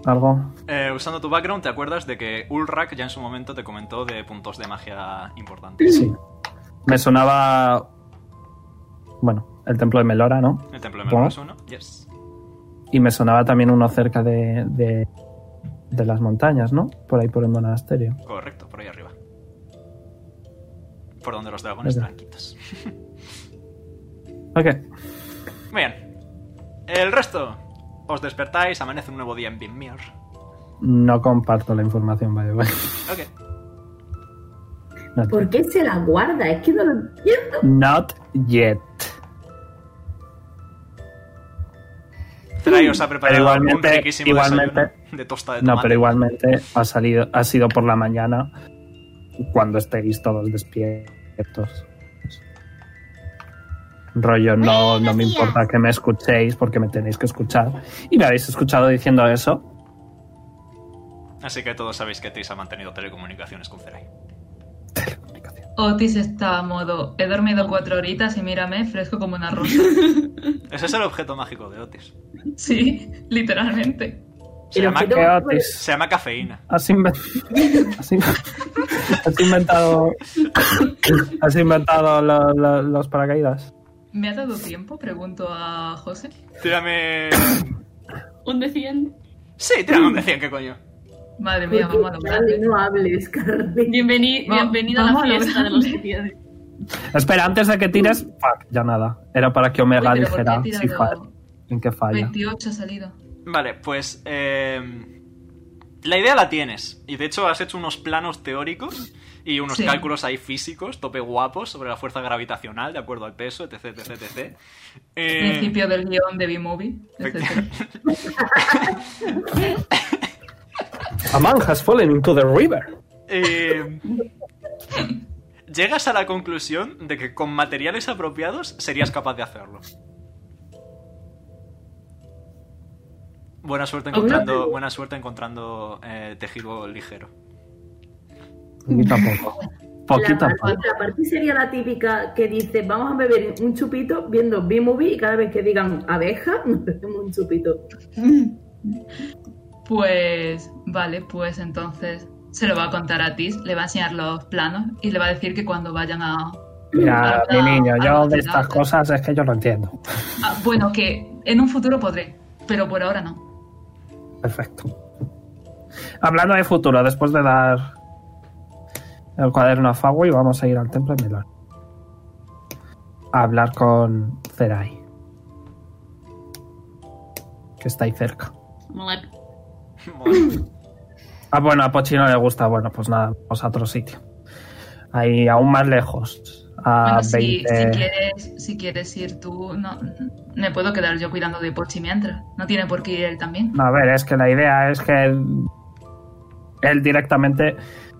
¿Algo? Eh, usando tu background, ¿te acuerdas de que Ulrak ya en su momento te comentó de puntos de magia importantes? Sí. Me sonaba. Bueno, el templo de Melora, ¿no? El templo de Supongo. Melora es uno. Yes. Y me sonaba también uno cerca de, de, de las montañas, ¿no? Por ahí por el monasterio. Correcto, por ahí arriba. Por donde los dragones Venga. tranquilos. Ok. Muy bien. El resto. Os despertáis, amanece un nuevo día en Binmir. No comparto la información, vaya, vaya. Ok. Not, ¿Por qué se la guarda? Es que no lo entiendo. not yet. Zerai os ha preparado un igualmente- riquísimo igualmente- desayuno de tosta de No, tomate. pero igualmente ha salido, ha sido por la mañana cuando estéis todos despiertos. Rollo, no, no me importa que me escuchéis porque me tenéis que escuchar. Y me habéis escuchado diciendo eso. Así que todos sabéis que Tis ha mantenido telecomunicaciones con Zerai. Otis está a modo, he dormido cuatro horitas y mírame, fresco como una rosa. Ese es el objeto mágico de Otis. sí, literalmente. Se El llama, objeto ¿Qué mágico de- Otis? se llama cafeína. Has, inven- has in- has inventado. Has inventado lo- lo- los paracaídas. ¿Me ha dado tiempo? Pregunto a José. Tírame. ¿Un de 100? Sí, tírame un de 100, ¿qué coño? Madre mía, vamos a lograrlo. No hables, Carmen. Va- bienvenido a la vamos a fiesta de los lograrlo. pies. Espera, antes de que tires. Fuck, ya nada. Era para que Omega Uy, pero ¿por qué dijera he tirado? si falla- en qué falla. 28 ha salido. Vale, pues. eh, la idea la tienes. Y de hecho has hecho unos planos teóricos y unos Sí. cálculos ahí físicos, tope guapos, sobre la fuerza gravitacional, de acuerdo al peso, etc, etc, etc. Eh, Principio del guión de B-Movie. etcétera. A man has fallen into the river. eh, llegas a la conclusión de que con materiales apropiados serías capaz de hacerlo. Buena suerte encontrando, buena suerte encontrando eh, tejido ligero. Poquito a poco. Poquito a la, poco. parte, la parte sería la típica que dice, vamos a beber un chupito viendo B-Movie y cada vez que digan abeja, nos bebemos un chupito. Pues vale, pues entonces se lo va a contar a Tis, le va a enseñar los planos y le va a decir que cuando vayan a... Mira, mi niño, yo de almacenar- estas cosas es que yo lo entiendo. Ah, bueno, que en un futuro podré, pero por ahora no. Perfecto. Hablando de futuro, después de dar el cuaderno a Fago y vamos a ir al templo de Melón. A hablar con Zerai. Que está ahí cerca. Ah, bueno, a Pochi no le gusta. Bueno, pues nada, vamos a otro sitio. Ahí aún más lejos. A Bueno, si, 20. si quieres, si quieres ir tú, no, me puedo quedar yo cuidando de Pochi mientras. No tiene por qué ir él también. A ver, es que la idea es que él, él directamente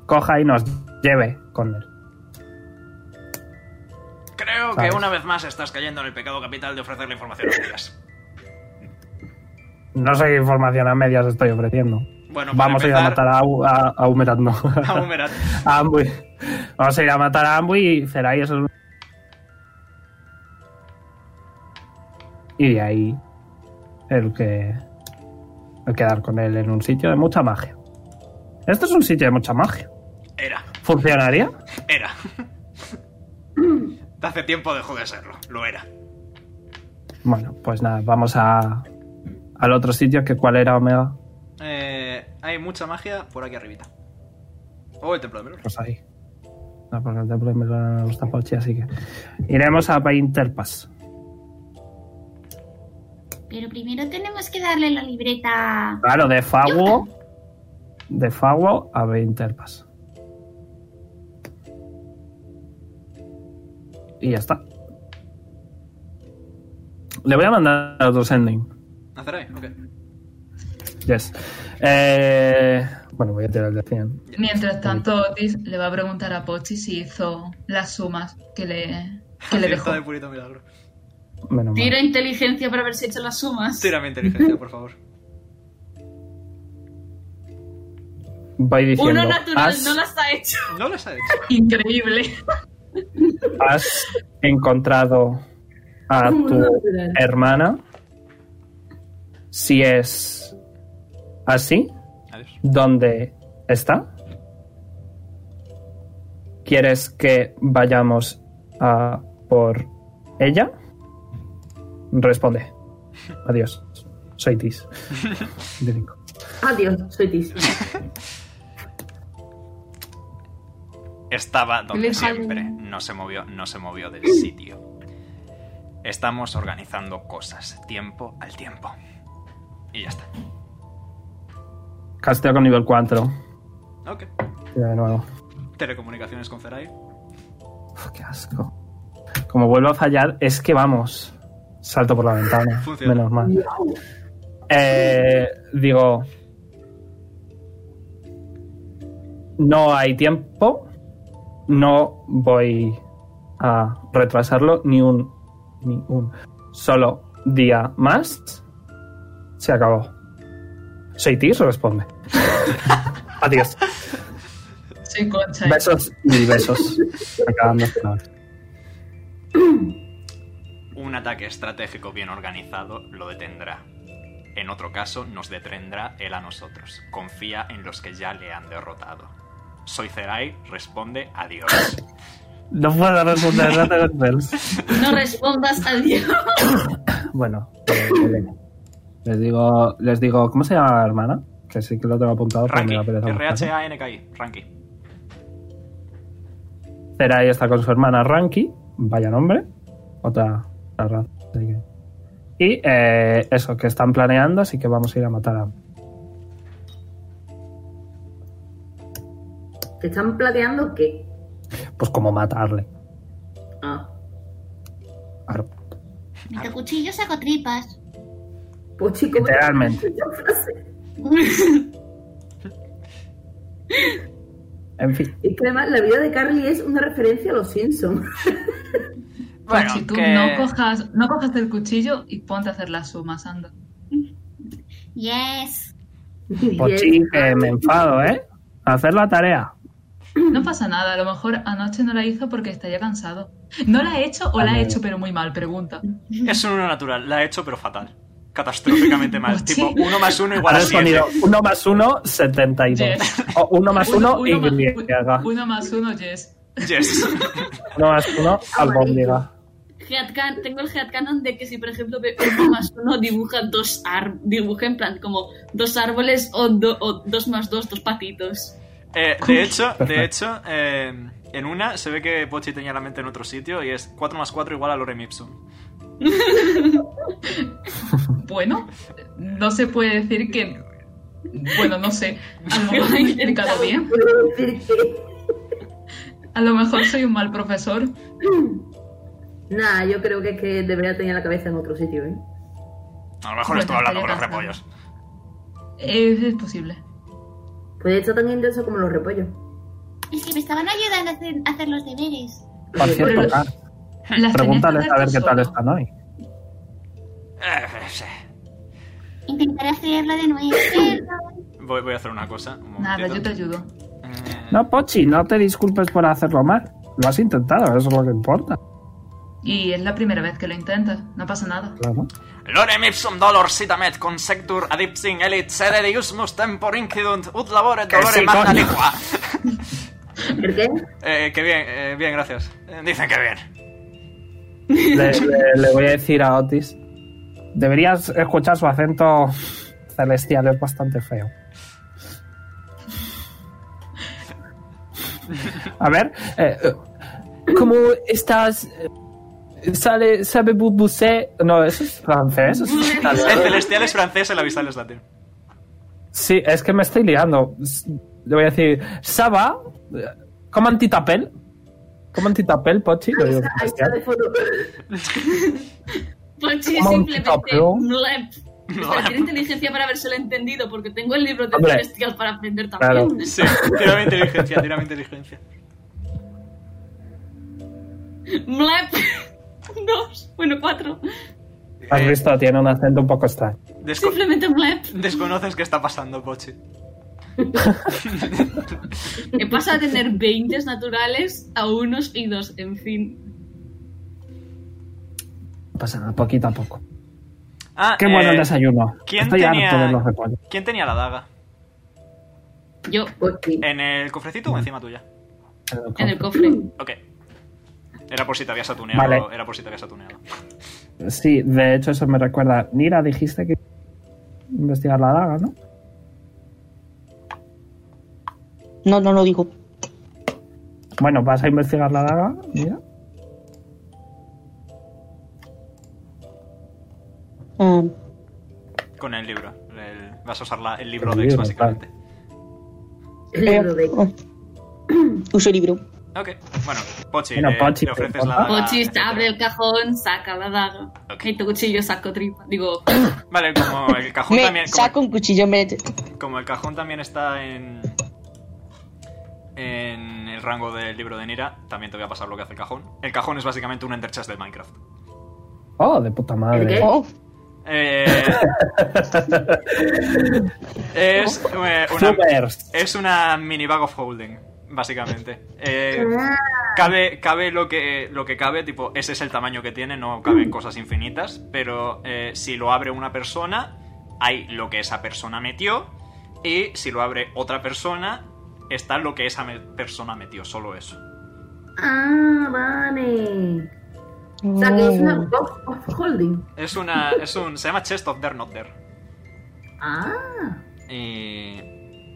coja y nos lleve con él. Creo ¿Sabes? que una vez más estás cayendo en el pecado capital de ofrecerle información a medias. No sé qué información a medias estoy ofreciendo. Bueno, para vamos a ir a empezar- matar a, U- a, a Humerat, no. A Humerat. A Ambui. Vamos a ir a matar a Ambui y Zerai eso es un- Y de ahí el que. El quedar con él en un sitio de mucha magia. Esto es un sitio de mucha magia. Era, ¿Funcionaría? era. De hace tiempo dejó de serlo, lo era. Bueno, pues nada, vamos a. Al otro sitio, que cuál era Omega. Eh, hay mucha magia por aquí arribita. Oh, el templo de Melor. Pues ahí. No, porque el templo de Melora no me gusta Pochi, así que. Iremos a Interpass. Pero primero tenemos que darle la libreta. Claro, de Faguo. De Faguo a Winterpass. Y ya está. Le voy a mandar otro sending. Nazarai, ok. Yes. Eh, bueno, voy a tirar el de 100. Mientras tanto, Otis le va a preguntar a Pochi si hizo las sumas que le, que Fiesta le dejó. de purito milagro. Menos mal. Tira inteligencia para ver si he hecho las sumas. Tira mi inteligencia, por favor. Vais diciendo. Uno natural, has- no las ha hecho. No las ha hecho. Increíble. has encontrado a Un tu natural. hermana. Si es así, Adiós. ¿dónde está? ¿Quieres que vayamos a por ella? Responde. Adiós. Soy Tis. Delico. Adiós, soy Tis. Estaba donde Deja de- siempre. No se movió, no se movió del sitio. Estamos organizando cosas, tiempo al tiempo. Y ya está. Castea con nivel 4. Ok. De nuevo. Telecomunicaciones con Zerai. Uf, qué asco. Como vuelvo a fallar, es que vamos. Salto por la ventana. Funciona. Menos mal. Eh, digo. No hay tiempo. No voy a retrasarlo ni un. ni un solo día más. Se acabó. Seitis responde. Adiós. Soy concha. Besos y besos. Acabando. Un ataque estratégico bien organizado lo detendrá. En otro caso, nos detendrá él a nosotros. Confía en los que ya le han derrotado. Soy Zerai, responde adiós. No puedo responder, no tengo spells. No respondas a Dios. Bueno, eh, Elena. les digo, les digo, ¿cómo se llama la hermana? Que sí que lo tengo apuntado, pero me Ranky, da pereza buscarlo. R-H-A-N-K-I, Ranky. Zerai está con su hermana Ranky, vaya nombre, otra, otra raza. así que- Y eh, eso, que están planeando, así que vamos a ir a matar a... ¿Te están plateando qué? Pues como matarle. Ah, Claro. Mete cuchillo, saco tripas. pues chico. Literalmente. En fin, Es que además la vida de Carly es una referencia a los Simpsons. Bueno, si eh. tú que- no, cojas, no cojas el cuchillo y ponte a hacer las sumas, anda. Yes. Pochi, Pues que me enfado, ¿eh? Hacer la tarea. No pasa nada, a lo mejor anoche no la hizo porque estaría cansado. ¿No la he hecho o la he hecho pero muy mal? Pregunta. Es un uno natural, la he hecho pero fatal. Catastróficamente mal. tipo, uno más uno igual Ha a siete. respondido 1 más 1, 72. O 1 más 1, Y. uno más- griega. Uno más uno, yes. Yes. No más uno, albóndiga. Headcan- tengo el headcanon de que si, por ejemplo, ve uno más uno dibuja dos árboles, dibuja en plan como dos árboles o, do- o dos más dos, dos patitos. Eh, de hecho, de hecho eh, en una se ve que Pochi tenía la mente en otro sitio y es 4 más 4 igual a Lorem Ipsum. Bueno, no se puede decir que... Bueno, no sé. A lo mejor no he explicado bien. A lo mejor soy un mal profesor. Nah, yo creo que es que debería tener la cabeza en otro sitio, ¿eh? A lo mejor Bueno, estuve hablando con los estaría repollos. Es, es posible. Puede estar tan intenso como los repollos. Es que me estaban ayudando a hacer, a hacer los deberes. Por cierto, Pero- Car, Las pregúntales tenías Hmm. que a ver qué hacer tal solo. están hoy. Eh, sí. Intentaré hacerlo de nuevo. voy, voy a hacer una cosa. un Nada, yo momentito. te ayudo. No, Pochi, no te disculpes por hacerlo mal. Lo has intentado, eso es lo que importa. Y es la primera vez que lo intentas, no pasa nada. Claro. Lorem ipsum dolor sitamet consectur adipsing elit sede diusmus tempor incidunt ut labore Que dolore sí, magna coño. lingua. ¿Por qué? Eh, que bien, eh, bien, gracias. Eh, Dicen que bien. Le, le- le voy a decir a Otis. Deberías escuchar su acento celestial, es bastante feo. A ver, eh, ¿cómo estás? Eh, Sale, sabe bubucé. No, eso es francés. eso es El italiano. celestial es francés, el abisal es latín. Sí, es que me estoy liando. S- Le voy a decir, Saba, ¿cómo antitapel? ¿Cómo antitapel, Pochi? Lo digo, este. Ahí está de fondo. Pochi Como un simplemente capeo. mlep. Tiene inteligencia para haberlo entendido, porque tengo el libro de Hombre. celestial para aprender también. Sí, tira mi inteligencia, tira mi inteligencia. Mlep. Dos. Bueno, cuatro. Has visto, tiene un acento un poco extraño. Desco- Simplemente un blep. Desconoces qué está pasando, Pochi. Me pasa a tener 20 naturales a unos y dos. En fin. No pasa nada, poquito a poco. Ah, Qué bueno eh, el desayuno. ¿quién Estoy tenía- harto de los recuerdos. ¿Quién tenía la daga? Yo. ¿En el cofrecito o encima tuya? En el cofre. Ok. Era por si te habías atuneado. Vale. Era por si te habías atuneado. Sí, de hecho eso me recuerda. Mira, dijiste que investigar la daga, ¿no? No, no lo digo. Bueno, vas a investigar la daga, mira. Mm, Con el libro. El- vas a usar la- el libro El de Dex, libro, básicamente. eh, Uso el libro. Ok. Bueno, Pochi, Bueno, le, Pochi, le ofreces por la daga. Pochis, abre el cajón, saca la daga. Y tu cuchillo, saco tripa. Digo, Vale, como el cajón me también. saco un cuchillo. Me... Como, como el cajón también está en. En el rango del libro de Nira, también te voy a pasar lo que hace el cajón. El cajón es básicamente un Ender Chest de Minecraft. Oh, de puta madre. Oh. Eh, es, eh, una, Supers. es una mini bag of holding, básicamente. Eh, cabe cabe lo, que, lo que cabe, tipo, ese es el tamaño que tiene, no caben cosas infinitas, pero eh, si lo abre una persona, hay lo que esa persona metió, y si lo abre otra persona, está lo que esa me- persona metió, solo eso. Ah, vale. O sea, que es una Oh. box of holding. Es una. Es un. Se llama Chest of There Not There. Ah, Y.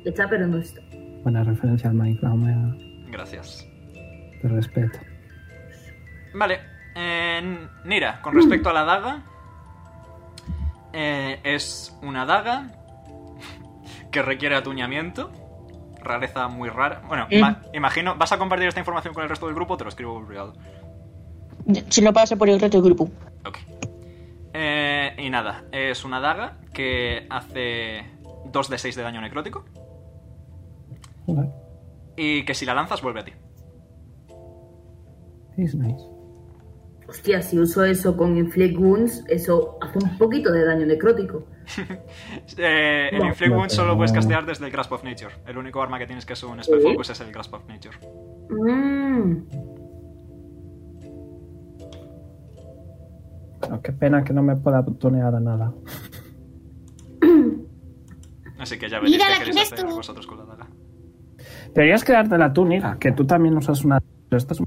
está pero no está. Buena referencia al Minecraft, me- Gracias. te respeto. Vale. eh, Nira, con respecto a la daga. eh, es una daga que requiere atuñamiento. Rareza muy rara. Bueno, Eh. ima- imagino. ¿Vas a compartir esta información con el resto del grupo? Te lo escribo por privado. Si no pasa por el resto del grupo. Eh, y nada, es una daga que hace 2 de 6 de daño necrótico. Joder. Y que si la lanzas, vuelve a ti. It's nice. Hostia, si uso eso con Inflict Wounds, eso hace un poquito de daño necrótico. Eh, el No, Inflict no, Wound pero solo no. puedes castear desde el Grasp of Nature. El único arma que tienes que es un Spell Sí. Focus es el Grasp of Nature. Mm, No, qué pena que no me pueda tunear a nada. Así que ya veréis Mira, qué la queréis tienes hacer tú. vosotros con la daga. Deberías quedártela tú, Nira, que tú también usas una. Pero esta es-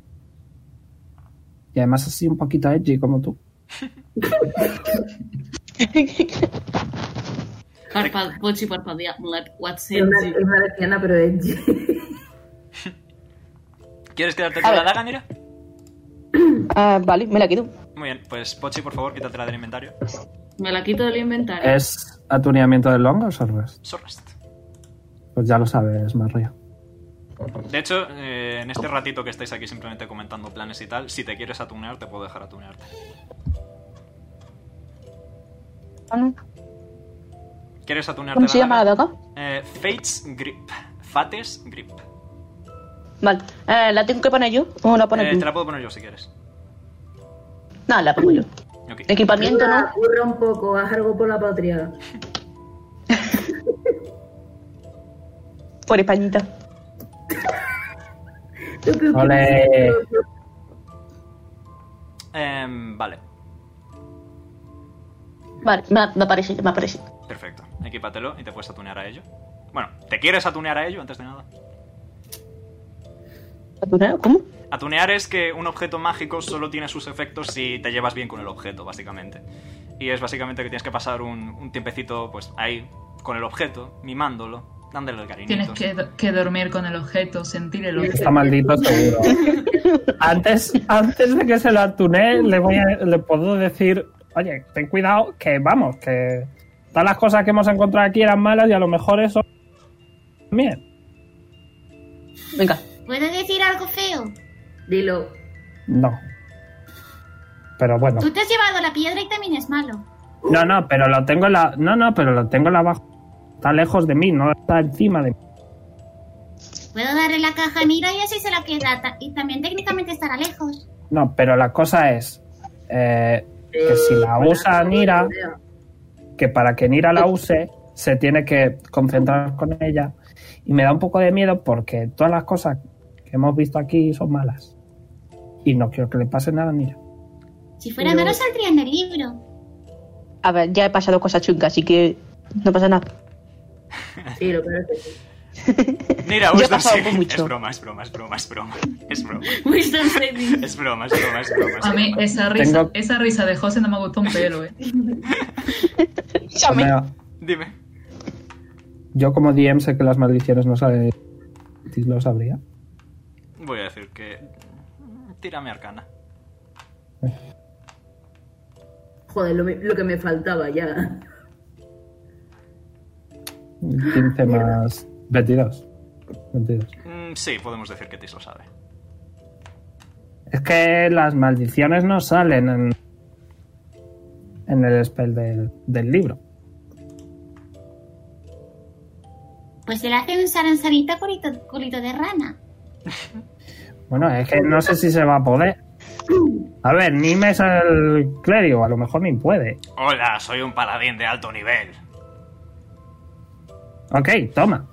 Y además así un poquito edgy como tú. parpad- Pochi parpadea. blep, What's es it? una, es una lesbiana, pero es. ¿Quieres quedarte A con la ver. daga, Nira? Ah, vale, me la quedo. Muy bien, pues Pochi, por favor, quítatela del inventario. Me la quito del Eh. inventario. ¿Es atuneamiento del long o sorrest? Sorrest. Pues ya lo sabes, María. De hecho, eh, en este ratito que estáis aquí simplemente comentando planes y tal, si te quieres atunear, te puedo dejar atunearte. Ah, ¿Quieres atunearte ¿Cómo la se llama la daga? Eh, Fates Grip. Fates Grip. Vale. Eh, ¿La tengo que poner yo o la Eh, pones te tú? la puedo poner yo si quieres. No, la pongo yo. Ok. Eh. Equipamiento, ¿no? Curra un poco, haz algo por la patria. Por Españita. Ole. Em, vale, Vale, me, me aparece, me aparece. perfecto. Equípatelo y te puedes atunear a ello. Bueno, ¿te quieres atunear a ello antes de nada? ¿Atuneo? ¿Cómo? Atunear es que un objeto mágico solo tiene sus efectos si te llevas bien con el objeto, básicamente. Y es básicamente que tienes que pasar un, un tiempecito, pues ahí, con el objeto, mimándolo, dándole el Tienes cariñito. que, do- que dormir con el objeto, sentir el objeto. Está maldito seguro. antes, antes de que se lo atune, le, voy a- le puedo decir, oye, ten cuidado, que vamos, que todas las cosas que hemos encontrado aquí eran malas y a lo mejor eso también. Venga. ¿Puedo decir algo feo? Dilo. No. Pero bueno. Tú te has llevado la piedra y también es malo. No, no, pero lo tengo en la. No, no, pero lo tengo en la abajo. Está lejos de mí, no está encima de mí. Puedo darle la caja a Nira y así se la queda. ta- Y también técnicamente estará lejos. No, pero la cosa es. eh, que si la usa Nira, que para que Nira la use, se tiene que concentrar con ella. Y me da un poco de miedo porque todas las cosas que hemos visto aquí son malas. Y no quiero que le pase nada a Nira. Si fuera Pero- malo, saldría en el libro. A ver, ya he pasado cosas chungas, así que no pasa nada. Sí, lo peor es que Mira, Yo he Winston pasado sí. por mucho. Es broma, es broma, es broma, es broma. Es broma. Wisdom saving. Es broma, es broma, es broma. es A mí broma. esa risa, Tengo- esa risa de José no me gustó un pelo, eh. Dime. Yo como DM sé que las maldiciones no saben. si Lo sabría. Voy a decir que. Tírame arcana. Joder, lo, me- lo que me faltaba ya. 15 más 22. 22. Mm, sí, podemos decir que Tis lo sabe. Es que las maldiciones no salen en, en el spell del, del libro. Pues se le hace un saranzarita culito, culito de rana. Bueno, es que no sé si se va a poder. A ver, Nime es el clérigo, a lo mejor ni puede. Hola, soy un paladín de alto nivel. Ok, toma.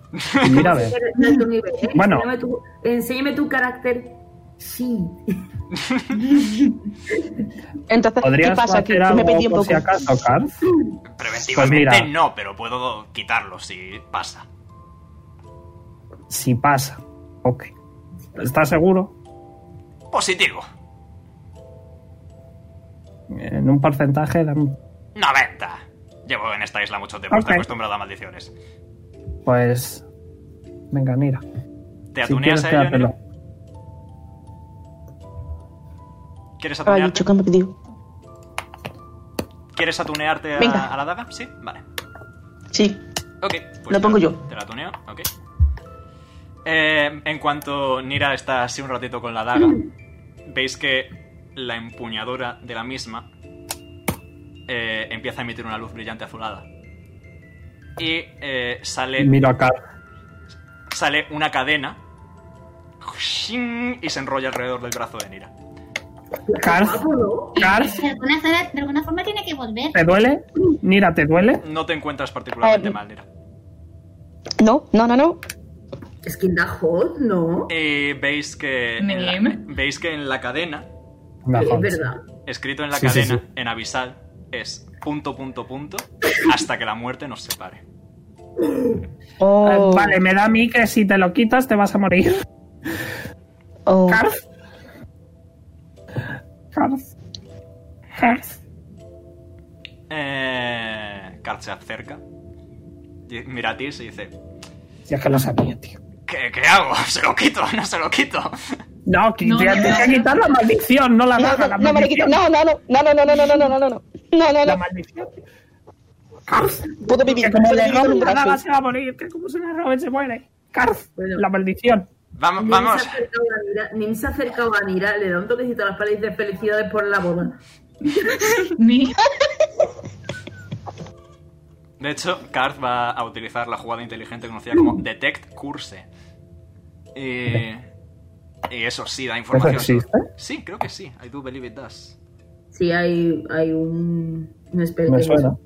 Y Mira a ver. De alto nivel, ¿eh? Bueno. Enséñame tu, enséñame tu carácter. Sí. Entonces, ¿qué ¿Podrías pasa? Que hacer yo me algo perdí un por poco. si acaso, Karl? Preventivamente Pues mira. no, pero puedo quitarlo si pasa. Si pasa. Ok. ¿Estás seguro? Positivo. En un porcentaje, dame un 90. Llevo en esta isla mucho tiempo, Ok. estoy acostumbrado a maldiciones. Pues. Venga, mira. ¿Te atuneas a ello, quédatelo. ¿Quieres Estaba atunearte? dicho que me perdió. ¿Quieres atunearte a, Venga. a la daga? Sí, vale. Sí, Ok, pues Lo te- pongo yo. Te la tuneo, ok. Eh, en cuanto Nira está así un ratito con la daga, Mm. veis que la empuñadora de la misma eh, empieza a emitir una luz brillante azulada. Y eh, sale, Miro a Karl. sale una cadena y se enrolla alrededor del brazo de Nira. Karl, Karl, De alguna, zona- de alguna forma tiene que volver. ¿te duele? Mira, ¿te duele? No te encuentras particularmente mal, Nira. No, no, no, no. Es que da hot, no. Eh, veis que en la, veis que en la cadena Es verdad. escrito en la Sí, sí, cadena en abisal es punto punto punto hasta que la muerte nos separe. Oh. Eh, Vale, me da a mí que si te lo quitas te vas a morir. oh. Karl. Karl. Karl. Eh, Karl se acerca, y mira a ti y dice Si es que lo sabía, tío. ¿Qué, qué hago? Se lo quito, no se lo quito. No, que No, te- no, te- no, te- no. quitar la maldición, no la No, daga, no, la no, me lo quito. maldición. No, no, no, no, no, no, no, no, no, no, no, no, no, no, La no. maldición. Puedo vivir. Que como puedo le vivir con roben un la daga brazo. se va a morir, que como se la roben se muere. Karl, la maldición. Vamos, Nim se ha acercado a Nira- Nim se ha acercado a Nira, le da un toquecito a las paredes de felicidades por la boda. Ni. De hecho, Karl va a utilizar la jugada inteligente conocida como Detect Curse. Y, y eso sí da información. existe? Sí, creo que sí. I do believe it does. Sí, hay, hay un, un spell Me que- suena.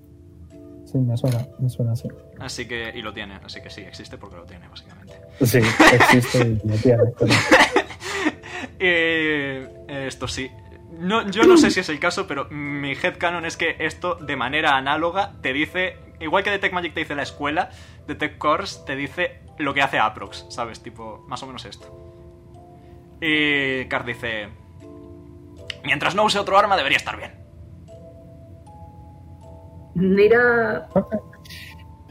Sí, me suena, me suena, sí. Así que, y lo tiene, así que sí, existe porque lo tiene, básicamente. Sí, existe y lo tiene. pero- Eh, esto sí. No, yo no sé si es el caso, pero mi headcanon es que esto, de manera análoga, te dice. Igual que Detect Magic te dice la escuela, Detect Course te dice lo que hace Aprox, ¿sabes? Tipo, más o menos esto. Y Card dice. Mientras no use otro arma, debería estar bien. Nira.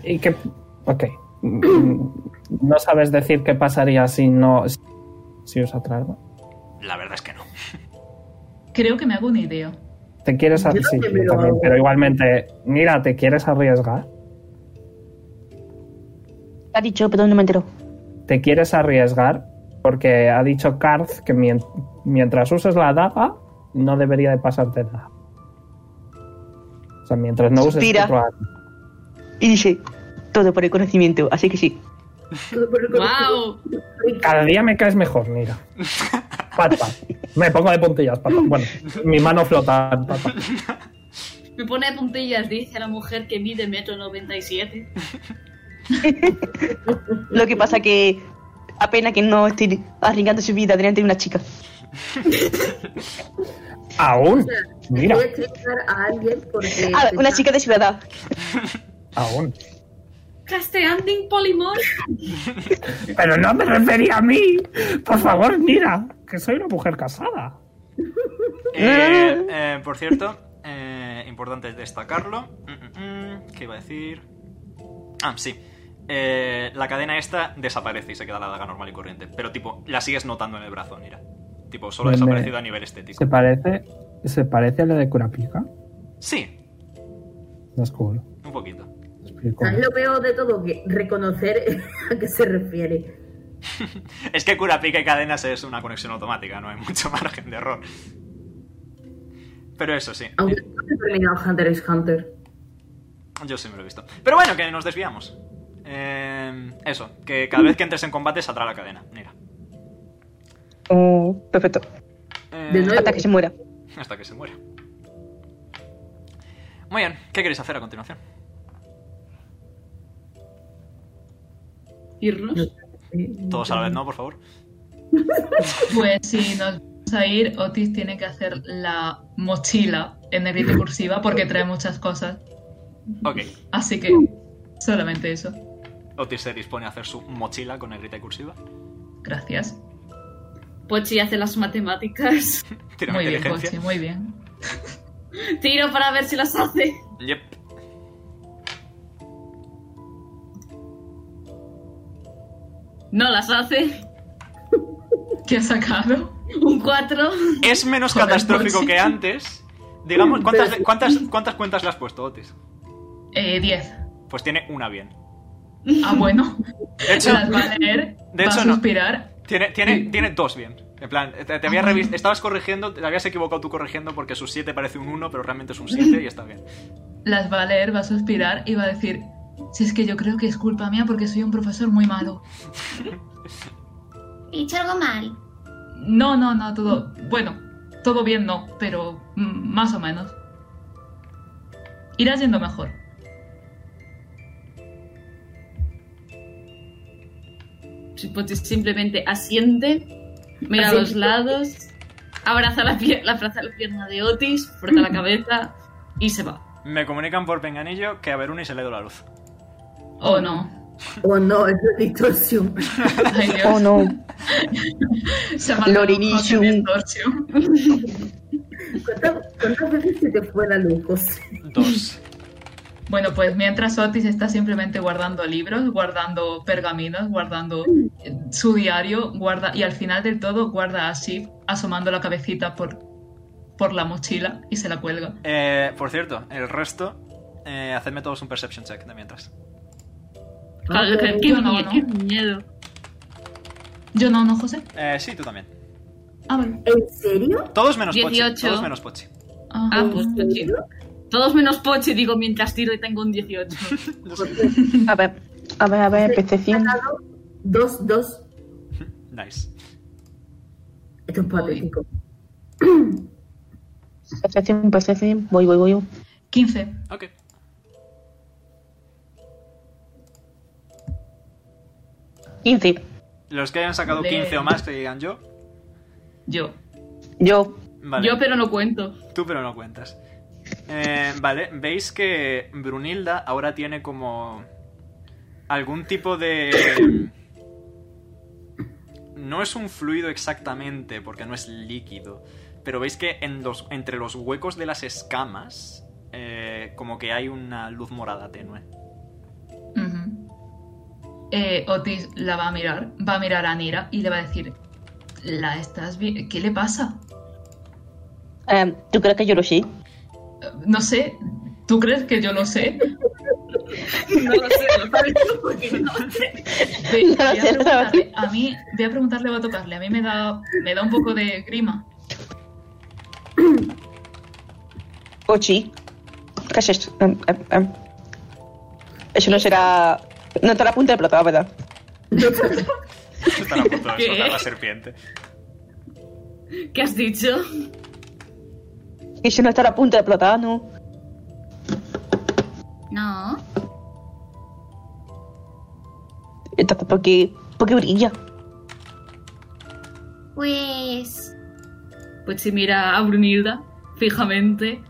¿Y qué? Ok. Mm, ¿No sabes decir qué pasaría si no. si os atrapa? La verdad es que no. Creo que me hago una idea. ¿Te quieres Yo arriesgar? Sí, también me yo lo también, hago. pero igualmente. Mira, ¿te quieres arriesgar? Ha dicho, pero no me entero. ¿Te quieres arriesgar? Porque ha dicho Karth que mien- mientras uses la daga, no debería de pasarte nada. O sea, mientras no uses Suspira. otro arma. Y dice, todo por el conocimiento, así que sí. ¡Wow! Cada día me caes mejor, mira. Pat, pat. Me pongo de puntillas, pat, pat. Bueno, mi mano flota. pat, pat. Me pone de puntillas, dice la mujer que mide metro 97. Lo que pasa que apenas que no estoy arriesgando su vida delante de una chica. Aún. Mira, Voy a explicar a alguien porque. Ah, una chica de su edad. aún. Casteanding polymorph. Pero no me refería a mí. Por favor, mira, que soy una mujer casada. Eh, eh, por cierto, eh, importante destacarlo. Mm, mm, mm, ¿Qué iba a decir? Ah, sí. Eh, la cadena esta desaparece y se queda la daga normal y corriente. Pero, tipo, la sigues notando en el brazo, mira. Tipo, solo ha Me- desaparecido a nivel estético. ¿Se parece, se parece a la de Curapica? Sí, No es cool. un poquito. Explico. ¿Sabes lo peor de todo? Que reconocer a qué se refiere. Es que cura, pica y cadenas es una conexión automática, no hay mucho margen de error. Pero eso sí, Aunque no he terminado Hunter x Hunter. yo sí me lo he visto. Pero bueno, que nos desviamos. Eh, eso, que cada vez que entres en combate saldrá la cadena. Mira. Oh, perfecto. Eh, Hasta que se muera. Hasta que se muera. Muy bien, ¿qué queréis hacer a continuación? ¿Irnos? Todos a la vez, ¿no? Por favor. Pues si nos vamos a ir, Otis tiene que hacer la mochila en negrita y cursiva porque trae muchas cosas. Ok, Así que solamente eso. Otis se dispone a hacer su mochila con negrita y cursiva. Gracias. Pochi hace las matemáticas. Tírame Muy bien, inteligencia. Pochi, muy bien. Tiro para ver si las hace. Yep. No las hace. ¿Qué ha sacado? Un 4. Es menos catastrófico que antes. Digamos, ¿cuántas, cuántas, ¿cuántas cuentas le has puesto, Otis? Eh, 10. Pues tiene una bien. Ah, bueno. De hecho, las va a leer, de va hecho, a no. suspirar. Tiene, tiene, tiene dos bien. En plan, te, te habías Ah. revis- estabas corrigiendo, te habías equivocado tú corrigiendo porque su 7 parece un 1, pero realmente es un 7 y está bien. Las va a leer, va a suspirar y va a decir: Si es que yo creo que es culpa mía porque soy un profesor muy malo. He hecho algo mal. No, no, no, todo. Bueno, todo bien no, pero mm, más o menos. Irá yendo mejor. Pochi pues, simplemente asiente, mira a Asiente. los lados, abraza la, pier- la- abraza la pierna de Otis, frota la cabeza y se va. Me comunican por penganillo que a Veruni se le dio la luz. Oh no. O no, es la distorsión. Ay, Dios. Oh, no. Se ha mandado un Lorinishun. José Consorcio. ¿Cuántas, cuántas veces se te fue la luz, José? Dos. Bueno, pues mientras Otis está simplemente guardando libros, guardando pergaminos, guardando eh, su diario, guarda y al final del todo guarda a Shiv asomando la cabecita por, por la mochila y se la cuelga. Eh, por cierto, el resto, eh, hacedme todos un perception check de mientras. Claro, qué, qué Yo no, mie- ¿no? qué miedo. Yo no, no, José. Eh, sí, tú también. Ah, vale. ¿En serio? Todos menos Pochi. 18. Todos menos Pochi. Ah. Ah, pues Pochi. Todos menos Pochi, digo, mientras tiro y tengo un 18. A ver, a ver, a ver, PC 100. Dos, dos. Nice. Esto es patético. PC 100, PC 100. Voy, voy, voy. 15. Ok. Inci. Los que hayan sacado Ole. 15 o más que digan yo. Yo. Yo. Vale. Yo, pero no cuento. Tú pero no cuentas. Eh, vale, veis que Brunilda ahora tiene como algún tipo de... No es un fluido exactamente, porque no es líquido, pero veis que en los, entre los huecos de las escamas, eh, como que hay una luz morada tenue. Ujú. Eh, Otis la va a mirar, va a mirar a Nira y le va a decir, ¿la estás bien? ¿Qué le pasa? Em, ¿Tú crees que yo lo sé? Eh, No sé, ¿tú crees que yo lo sé? No lo sé, lo sabes tú, porque no lo sé. Ve- No lo voy a sé, no lo preguntarle- a mí, voy a preguntarle, voy a tocarle. A mí me da, me da un poco de grima. Ochi. ¿Qué es esto? Em, em, em. Eso no será. No está la punta de plata, ¿verdad? Están a punto de ¿Qué? soltar la serpiente. ¿Qué has dicho? Y si no está la punta de plátano. No. Entonces, ¿por qué, por qué brilla? Pues. Pues si mira a Brunilda fijamente,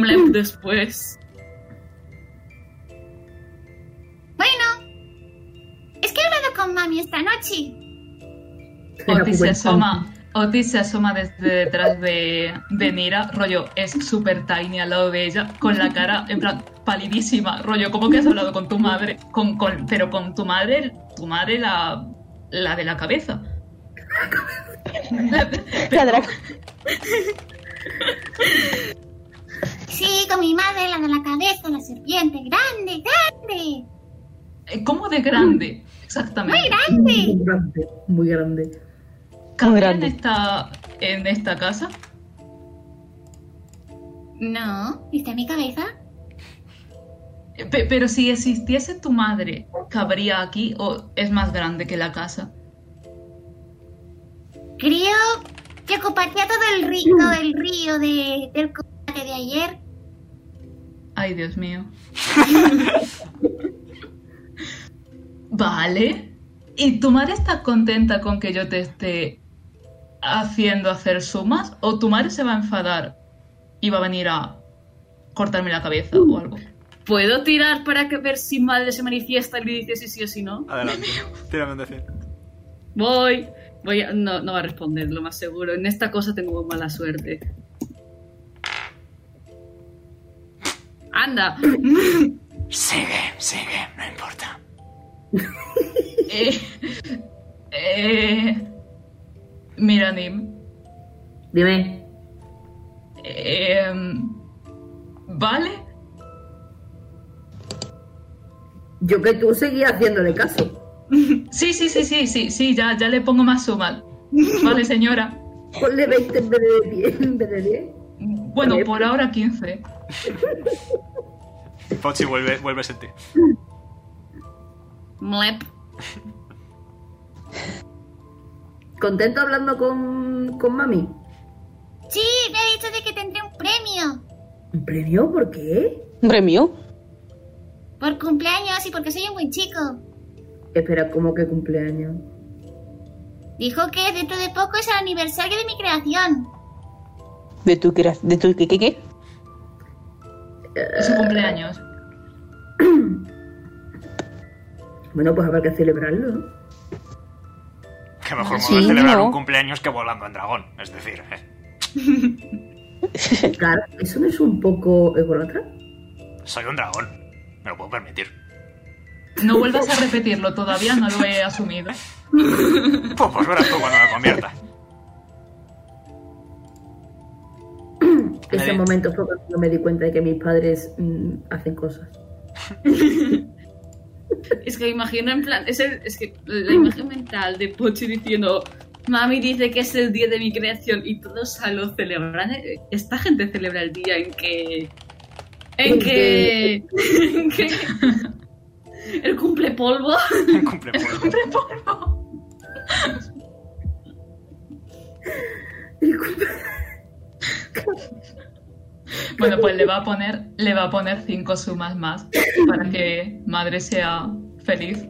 blef después. Bueno. Es que he hablado con mami esta noche. Otis se asoma. Otis se asoma desde detrás de, de Nira, rollo, es súper tiny al lado de ella, con la cara, en plan, palidísima, rollo, como que has hablado con tu madre, con, con- pero con tu madre, tu madre la, la de la cabeza. La de la- Sí, con mi madre, la de la cabeza, la serpiente. Grande, grande. Eh, ¿Cómo de grande? Exactamente. Muy grande. grande, muy grande. ¿Cabía en esta, en esta casa? No, está en mi cabeza. Eh, pe- pero si existiese tu madre, ¿cabría aquí o es más grande que la casa? Creo que compartía todo el río, todo el río de, del combate de ayer. Ay, Dios mío. vale. ¿Y tu madre está contenta con que yo te esté haciendo hacer sumas? ¿O tu madre se va a enfadar y va a venir a cortarme la cabeza o algo? ¿Puedo tirar para que ver si madre se manifiesta y le dice si sí o si no? Adelante. Tírame un decir. Voy. Voy a- no, no va a responder, lo más seguro. En esta cosa tengo muy mala suerte. Anda. Sigue, sigue, no importa. Eh, eh, mira, Nim. Dime. em, ¿Vale? Yo que tú seguía haciéndole caso. Sí, sí, sí, sí, sí, sí, ya, ya le pongo más sumas. Vale, señora. Ponle 20 en vez de 10. En vez de 10. Bueno, por ahora 15. Pochi, vuelve, vuelve a sentir. Mlep. ¿Contento hablando con, con mami? Sí, me ha dicho de que tendré un premio ¿Un premio? ¿Por qué? ¿Un premio? por cumpleaños y porque soy un buen chico. Espera, ¿cómo que cumpleaños? Dijo que dentro de poco es el aniversario de mi creación. ¿De tu, crea- de tu qué, qué, qué? Es su cumpleaños. Bueno, pues habrá que celebrarlo. ¿no? Qué mejor Ah, Sí, modo de celebrar no. un cumpleaños que volando en dragón. Es decir, eh, Claro, ¿eso no es un poco eh, ególatra? soy un dragón. Me lo puedo permitir. No vuelvas a repetirlo, todavía no lo he asumido. Pues, pues verás tú cuando me convierta. Ese Vale. momento fue cuando me di cuenta de que mis padres mm, hacen cosas. Es que imagino en plan, es, el- es que la imagen mental de Pochi diciendo, mami dice que es el día de mi creación y todos a lo celebran. eh, Esta gente celebra el día en que... En En que... en que- el cumple polvo. El cumple polvo. Bueno, pues le va a poner, le va a poner cinco sumas más para que madre sea feliz.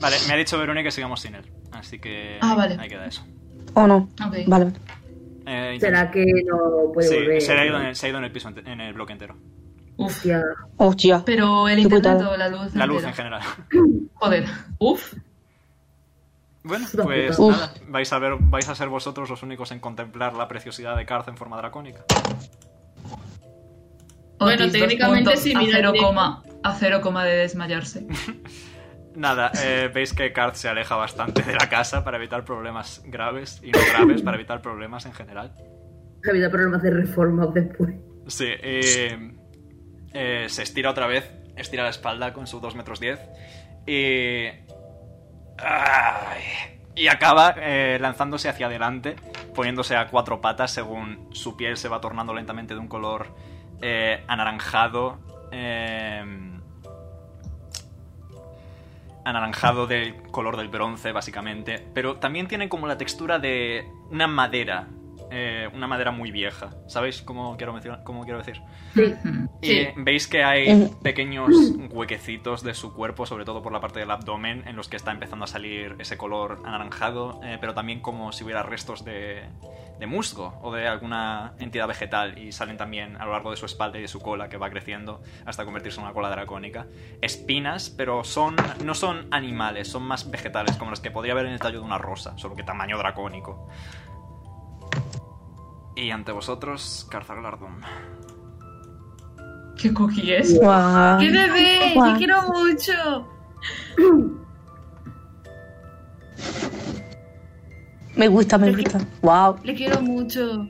Vale, me ha dicho Verónica que sigamos sin él. Así que Ah, vale. ahí queda eso. ¿O no? Ok. Vale. Eh, ¿Será que no puede sí, volver? se, ha ido en el, se ha ido en el piso, ente- en el bloque entero. Hostia. Hostia. Pero el Qué internet putada. o la luz. La luz entera. en general. Joder. Uf. Bueno, una pues putada. nada, vais a, ver, vais a ser vosotros los únicos en contemplar la preciosidad de Karth en forma dracónica. Bueno, Otis, dos técnicamente puntos, sí, a mira, cero tiene- coma- A cero coma de desmayarse. Nada, eh, veis que Karth se aleja bastante de la casa para evitar problemas graves y no graves, para evitar problemas en general. Ha habido problemas de reformas después. Sí, eh, eh, se estira otra vez, estira la espalda con sus 2 metros 10 y... Ay. y acaba eh, lanzándose hacia adelante, poniéndose a cuatro patas según su piel se va tornando lentamente de un color em, eh, anaranjado. eh, anaranjado del color del bronce, básicamente. Pero también tiene como la textura de una madera. eh, una madera muy vieja. ¿Sabéis cómo quiero, mencionar- cómo quiero decir? Hmm. Y Sí. eh, veis que hay Ujú. pequeños huequecitos de su cuerpo, sobre todo por la parte del abdomen, en los que está empezando a salir ese color anaranjado, eh, pero también como si hubiera restos de, de musgo o de alguna entidad vegetal y salen también a lo largo de su espalda y de su cola que va creciendo hasta convertirse en una cola dracónica. Espinas, pero son no son animales, son más vegetales, como las que podría haber en el tallo de una rosa, solo que tamaño dracónico. Y ante vosotros, Carzalardoom. ¿Qué cookie es? Guau. ¡Qué bebé! Guau. ¡Te quiero mucho! Me gusta, me gusta. Wow. Le quiero mucho.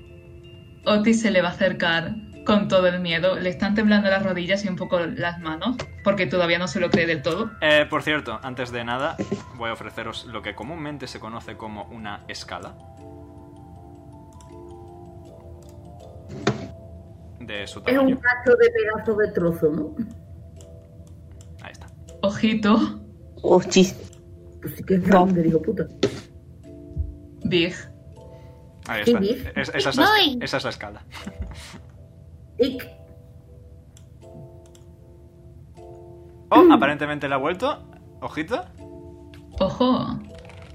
Otis se le va a acercar con todo el miedo. Le están temblando las rodillas y un poco las manos, porque todavía no se lo cree del todo. Eh, por cierto, antes de nada, voy a ofreceros lo que comúnmente se conoce como una escala. De su Es un tamaño. cacho de pedazo de trozo, ¿no? Ahí está. Ojito, Hostis. Pues sí que es grande, digo, puta. Big. Ahí Sí, está. bien. Es- esa, es la, Voy. esa es la escala. Ic. Oh, Mm. aparentemente la ha vuelto. Ojito. Ojo,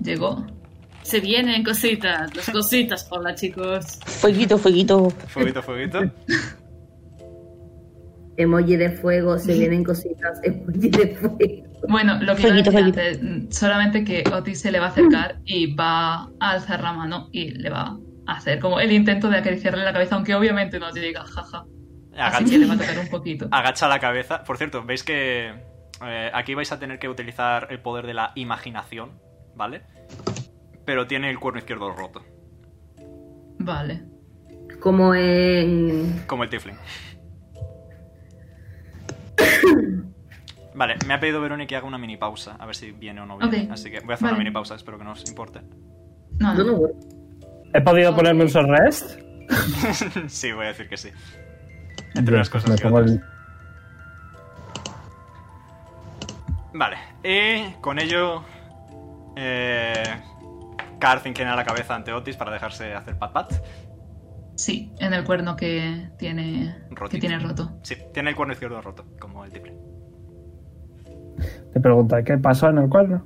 llegó. Se vienen cositas, las cositas. Hola, chicos. Fueguito, fueguito. Fueguito, fueguito. Emoji de fuego, se vienen cositas. Emoji de fuego. Bueno, lo que iba a decir antes, mm, solamente que Otis se le va a acercar y va a alzar la mano y le va a hacer como el intento de acariciarle la cabeza, aunque obviamente no llega, jaja. Así que le va a tocar un poquito. Agacha la cabeza. Por cierto, veis que eh, aquí vais a tener que utilizar el poder de la imaginación, ¿vale? Pero tiene el cuerno izquierdo roto, Vale. Como en. como el Tifling. Vale, me ha pedido Verónica que haga una mini pausa, a ver si viene o no viene. Ok. Así que voy a hacer una Vale. mini pausa, espero que no os importe. No, no. ¿He podido ponerme un short rest? sí, voy a decir que sí. Entre unas cosas Me que pongo el- Vale, y con ello. Eh, Karth inclina la cabeza ante Otis para dejarse hacer pat-pat. Sí, en el cuerno que tiene, que Rotito. tiene roto. Sí, tiene el cuerno izquierdo roto, como el triple. Te pregunta, ¿qué pasó en el cuerno?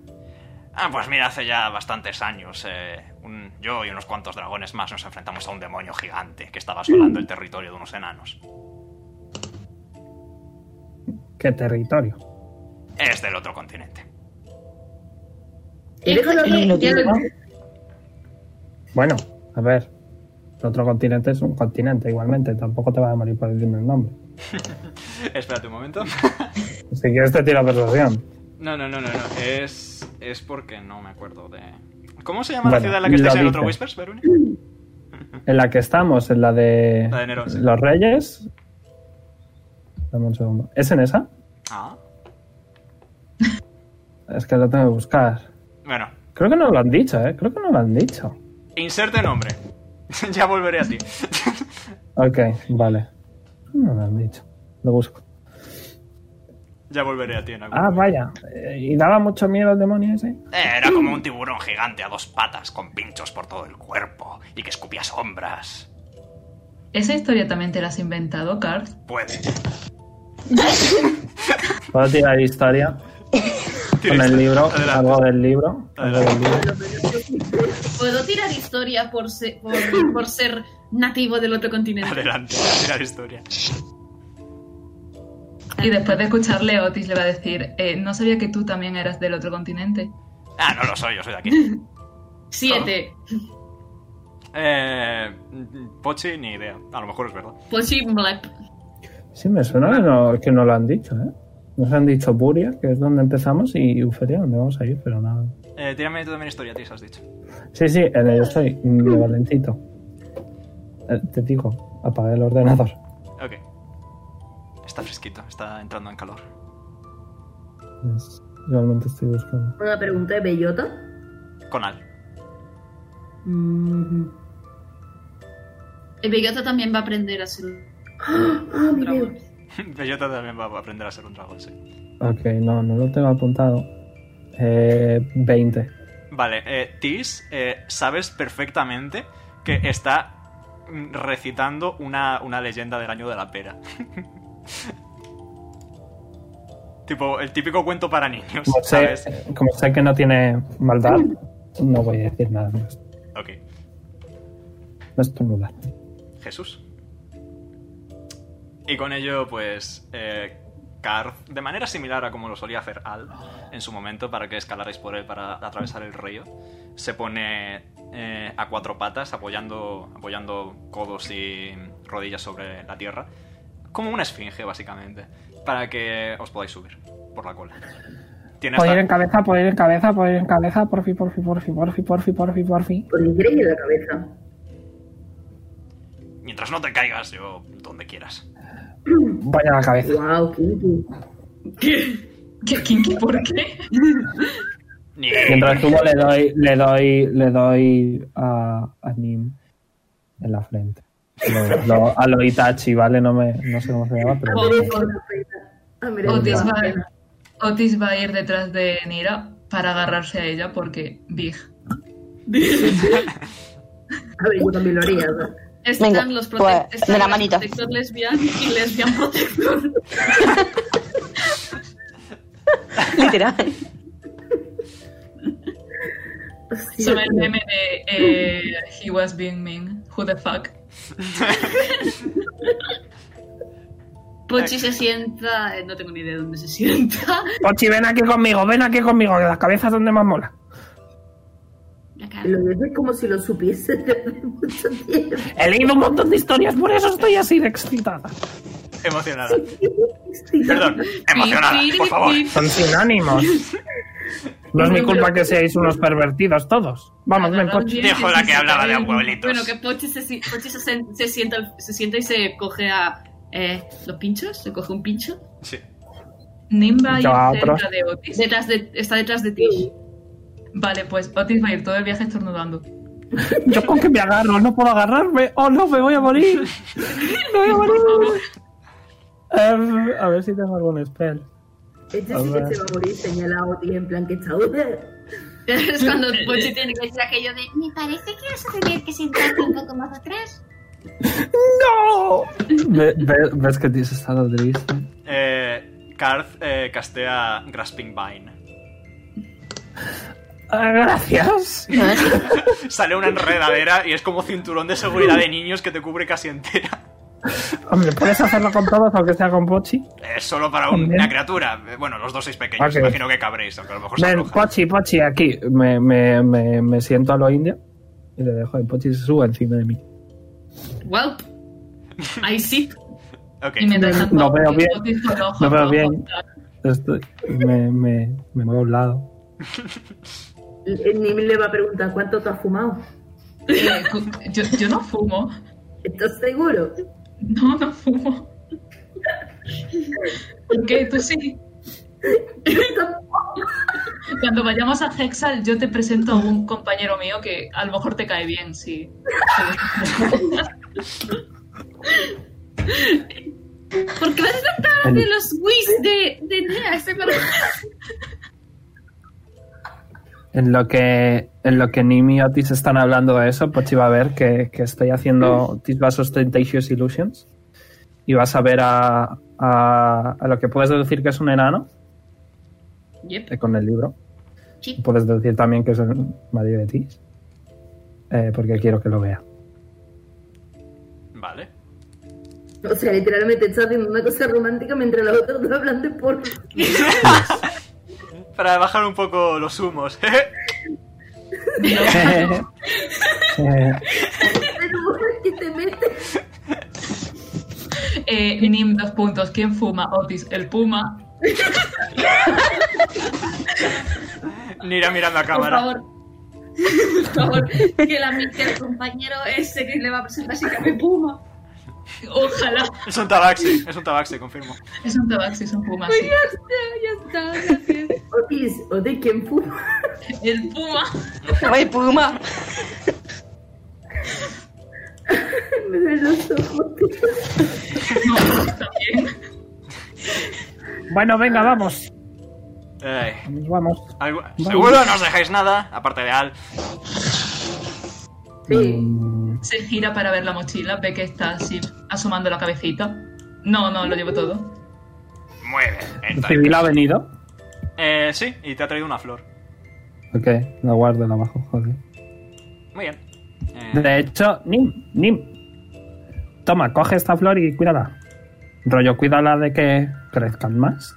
Ah, pues mira, hace ya bastantes años, eh, un- yo y unos cuantos dragones más nos enfrentamos a un demonio gigante que estaba asolando el territorio de unos enanos. ¿Qué territorio? Es del otro continente. ¿Eres una- Bueno, a ver. El otro continente es un continente igualmente. Tampoco te vas a morir por decirme el nombre. Espérate un momento. Si quieres te tiro persuasión. No, no, no, no, no. Es, es porque no me acuerdo de... ¿Cómo se llama la Bueno, ciudad en la que estáis lo en el otro dice. Whispers, Veruni? En la que estamos, en la de, La de Nerón, sí. los Reyes. Dame un segundo. ¿Es en esa? Ah. Es que lo tengo que buscar. Bueno, Creo que no lo han dicho, ¿eh? Creo que no lo han dicho. inserte nombre. ya volveré a ti. Ok, vale. No lo han dicho. Lo busco. ya volveré a ti en algún Ah, vaya. Eh, ¿Y daba mucho miedo el demonio ese? Eh, Era como un tiburón gigante a dos patas, con pinchos por todo el cuerpo y que escupía sombras. ¿Esa historia también te la has inventado, Carl? Puede. ¿Puedo tirar historia? Con el libro, algo del libro. Algo del libro. ¿Puedo tirar historia por ser, por, por ser nativo del otro continente? Adelante, mira la historia. Y después de escucharle, Otis le va a decir, eh, no sabía que tú también eras del otro continente. Ah, no lo soy, yo soy de aquí. Siete. Eh. Pochi, ni idea. A lo mejor es verdad. Pochi Mlep. Sí, me suena que no, que no lo han dicho, ¿eh? Nos han dicho Buria, que es donde empezamos, y Uferia, donde vamos a ir, pero nada. Eh, tírame tú también historia, tío, has dicho. Sí, sí, en ello estoy. Me valentito. Eh, te digo, apagué el ordenador. Ok. Está fresquito, está entrando en calor. Es- realmente estoy buscando. Una pregunta de bellota. Con Al. Mm, El Bellota también va a aprender a ser un Ah, dragón. Bellota también va a aprender a ser un dragón, sí. Ok, no, no lo tengo apuntado. Eh, 20. Vale, eh, Tis, eh, sabes perfectamente que está mm, recitando una, una leyenda del año de la pera. tipo, el típico cuento para niños, Como sé, Pues, ¿sabes? como sé que no tiene maldad, no voy a decir nada más. Ok, No es tu maldad. Jesús. Y con ello, pues, eh, Karth, de manera similar a como lo solía hacer Al en su momento, para que escalarais por él para atravesar el río, se pone eh, a cuatro patas, apoyando, apoyando codos y rodillas sobre la tierra, como una esfinge, básicamente, para que os podáis subir por la cola. Tiene Puedo ir hasta- en cabeza, puedo ir en cabeza, puedo ir en cabeza, por fin, por fin, por fin, por fin, por fin, por fin, por fin. Por increíble la cabeza. Mientras no te caigas, yo donde quieras. Voy a la cabeza. Wow, Kinky. ¿Qué? ¿Qué, Kinky, por qué? Mientras subo le doy, le doy, le doy a, a Nim en la frente. Lo- lo- a lo Itachi, ¿vale? No, me, no sé cómo se llama, pero... Ah, Otis va, Otis va a ir detrás de Nira para agarrarse a ella porque Big. A ver, yo también lo haría. ¿no? Están Venga, los prote- pues, están de la los manita. protector lesbian y lesbian protector. Literal. Son el meme de eh, He was being mean. Who the fuck? Pochi se sienta, eh, no tengo ni idea de dónde se sienta. Pochi, ven aquí conmigo, ven aquí conmigo, que las cabezas donde más mola. Lo dices como si lo supiese desde mucho tiempo. He leído un montón de historias, por eso estoy así de excitada. Emocionada. Perdón, emocionada, por favor. Son sinónimos. No es mi culpa que seáis unos pervertidos todos. Vamos, ven, Pochi. Dejo la que hablaba de abuelitos. Bueno, que Pochi se, si- Pochi se, sen- se sienta, se sienta y se coge a eh, los pinchos, se coge un pincho. Sí. Nimba va Yo a a ir cerca otros. de Otis. Detrás de, está detrás de ti. Vale, pues Otis va a ir todo el viaje estornudando. Yo con que me agarro, no puedo agarrarme. Oh no, me voy a morir. Me voy a morir. Eh, a ver si tengo algún spell. Este A sí que ver. se va a morir señalado Otis en plan que está Es cuando Pochi tiene que decir aquello de me parece que vas a tener que sentarte un poco más atrás. ¡No! Ve- ve- ¿Ves que tienes estado triste? Eh, Karth eh, castea Grasping Vine. Ah, gracias. Sale una enredadera y es como cinturón de seguridad de niños que te cubre casi entera. Hombre, ¿puedes hacerlo con todos, aunque sea con Pochi? Es solo para un- una criatura. Eh, Bueno, los dos sois pequeños, Ok. imagino que cabréis, aunque a lo mejor se Ven, arroja. Pochi, Pochi, aquí. Me, me, me, me siento a lo india y le dejo. Y Pochi se sube encima de mí. Welp. Ahí sí. Ok. Y mientras tanto, No veo bien. Otis con ojos No veo rojos, bien. Estoy- me, me, me muevo a un lado. Nim le va a preguntar cuánto te has fumado. eh, cu- yo, yo no fumo. ¿Estás seguro? No, no fumo. ¿Por qué? Tú sí. Cuando vayamos a Hexal, yo te presento a un compañero mío que a lo mejor te cae bien, sí. ¿Por qué vas a tratar de los whis de, de Nea? Estoy mal- En lo que, en lo que Nim y Otis están hablando de eso, Pochi va a ver que, que estoy haciendo Otis Vasos Tentacious Illusions. Y vas a ver a, a, a lo que puedes deducir que es un enano Yep. eh, con el libro. Sí. Puedes deducir también que es el marido de Tis. eh, porque quiero que lo vea. Vale. O sea, literalmente está haciendo una cosa romántica mientras la otra está hablando de porno. Para bajar un poco los humos. ¿eh? Eh, Pero bueno, ¿qué te metes? Eh, Nim, dos puntos. ¿Quién fuma? Otis, el puma. Nira mirando a Por cámara. favor. Por favor, que la mente del compañero ese que le va a presentar se llame Puma. Ojalá. Es un tabaxi, es un tabaxi, confirmo. Es un tabaxi, es un puma. Pues sí. ya está, ya está, gracias. Otis, Otis, ¿quién fuma? El puma. Oye, Puma. Me ven los ojos. No, está bien. Bueno, venga, vamos. Ay. Vamos. Algo- Seguro no os dejáis nada, aparte de Al. Mm, Se gira para ver la mochila, ve que está así asomando la cabecita. No, no, lo llevo todo. Muy bien. entonces. ¿Civil ha venido? Eh, sí, y te ha traído una flor. Ok, la guardo en abajo, joder. Muy bien. Eh, De hecho, Nim, Nim. Toma, coge esta flor y cuídala. Rollo, cuídala de que crezcan más.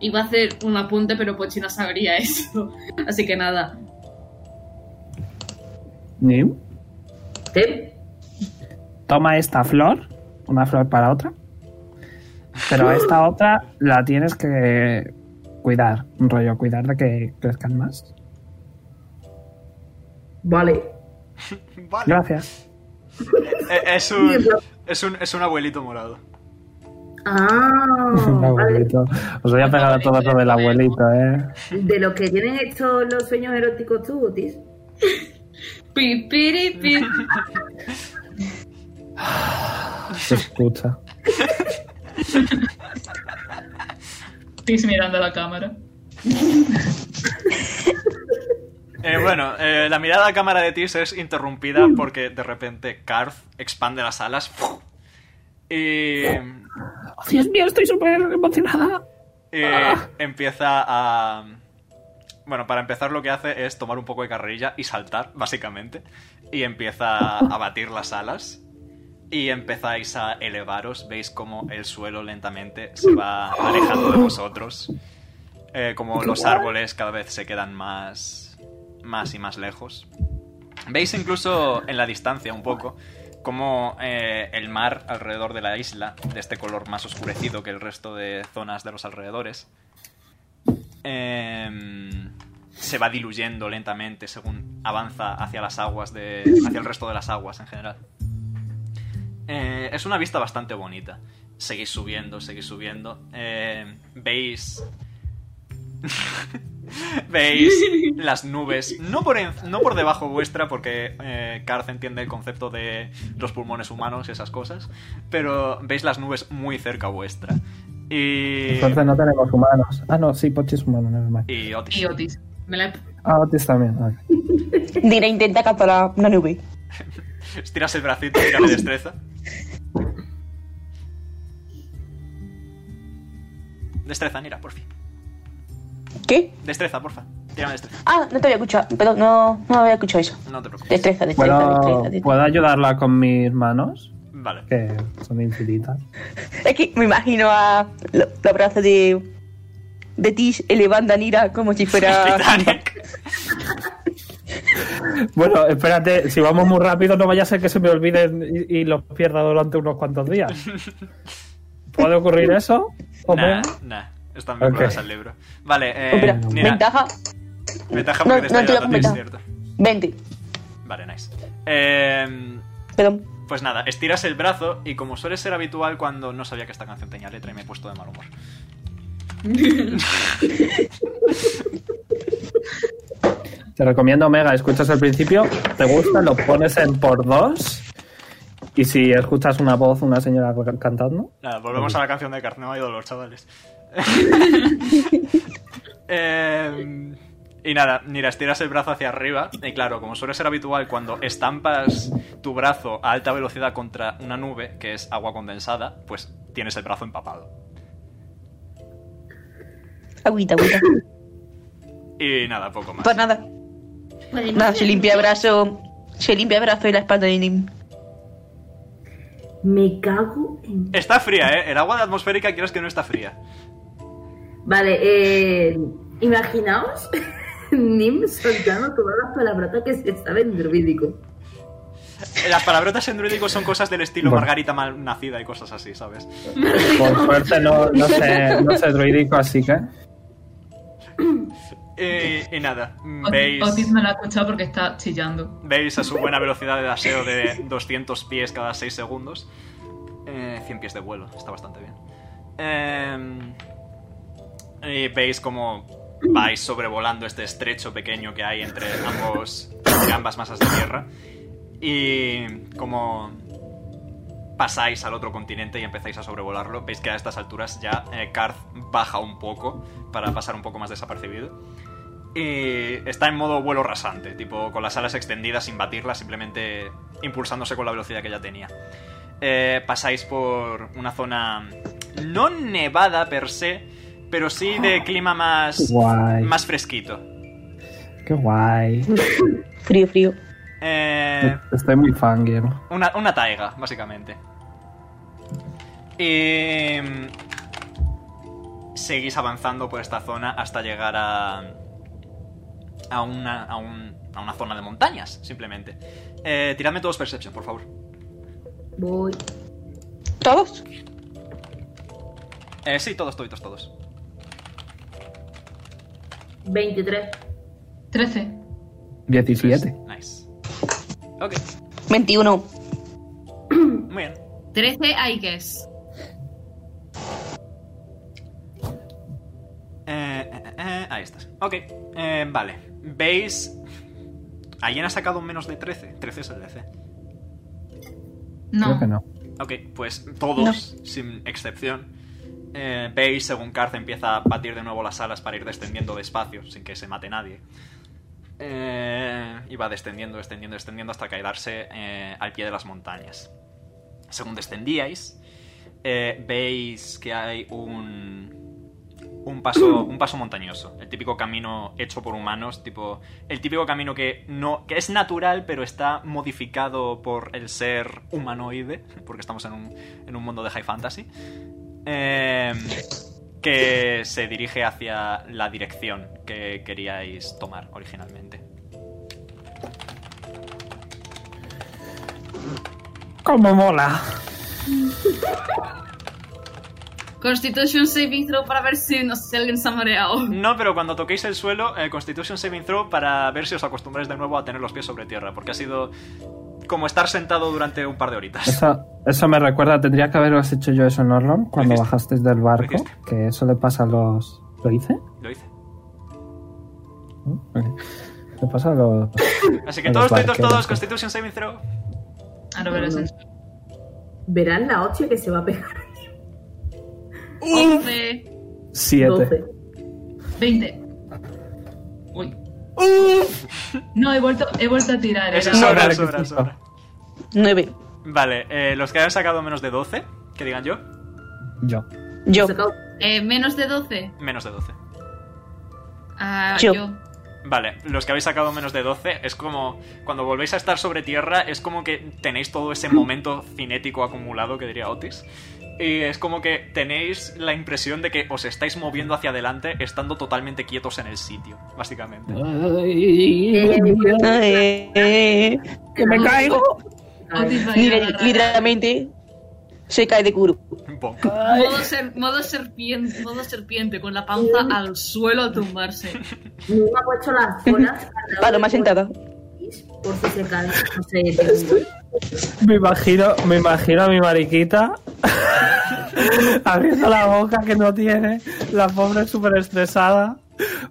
Iba a hacer un apunte, pero Pochi no sabría eso. Así que nada. Nim, ¿Qué? toma esta flor, una flor para otra. Pero esta otra la tienes que cuidar. Rollo, cuidar de que crezcan más. Vale. vale. Gracias. Eh, es, un, es, un, es un abuelito morado. Ah, Un abuelito. Os voy a pegar a todo lo del abuelito, eh. de los que tienen estos los sueños eróticos tú, Otis. Pi, piri, pi. Se escucha. Tis mirando a la cámara. Eh, bueno, eh, la mirada a cámara de Tis es interrumpida porque de repente Karth expande las alas. Y. Dios mío, estoy súper emocionada. y empieza a. Bueno, para empezar, lo que hace es tomar un poco de carrerilla y saltar, básicamente. Y empieza a batir las alas. Y empezáis a elevaros. Veis como el suelo lentamente se va alejando de vosotros. Eh, como los árboles cada vez se quedan más. más y más lejos. Veis incluso en la distancia un poco como eh, el mar alrededor de la isla, de este color más oscurecido que el resto de zonas de los alrededores, em, se va diluyendo lentamente según avanza hacia las aguas de, hacia el resto de las aguas en general. Eh, es una vista bastante bonita. Seguís subiendo, seguís subiendo. Eh, veis. veis las nubes. No por, en- no por debajo vuestra, porque eh, Karth entiende el concepto de los pulmones humanos y esas cosas. Pero veis las nubes muy cerca vuestra. Y. Entonces no tenemos humanos. Ah, no, sí, Pochi es humano, no es mal. Y Otis. Me la... Ah, Otis también. ok. Dina intenta capturar una nube. Estiras el bracito, tírame destreza. Destreza, Nira, por fin. ¿Qué? Destreza, porfa. Tírame destreza. Ah, no te había escuchado. Perdón, no, no había escuchado eso. No te preocupes. Destreza, destreza, ¿Puedo, destreza, destreza. ¿Puedo ayudarla con mis manos? Vale. Que son infinitas. Es que me imagino a lo- los brazos de. de Tish elevando a Nira como si fuera. Bueno, espérate, si vamos muy rápido, no vaya a ser que se me olviden y, y los pierda durante unos cuantos días. ¿Puede ocurrir eso? ¿O Nah, menos? nah. Están vinculadas al libro. Vale, eh. Espera, Nira, ventaja. ventaja porque No, te no te está lo he ayudando a ti, comentado. ¿cierto? 20. Vale, nice. Eh, Perdón. Pues nada, estiras el brazo y como suele ser habitual cuando no sabía que esta canción tenía letra y me he puesto de mal humor. Te recomiendo Omega, escuchas al principio, te gusta, lo pones en por dos. Y si escuchas una voz, una señora cantando. Nada, volvemos a la canción de Cartneo y dolor, chavales. Eh, y nada, mira, estiras el brazo hacia arriba. Y claro, como suele ser habitual, cuando estampas tu brazo a alta velocidad contra una nube, que es agua condensada, pues tienes el brazo empapado. Agüita, agüita. Y nada, poco más. Pues nada. Nada, se limpia el brazo. Se limpia el brazo y la espalda de Nim. Me cago en. Está fría, ¿eh? El agua atmosférica quieres que no está fría. Vale, eh, imaginaos Nim soltando todas las palabrotas que se sabe en druídico. Las palabrotas en druídico son cosas del estilo Margarita mal nacida y cosas así, ¿sabes? Por suerte no, no sé, no sé druídico, así que. Eh, Y, y nada, Otis, veis... Otis no la ha escuchado porque está chillando. Veis a su buena velocidad de aseo de 200 pies cada 6 segundos. Eh, 100 pies de vuelo, está bastante bien. Em, y veis como vais sobrevolando este estrecho pequeño que hay entre, ambos, entre ambas masas de tierra. Y como pasáis al otro continente y empezáis a sobrevolarlo. Veis que a estas alturas ya eh, Karth baja un poco para pasar un poco más desapercibido. Y está en modo vuelo rasante, tipo con las alas extendidas sin batirlas, simplemente impulsándose con la velocidad que ya tenía. Eh, pasáis por una zona no nevada per se, pero sí de clima más, Guay. más fresquito. Qué guay. Frío, frío. Eh, Estoy muy fangirl. una, una taiga, básicamente. Y mm, seguís avanzando por esta zona hasta llegar a a una, a un- a una zona de montañas, simplemente. Eh, tiradme todos Perception, por favor. Voy. ¿Todos? Eh, sí, todos, todos, todos. 23. 13. 17. Nice. Ok, 21. muy bien. 13, I guess. Eh, eh, eh, ahí estás. Ok, eh, vale. ¿Veis? ¿Alguien ha sacado un menos de 13? 13 es el DC. Creo que no. Ok, pues todos, sin excepción. Eh, veis según Karth empieza a batir de nuevo las alas para ir descendiendo despacio, sin que se mate nadie. Eh, y va descendiendo, descendiendo, descendiendo hasta quedarse eh, al pie de las montañas. Según descendíais, eh, veis que hay un, un, paso, un paso montañoso. El típico camino hecho por humanos, tipo el típico camino que, no, que es natural pero está modificado por el ser humanoide, porque estamos en un, en un mundo de high fantasy, eh, que se dirige hacia la dirección que queríais tomar originalmente. ¿Cómo mola? Constitution Saving Throw para ver si, no sé si alguien se ha mareado. No, pero cuando toquéis el suelo, eh, Constitution Saving Throw para ver si os acostumbráis de nuevo a tener los pies sobre tierra, porque ha sido como estar sentado durante un par de horitas. Eso, eso me recuerda, tendría que haberos hecho yo eso, Norlon, cuando bajasteis del barco, que eso le pasa a los... ¿Lo hice? Lo hice. Ok. Le pasa a los... Así que a los todos, todos, todos, barqueros. Constitution Saving Throw. Verán la hostia que se va a pegar. 11, Siete. 20. Uy. No, he vuelto, he vuelto a tirar. eh. Eso era- sobra, sobra, sobra. 9. Vale, eh, los que hayan sacado menos de 12, que digan yo, Yo. Yo. eh, menos de 12. menos de 12. Ah, Yo. yo. Vale, los que habéis sacado menos de 12 es como cuando volvéis a estar sobre tierra es como que tenéis todo ese momento cinético acumulado que diría Otis. Y es como que tenéis la impresión de que os estáis moviendo hacia adelante estando totalmente quietos en el sitio, básicamente. Eh, ¡Que me caigo! Liter- Literalmente se cae de culo. Modo, ser- modo serpiente, modo serpiente, con la panza al suelo a tumbarse. Me ha puesto las zonas Paloma sentada. por si se cae. No sé, tengo- Me imagino, me imagino a mi mariquita abriendo la boca que no tiene, la pobre súper estresada,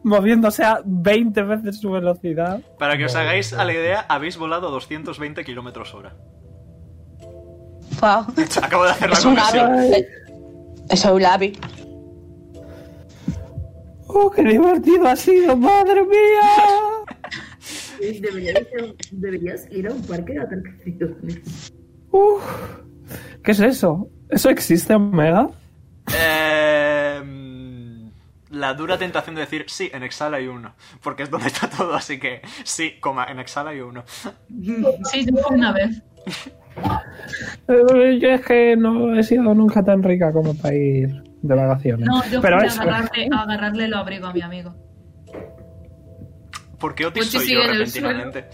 moviéndose a 20 veces su velocidad. Para que os hagáis a la idea, habéis volado 220 kilómetros hora. Wow. Acabo de hacer la Es un conversión. ave. Es un ave. ¡Oh, qué divertido ha sido! ¡Madre mía! Deberías, deberías ir a un parque de atracciones. Uf. ¿Qué es eso? ¿Eso existe, Omega? Eh, mm, la dura tentación de decir sí, en Exhala hay uno. Porque es donde está todo, así que sí, coma, en Exhala hay uno. Sí, yo fui una vez. Eh, Yo es que no he sido nunca tan rica como para ir de vacaciones. No, yo Pero fui a eso- agarrarle, a agarrarle lo abrigo a mi amigo. ¿Por qué Otis Otis soy sigue yo en el repentinamente?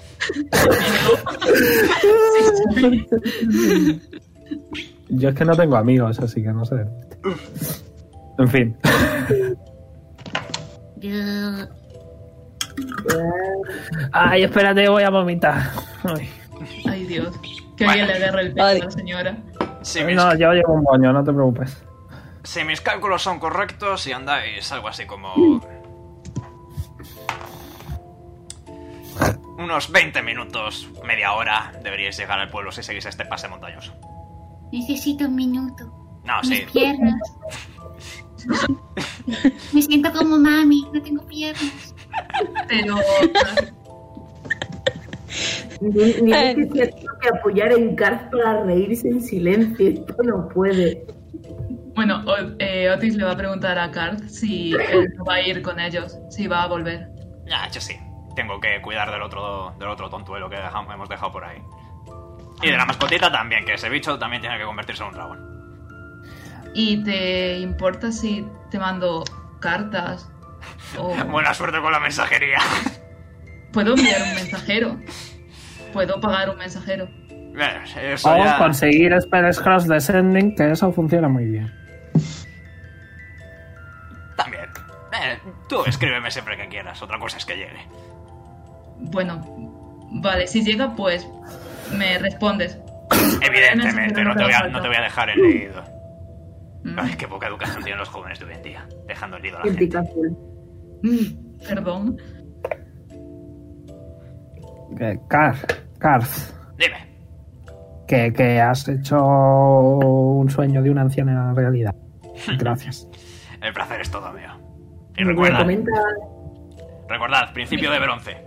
Yo es que no tengo amigos, así que no sé. En fin. Ay, espérate, voy a vomitar. Ay. Ay, Dios. Que bien le agarra el pecho a la señora. Si mis, No, yo llevo un moño, no te preocupes. si mis cálculos son correctos y andáis algo así como. Unos 20 minutos, media hora, deberíais llegar al pueblo si seguís este pase montañoso. Necesito un minuto. No, Mis sí. piernas. Me siento como mami, no tengo piernas. Pero Ni, ni es que se tiene que apoyar en Cars para reírse en silencio. Esto no puede. bueno, o- eh, Otis le va a preguntar a Card si él no va a ir con ellos, si va a volver. Ah, yo sí. Tengo que cuidar del otro, del otro tontuelo que dejamos, hemos dejado por ahí. Y de la mascotita también, que ese bicho también tiene que convertirse en un dragón. ¿Y te importa si te mando cartas? O... Buena suerte con la mensajería. Puedo enviar un mensajero. Puedo pagar un mensajero. Bueno, eso O ya- conseguir spells cross descending, que eso funciona muy bien. También. Eh, tú escríbeme siempre que quieras, otra cosa es que llegue. Bueno, vale, si llega, pues me respondes. Evidentemente, no te voy a, no te voy a dejar en leído. Mm. Ay, qué poca educación tienen los jóvenes de hoy en día, dejando el leído a la gente. Mm, Perdón. Eh, Car, Carth, Dime, que, que has hecho un sueño de una anciana realidad. Gracias. el placer es todo mío. Y Me recuerda, comenta- recordad, principio de bronce.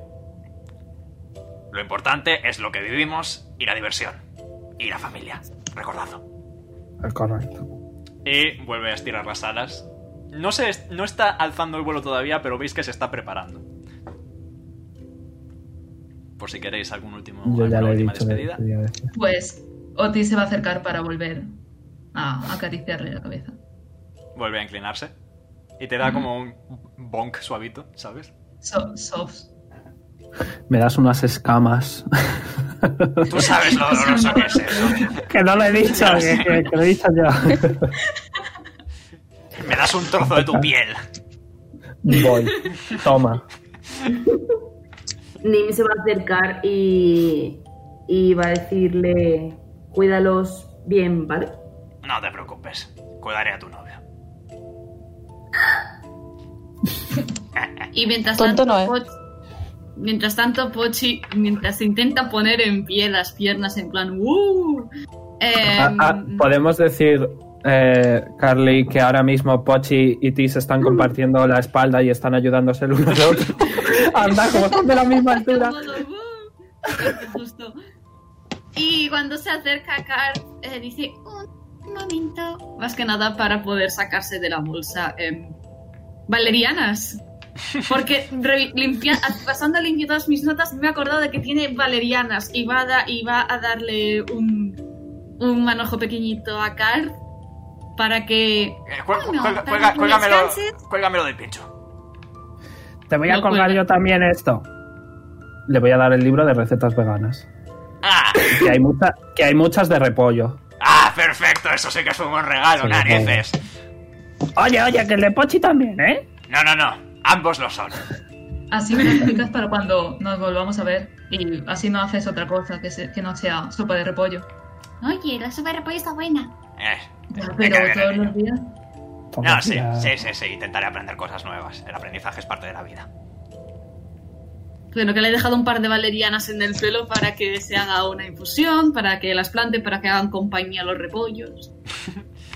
Lo importante es lo que vivimos y la diversión. Y la familia, recordadlo. Es correcto. Y vuelve a estirar las alas. No, se, no está alzando el vuelo todavía, pero veis que se está preparando. Por si queréis algún último, Yo ya alguna le he última dicho. eh, que despedida. quería decir. Pues Otis se va a acercar para volver a acariciarle la cabeza. Vuelve a inclinarse. Y te da como un bonk suavito, ¿sabes? So- softs. Me das unas escamas. Tú sabes lo doloroso que es eso. que no lo he dicho, que, que- que lo he dicho yo. Me das un trozo de tu piel. Voy. Toma. Nim se va a acercar y, y va a decirle, cuídalos bien, ¿vale? No te preocupes. Cuidaré a tu novio. Y mientras Tonto ¿eh? tanto, Poch- mientras tanto, Pochi, mientras intenta poner en pie las piernas en plan, ¡uh! eh, Ah, ah, Em, Podemos decir, eh, Carly, que ahora mismo Pochi y Tis están compartiendo la espalda y están ayudándose el uno al otro. Anda, como son de la misma altura. justo. Y cuando se acerca a Car, eh, dice, un momento. Más que nada para poder sacarse de la bolsa em, valerianas. Porque re- limpia- pasando limpio todas mis notas me he acordado de que tiene valerianas y va a, da- y va a darle un, un manojo pequeñito a Car para que... Eh, cuel- Bueno, para cuelga- cuelga- que cuélgamelo, descanses. cuélgamelo del pincho. Te voy a No colgar yo también esto. Le voy a dar el libro de recetas veganas. Que hay, mucha- que hay muchas de repollo. ¡Ah, perfecto! Eso sí que es un buen regalo, Sí, narices. Oye, oye, que el de Pochi también, ¿eh? No, no, no. Ambos lo son. Así me lo explicas para cuando nos volvamos a ver y así no haces otra cosa que, se- que no sea sopa de repollo. Oye, la sopa de repollo está buena. Eh, Ya, me Pero cago en el todos niño. los días. No, Ah, sí, sí, sí, sí. Intentaré aprender cosas nuevas. El aprendizaje es parte de la vida. Bueno, que le he dejado un par de valerianas en el pelo para que se haga una infusión, para que las plante, para que hagan compañía a los repollos.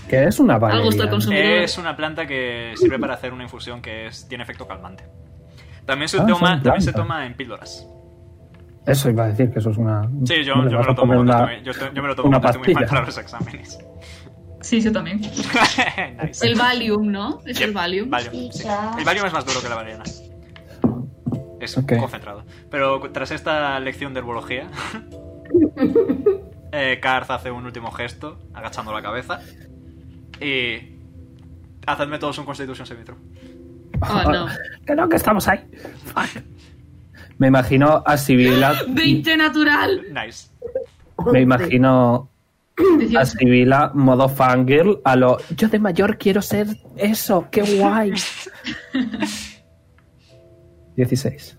Que es una Al gusto del valeriana. consumidor. Es una planta que sirve para hacer una infusión que es, tiene efecto calmante. También se, Ah, toma, son también se plantas. toma en píldoras. Eso iba a decir que eso es una. Sí, yo, no le yo me vas lo a tomo poner cuando una- estoy- yo, estoy- yo me lo tomo una cuando estoy muy mal pastilla. para los exámenes. Sí, yo también. Nice. El Valium, ¿no? Es el Valium. Valium, sí. El Valium es más duro que la valeriana. Es Ok. concentrado. Pero tras esta lección de herbología, eh, Karth hace un último gesto, agachando la cabeza. Y. Hacedme todos un Constitution Saving throw. Oh, no. Que no, que estamos ahí. Fuck. Me imagino a Sibila. 20 natural. Nice. Me imagino a Sibila modo fangirl a lo. Yo de mayor quiero ser eso, qué guay. 16.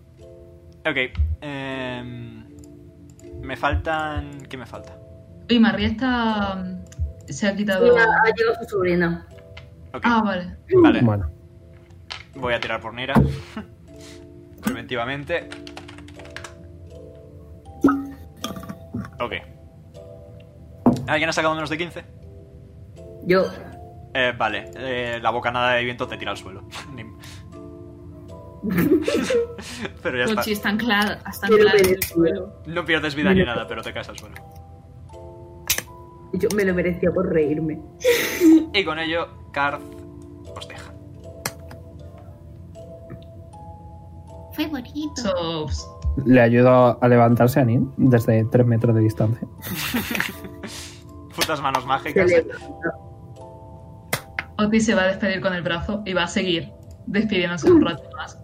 Ok. em, me faltan. ¿Qué me falta? Y María está... mm, Se ha quitado... Y ha, ha llegado su sobrina. Ah, vale. Vale. Bueno. Voy a tirar por Nira. Preventivamente. Ok. ¿Alguien ha sacado menos de 15? Yo. Eh, vale, eh, la bocanada de viento te tira al suelo. Ni- pero ya está. Pochi está anclada. Está Pero anclada en el merecido. suelo. No pierdes vida ni nada, pero te caes al suelo. Yo me lo merecía por reírme. Y con ello, Karth os deja. Fue bonito. Le ayudo a levantarse a Nin desde 3 metros de distancia. Putas manos mágicas. Otis se va a despedir con el brazo y va a seguir despidiéndose un rato más.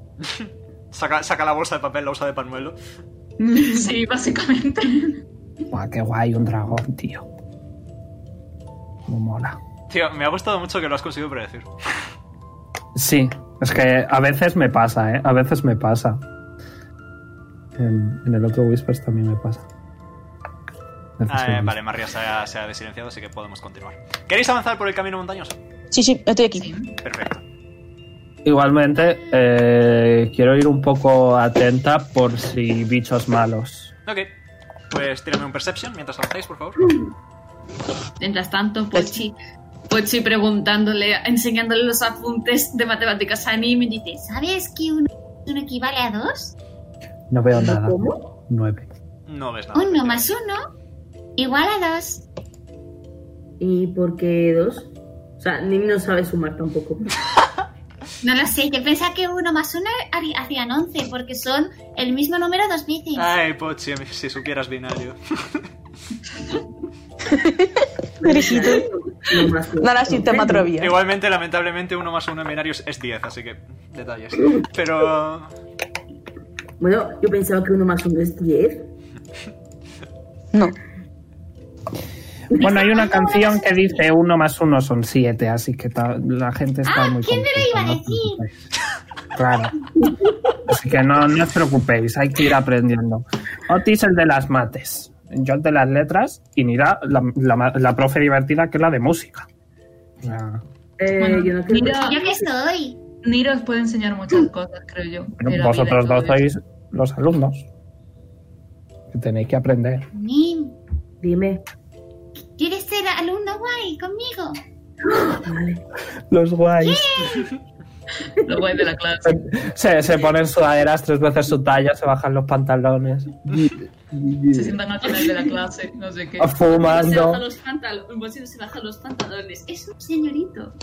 Saca, saca la bolsa de papel, la usa de panuelo. Sí, básicamente. Buah, qué guay, un dragón, tío. Me mola. Tío, me ha gustado mucho que lo has conseguido predecir. Sí, es que a veces me pasa, ¿eh? A veces me pasa. En, en el otro Whispers también me pasa. Ah, eh, vale, María se ha, se ha desilenciado, así que podemos continuar. ¿Queréis avanzar por el camino montañoso? Sí, sí, estoy aquí. Perfecto. Igualmente, eh, quiero ir un poco atenta por si bichos malos. Ok, pues tírame un Perception mientras avanzáis, por favor. Mientras tanto, Pochi, Pochi preguntándole, enseñándole los apuntes de matemáticas a Nim y dice, ¿Sabes que uno, uno equivale a dos? No veo nada. Nueve. Oh, No ves nada. Uno más uno igual a dos. ¿Y por qué dos? O sea, Nim no sabe sumar tampoco. No lo sé, yo pensaba que uno más uno hari- hacían once, porque son el mismo número dos veces. Ay, Pochi, si supieras binario. Nada, sí, te matrovía. Igualmente, lamentablemente, uno más uno en binarios es 10, así que detalles. Pero Bueno, yo pensaba que uno más uno es diez. No. Bueno, hay una canción que dice uno más uno son siete, así que ta- la gente está muy Ah, ¿Quién me lo iba a contenta, decir? ¿no? Claro. Así que no, no os preocupéis, hay que ir aprendiendo. Otis el de las mates, yo el de las letras y Nira la, la ma- la profe divertida que es la de música. Ya. Eh, yo no creo Niro, Yo que estoy. Niro os puede enseñar muchas cosas, creo yo. Bueno, de la vosotros vida y dos todo eso. sois los alumnos que tenéis que aprender. Nim, Dime. ¿quieres ser alumno guay conmigo? Los guays. Lo guay de la clase. Se, se ponen sudaderas tres veces su talla, se bajan los pantalones. Se sientan al final de la clase, no sé qué. Ah. se Fumando. baja los pantalones, Pochi se baja los pantalones, es un señorito.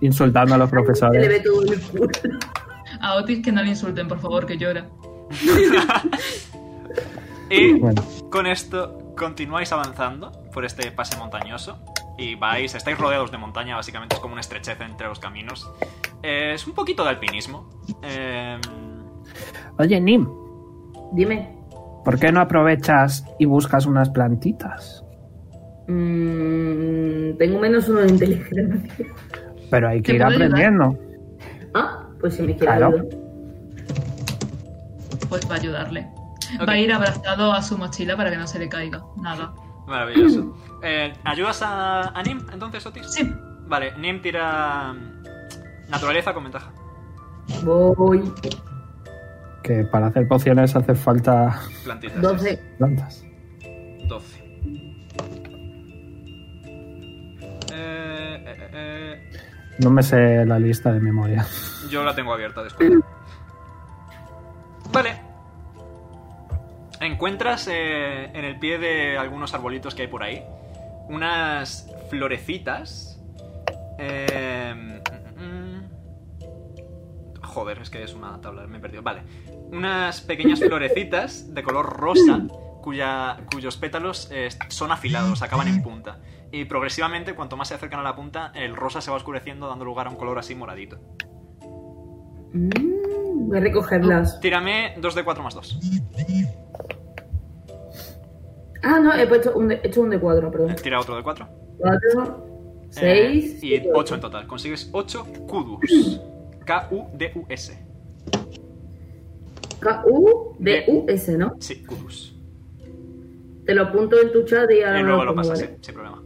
insultando a los profesores. todo A Otis que no le insulten, por favor, que llora. Y Bueno. con esto continuáis avanzando por este pase montañoso y vais, estáis rodeados de montaña, básicamente es como una estrechez entre los caminos. Eh, es un poquito de alpinismo. Eh, Oye, Nim, Dime. ¿por qué no aprovechas y buscas unas plantitas? Mm, tengo menos uno de inteligencia. Pero hay que ¿Te ir puedo ayudar? aprendiendo. Ah, pues si me quieres Claro. ayudar. Pues va a ayudarle. Va a ir abrazado a su mochila para que no se le caiga. Nada. maravilloso. Eh, ¿Ayudas a, a Nim entonces, Otis? Sí. Vale, Nim tira mm, naturaleza con ventaja. Voy. Que para hacer pociones hace falta Plantitas. 12. plantas. 12. Eh, eh, eh, No me sé la lista de memoria. yo la tengo abierta después. Vale. Encuentras eh, en el pie de algunos arbolitos que hay por ahí unas florecitas. Eh, mm, joder, es que es una tabla, me he perdido. Vale. Unas pequeñas florecitas de color rosa cuya, cuyos pétalos eh, son afilados, acaban en punta. Y progresivamente, cuanto más se acercan a la punta, el rosa se va oscureciendo dando lugar a un color así moradito. Mm, voy a recogerlas. Tírame 2 de 4 más 2. Ah, no, he puesto un de, he hecho un de cuatro, perdón. Eh, Tira otro de 4. Cuatro, seis. Eh, y 8 en total. Consigues 8 Kudus. K-U-D-U-S. K-U de U-S, ¿no? Sí, Kudus. Te lo apunto en tu chat y ahora Y me luego lo pongo, pasas, ¿vale? sí, sin problema.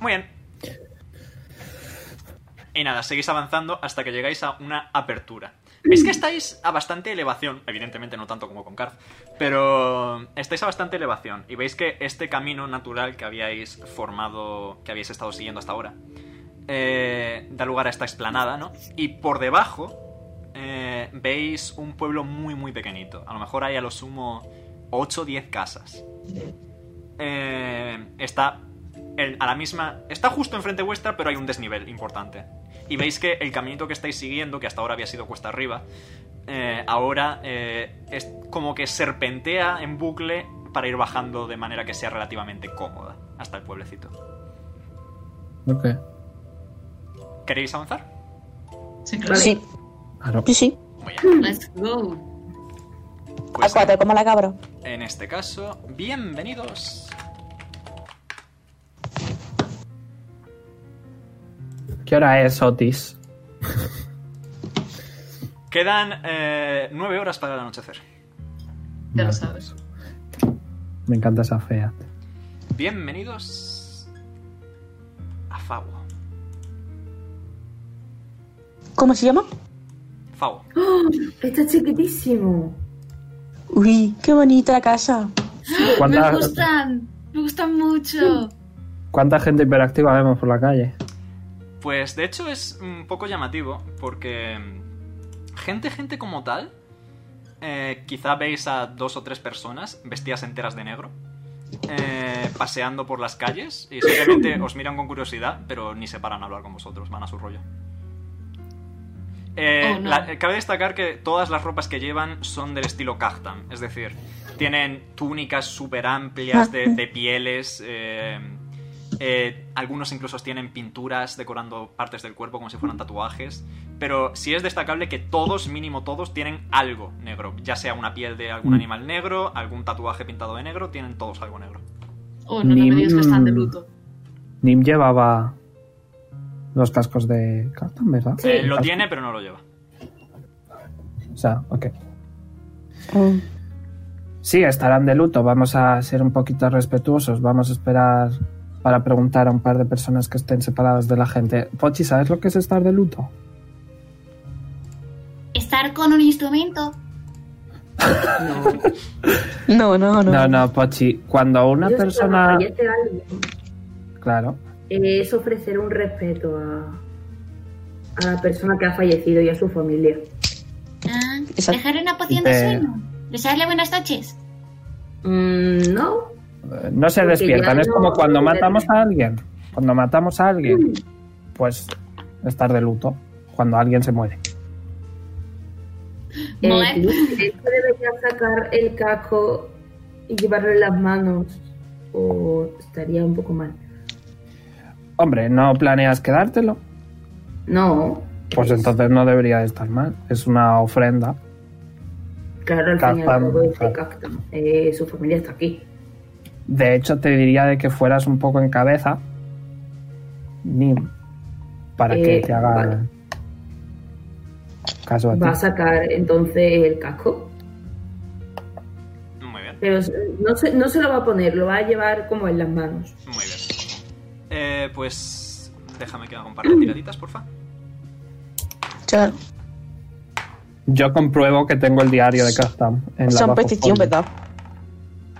Muy bien. Y nada, seguís avanzando hasta que llegáis a una apertura. Es que estáis a bastante elevación, evidentemente no tanto como con Karth, pero estáis a bastante elevación y veis que este camino natural que habíais formado, que habéis estado siguiendo hasta ahora, eh, da lugar a esta explanada, ¿no? Y por debajo eh, veis un pueblo muy, muy pequeñito. A lo mejor hay a lo sumo 8 o 10 casas. Eh, está el- a la misma. Está justo enfrente vuestra, pero hay un desnivel importante. Y veis que el caminito que estáis siguiendo, que hasta ahora había sido cuesta arriba, eh, ahora eh, es como que serpentea en bucle para ir bajando de manera que sea relativamente cómoda hasta el pueblecito. Ok. ¿Queréis avanzar? Sí, claro. Sí. Claro. Sí, sí. Let's go. Pues a cuatro, como la cabra. En este caso, bienvenidos. ¿Qué hora es, Otis? Quedan eh, nueve horas para el anochecer. Ya lo sabes. Me encanta esa fea. Bienvenidos a Fago. ¿Cómo se llama? Fago. ¡Oh! Está chiquitísimo. Uy, qué bonita la casa. ¿Cuánta- Me gustan. Me gustan mucho. ¿Cuánta gente hiperactiva vemos por la calle? Pues de hecho es un poco llamativo porque mm, gente, gente como tal, eh, quizá veis a dos o tres personas vestidas enteras de negro eh, paseando por las calles y simplemente os miran con curiosidad, pero ni se paran a hablar con vosotros, van a su rollo. Eh, Oh, no. la- eh, cabe destacar que todas las ropas que llevan son del estilo Kaftan, es decir, tienen túnicas súper amplias de, de pieles, eh, eh, algunos incluso tienen pinturas decorando partes del cuerpo como si fueran tatuajes, pero sí es destacable que todos, mínimo todos, tienen algo negro, ya sea una piel de algún Mm. animal negro, algún tatuaje pintado de negro, tienen todos algo negro. Oh, no, no me Nim- digas que están de luto. Nim llevaba los cascos de cartón, ¿verdad? Eh, lo tiene pero no lo lleva. O sea, ok. Mm. Sí, estarán de luto. Vamos a ser un poquito respetuosos. Vamos a esperar para preguntar a un par de personas que estén separadas de la gente. Pochi, ¿sabes lo que es estar de luto? Estar con un instrumento. No, no, no. No, no, Pochi. Cuando una persona... Yo sé, alguien, Claro. eh, este es ofrecer un respeto a, a la persona que ha fallecido y a su familia. Ah, Exacto. dejar una poción de Eh. sueño. Desearle buenas noches. Mm, no. Eh, No se Porque despiertan. ya Es no- Mm. como cuando matamos a alguien. Cuando matamos a alguien, pues estar de luto. Cuando alguien se muere. Eh, Moe. Clint, él debería sacar el casco y llevarlo en las manos o estaría un poco mal. Hombre, ¿no planeas quedártelo? No. Pues entonces no debería de estar mal. Es una ofrenda. Claro, al fin y al Captam, cabo es de Captam. Eh, su familia está aquí. De hecho, te diría de que fueras un poco en cabeza. Nim. Para Eh, que te haga vale. caso a ti. Va a sacar entonces el casco. Muy bien. Pero eh, no se, no se lo va a poner, lo va a llevar como en las manos. Muy bien. Eh, pues déjame que haga un par de tiraditas, porfa. Yo compruebo que tengo el diario de Castam. En la Son bajo petición, fondo. ¿verdad?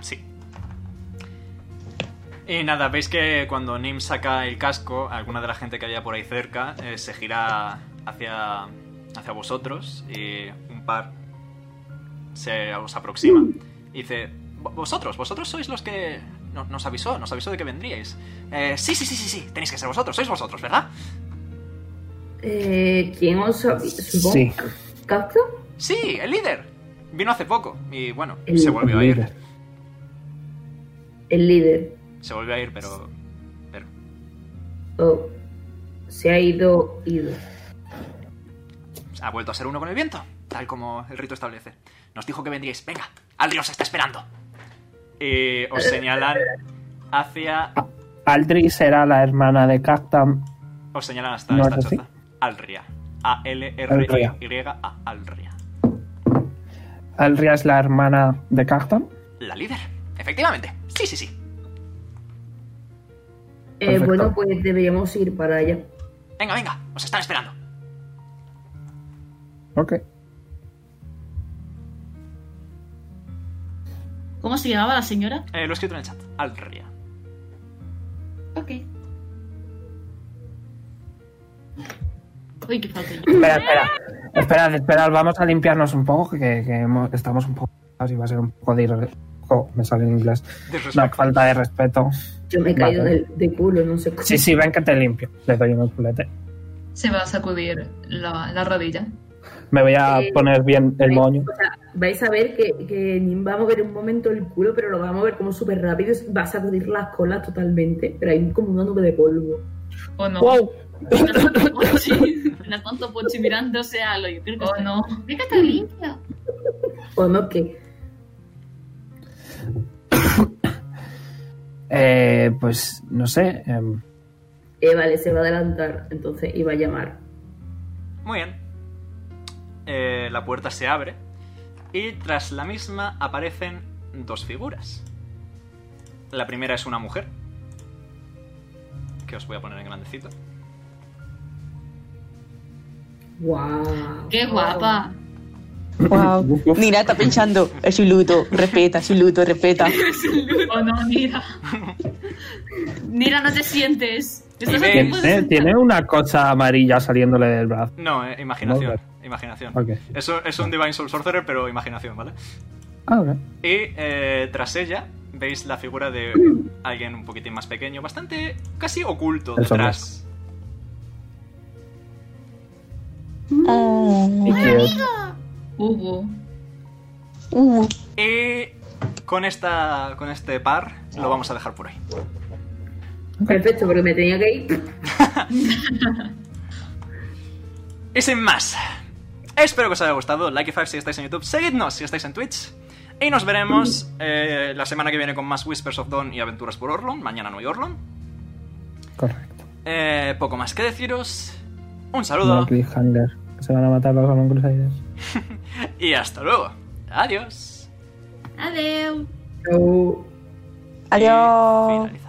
Sí. Y nada, veis que cuando Nim saca el casco, alguna de la gente que haya por ahí cerca eh, se gira hacia, hacia vosotros y un par se os aproxima y dice, "Vo- vosotros, vosotros sois los que no- nos avisó, nos avisó de que vendríais. Eh, sí, sí, sí, sí, sí, tenéis que ser vosotros, sois vosotros, ¿verdad? Eh, ¿Quién os ha- supongo? Sí. ¿Captam? Sí, el líder. Vino hace poco y bueno, El- se volvió a ir. El líder. Se volvió a ir, pero... pero Oh, se ha ido, ido. ha vuelto a ser uno con el viento, tal como el rito establece. Nos dijo que vendríais. Venga, Aldrin os está esperando. Y os Eh, señalan hacia... Aldri será la hermana de Castam. Os señalan hasta ¿No esta es así? choza. Alria. A-L-R-Y-A. Alria. Aldria es la hermana de Castam. La líder. Efectivamente. Sí, sí, sí. Eh, Perfecto. bueno, pues deberíamos ir para allá. Venga, venga. Os están esperando. Ok. ¿Cómo se llamaba la señora? Eh, lo he escrito en el chat. Alria. Ok. Uy, qué falta yo. Espera, espera. Esperad, esperad, vamos a limpiarnos un poco, que, que hemos- estamos un poco. Y va a ser un poco de. irre- jo, me sale en inglés. Una falta de respeto. Yo me he caído Vale. del- de, culo, no sé cómo. Sí, sí, ven que te limpio. Le doy un culete. Se va a sacudir la, la rodilla. Me voy a Eh, poner bien el moño. O sea, vais a ver que, que Nim va a mover un momento el culo, pero lo va a mover como súper rápido. y Va a sacudir las colas totalmente, pero hay como una nube de polvo. ¿O no? ¡Wow! Mientras tanto, Pochi mirándose a lo yo creo que ¿O no? Creo que está limpio. ¿O no qué? Eh, pues no sé. em, Eh, vale, se va a adelantar, entonces iba a llamar. Muy bien. Eh, la puerta se abre y tras la misma aparecen dos figuras. La primera es una mujer, que os voy a poner en grandecito. ¡Wow! ¡Qué guapa! Wow. Mira, está pinchando. Es un luto, respeta, es un luto, respeta. ¿O no, Nira? Oh, Nira, no te sientes. Estás a tiempo de ¿Tiene, tiene una cosa amarilla saliéndole del brazo. No, eh, imaginación. No, Imaginación. Ok. Eso es un Divine Soul Sorcerer, pero imaginación, ¿vale? Ah, ok. Y eh, tras ella veis la figura de alguien un poquitín más pequeño, bastante casi oculto El sombra. detrás. Oh. Qué cute. Hugo. Uh. Y con esta con este par lo vamos a dejar por ahí. Perfecto, porque me tenía que ir. Y sin más, espero que os haya gustado. Like y five si estáis en YouTube, seguidnos si estáis en Twitch. Y nos veremos eh, la semana que viene con más Whispers of Dawn y aventuras por Orlon. Mañana no hay Orlon. Correcto. Eh, poco más que deciros. Un No, saludo cliffhanger. Se van a matar los Golden Crusaders. y hasta luego. Adiós. Adeu. Chao. Adiós.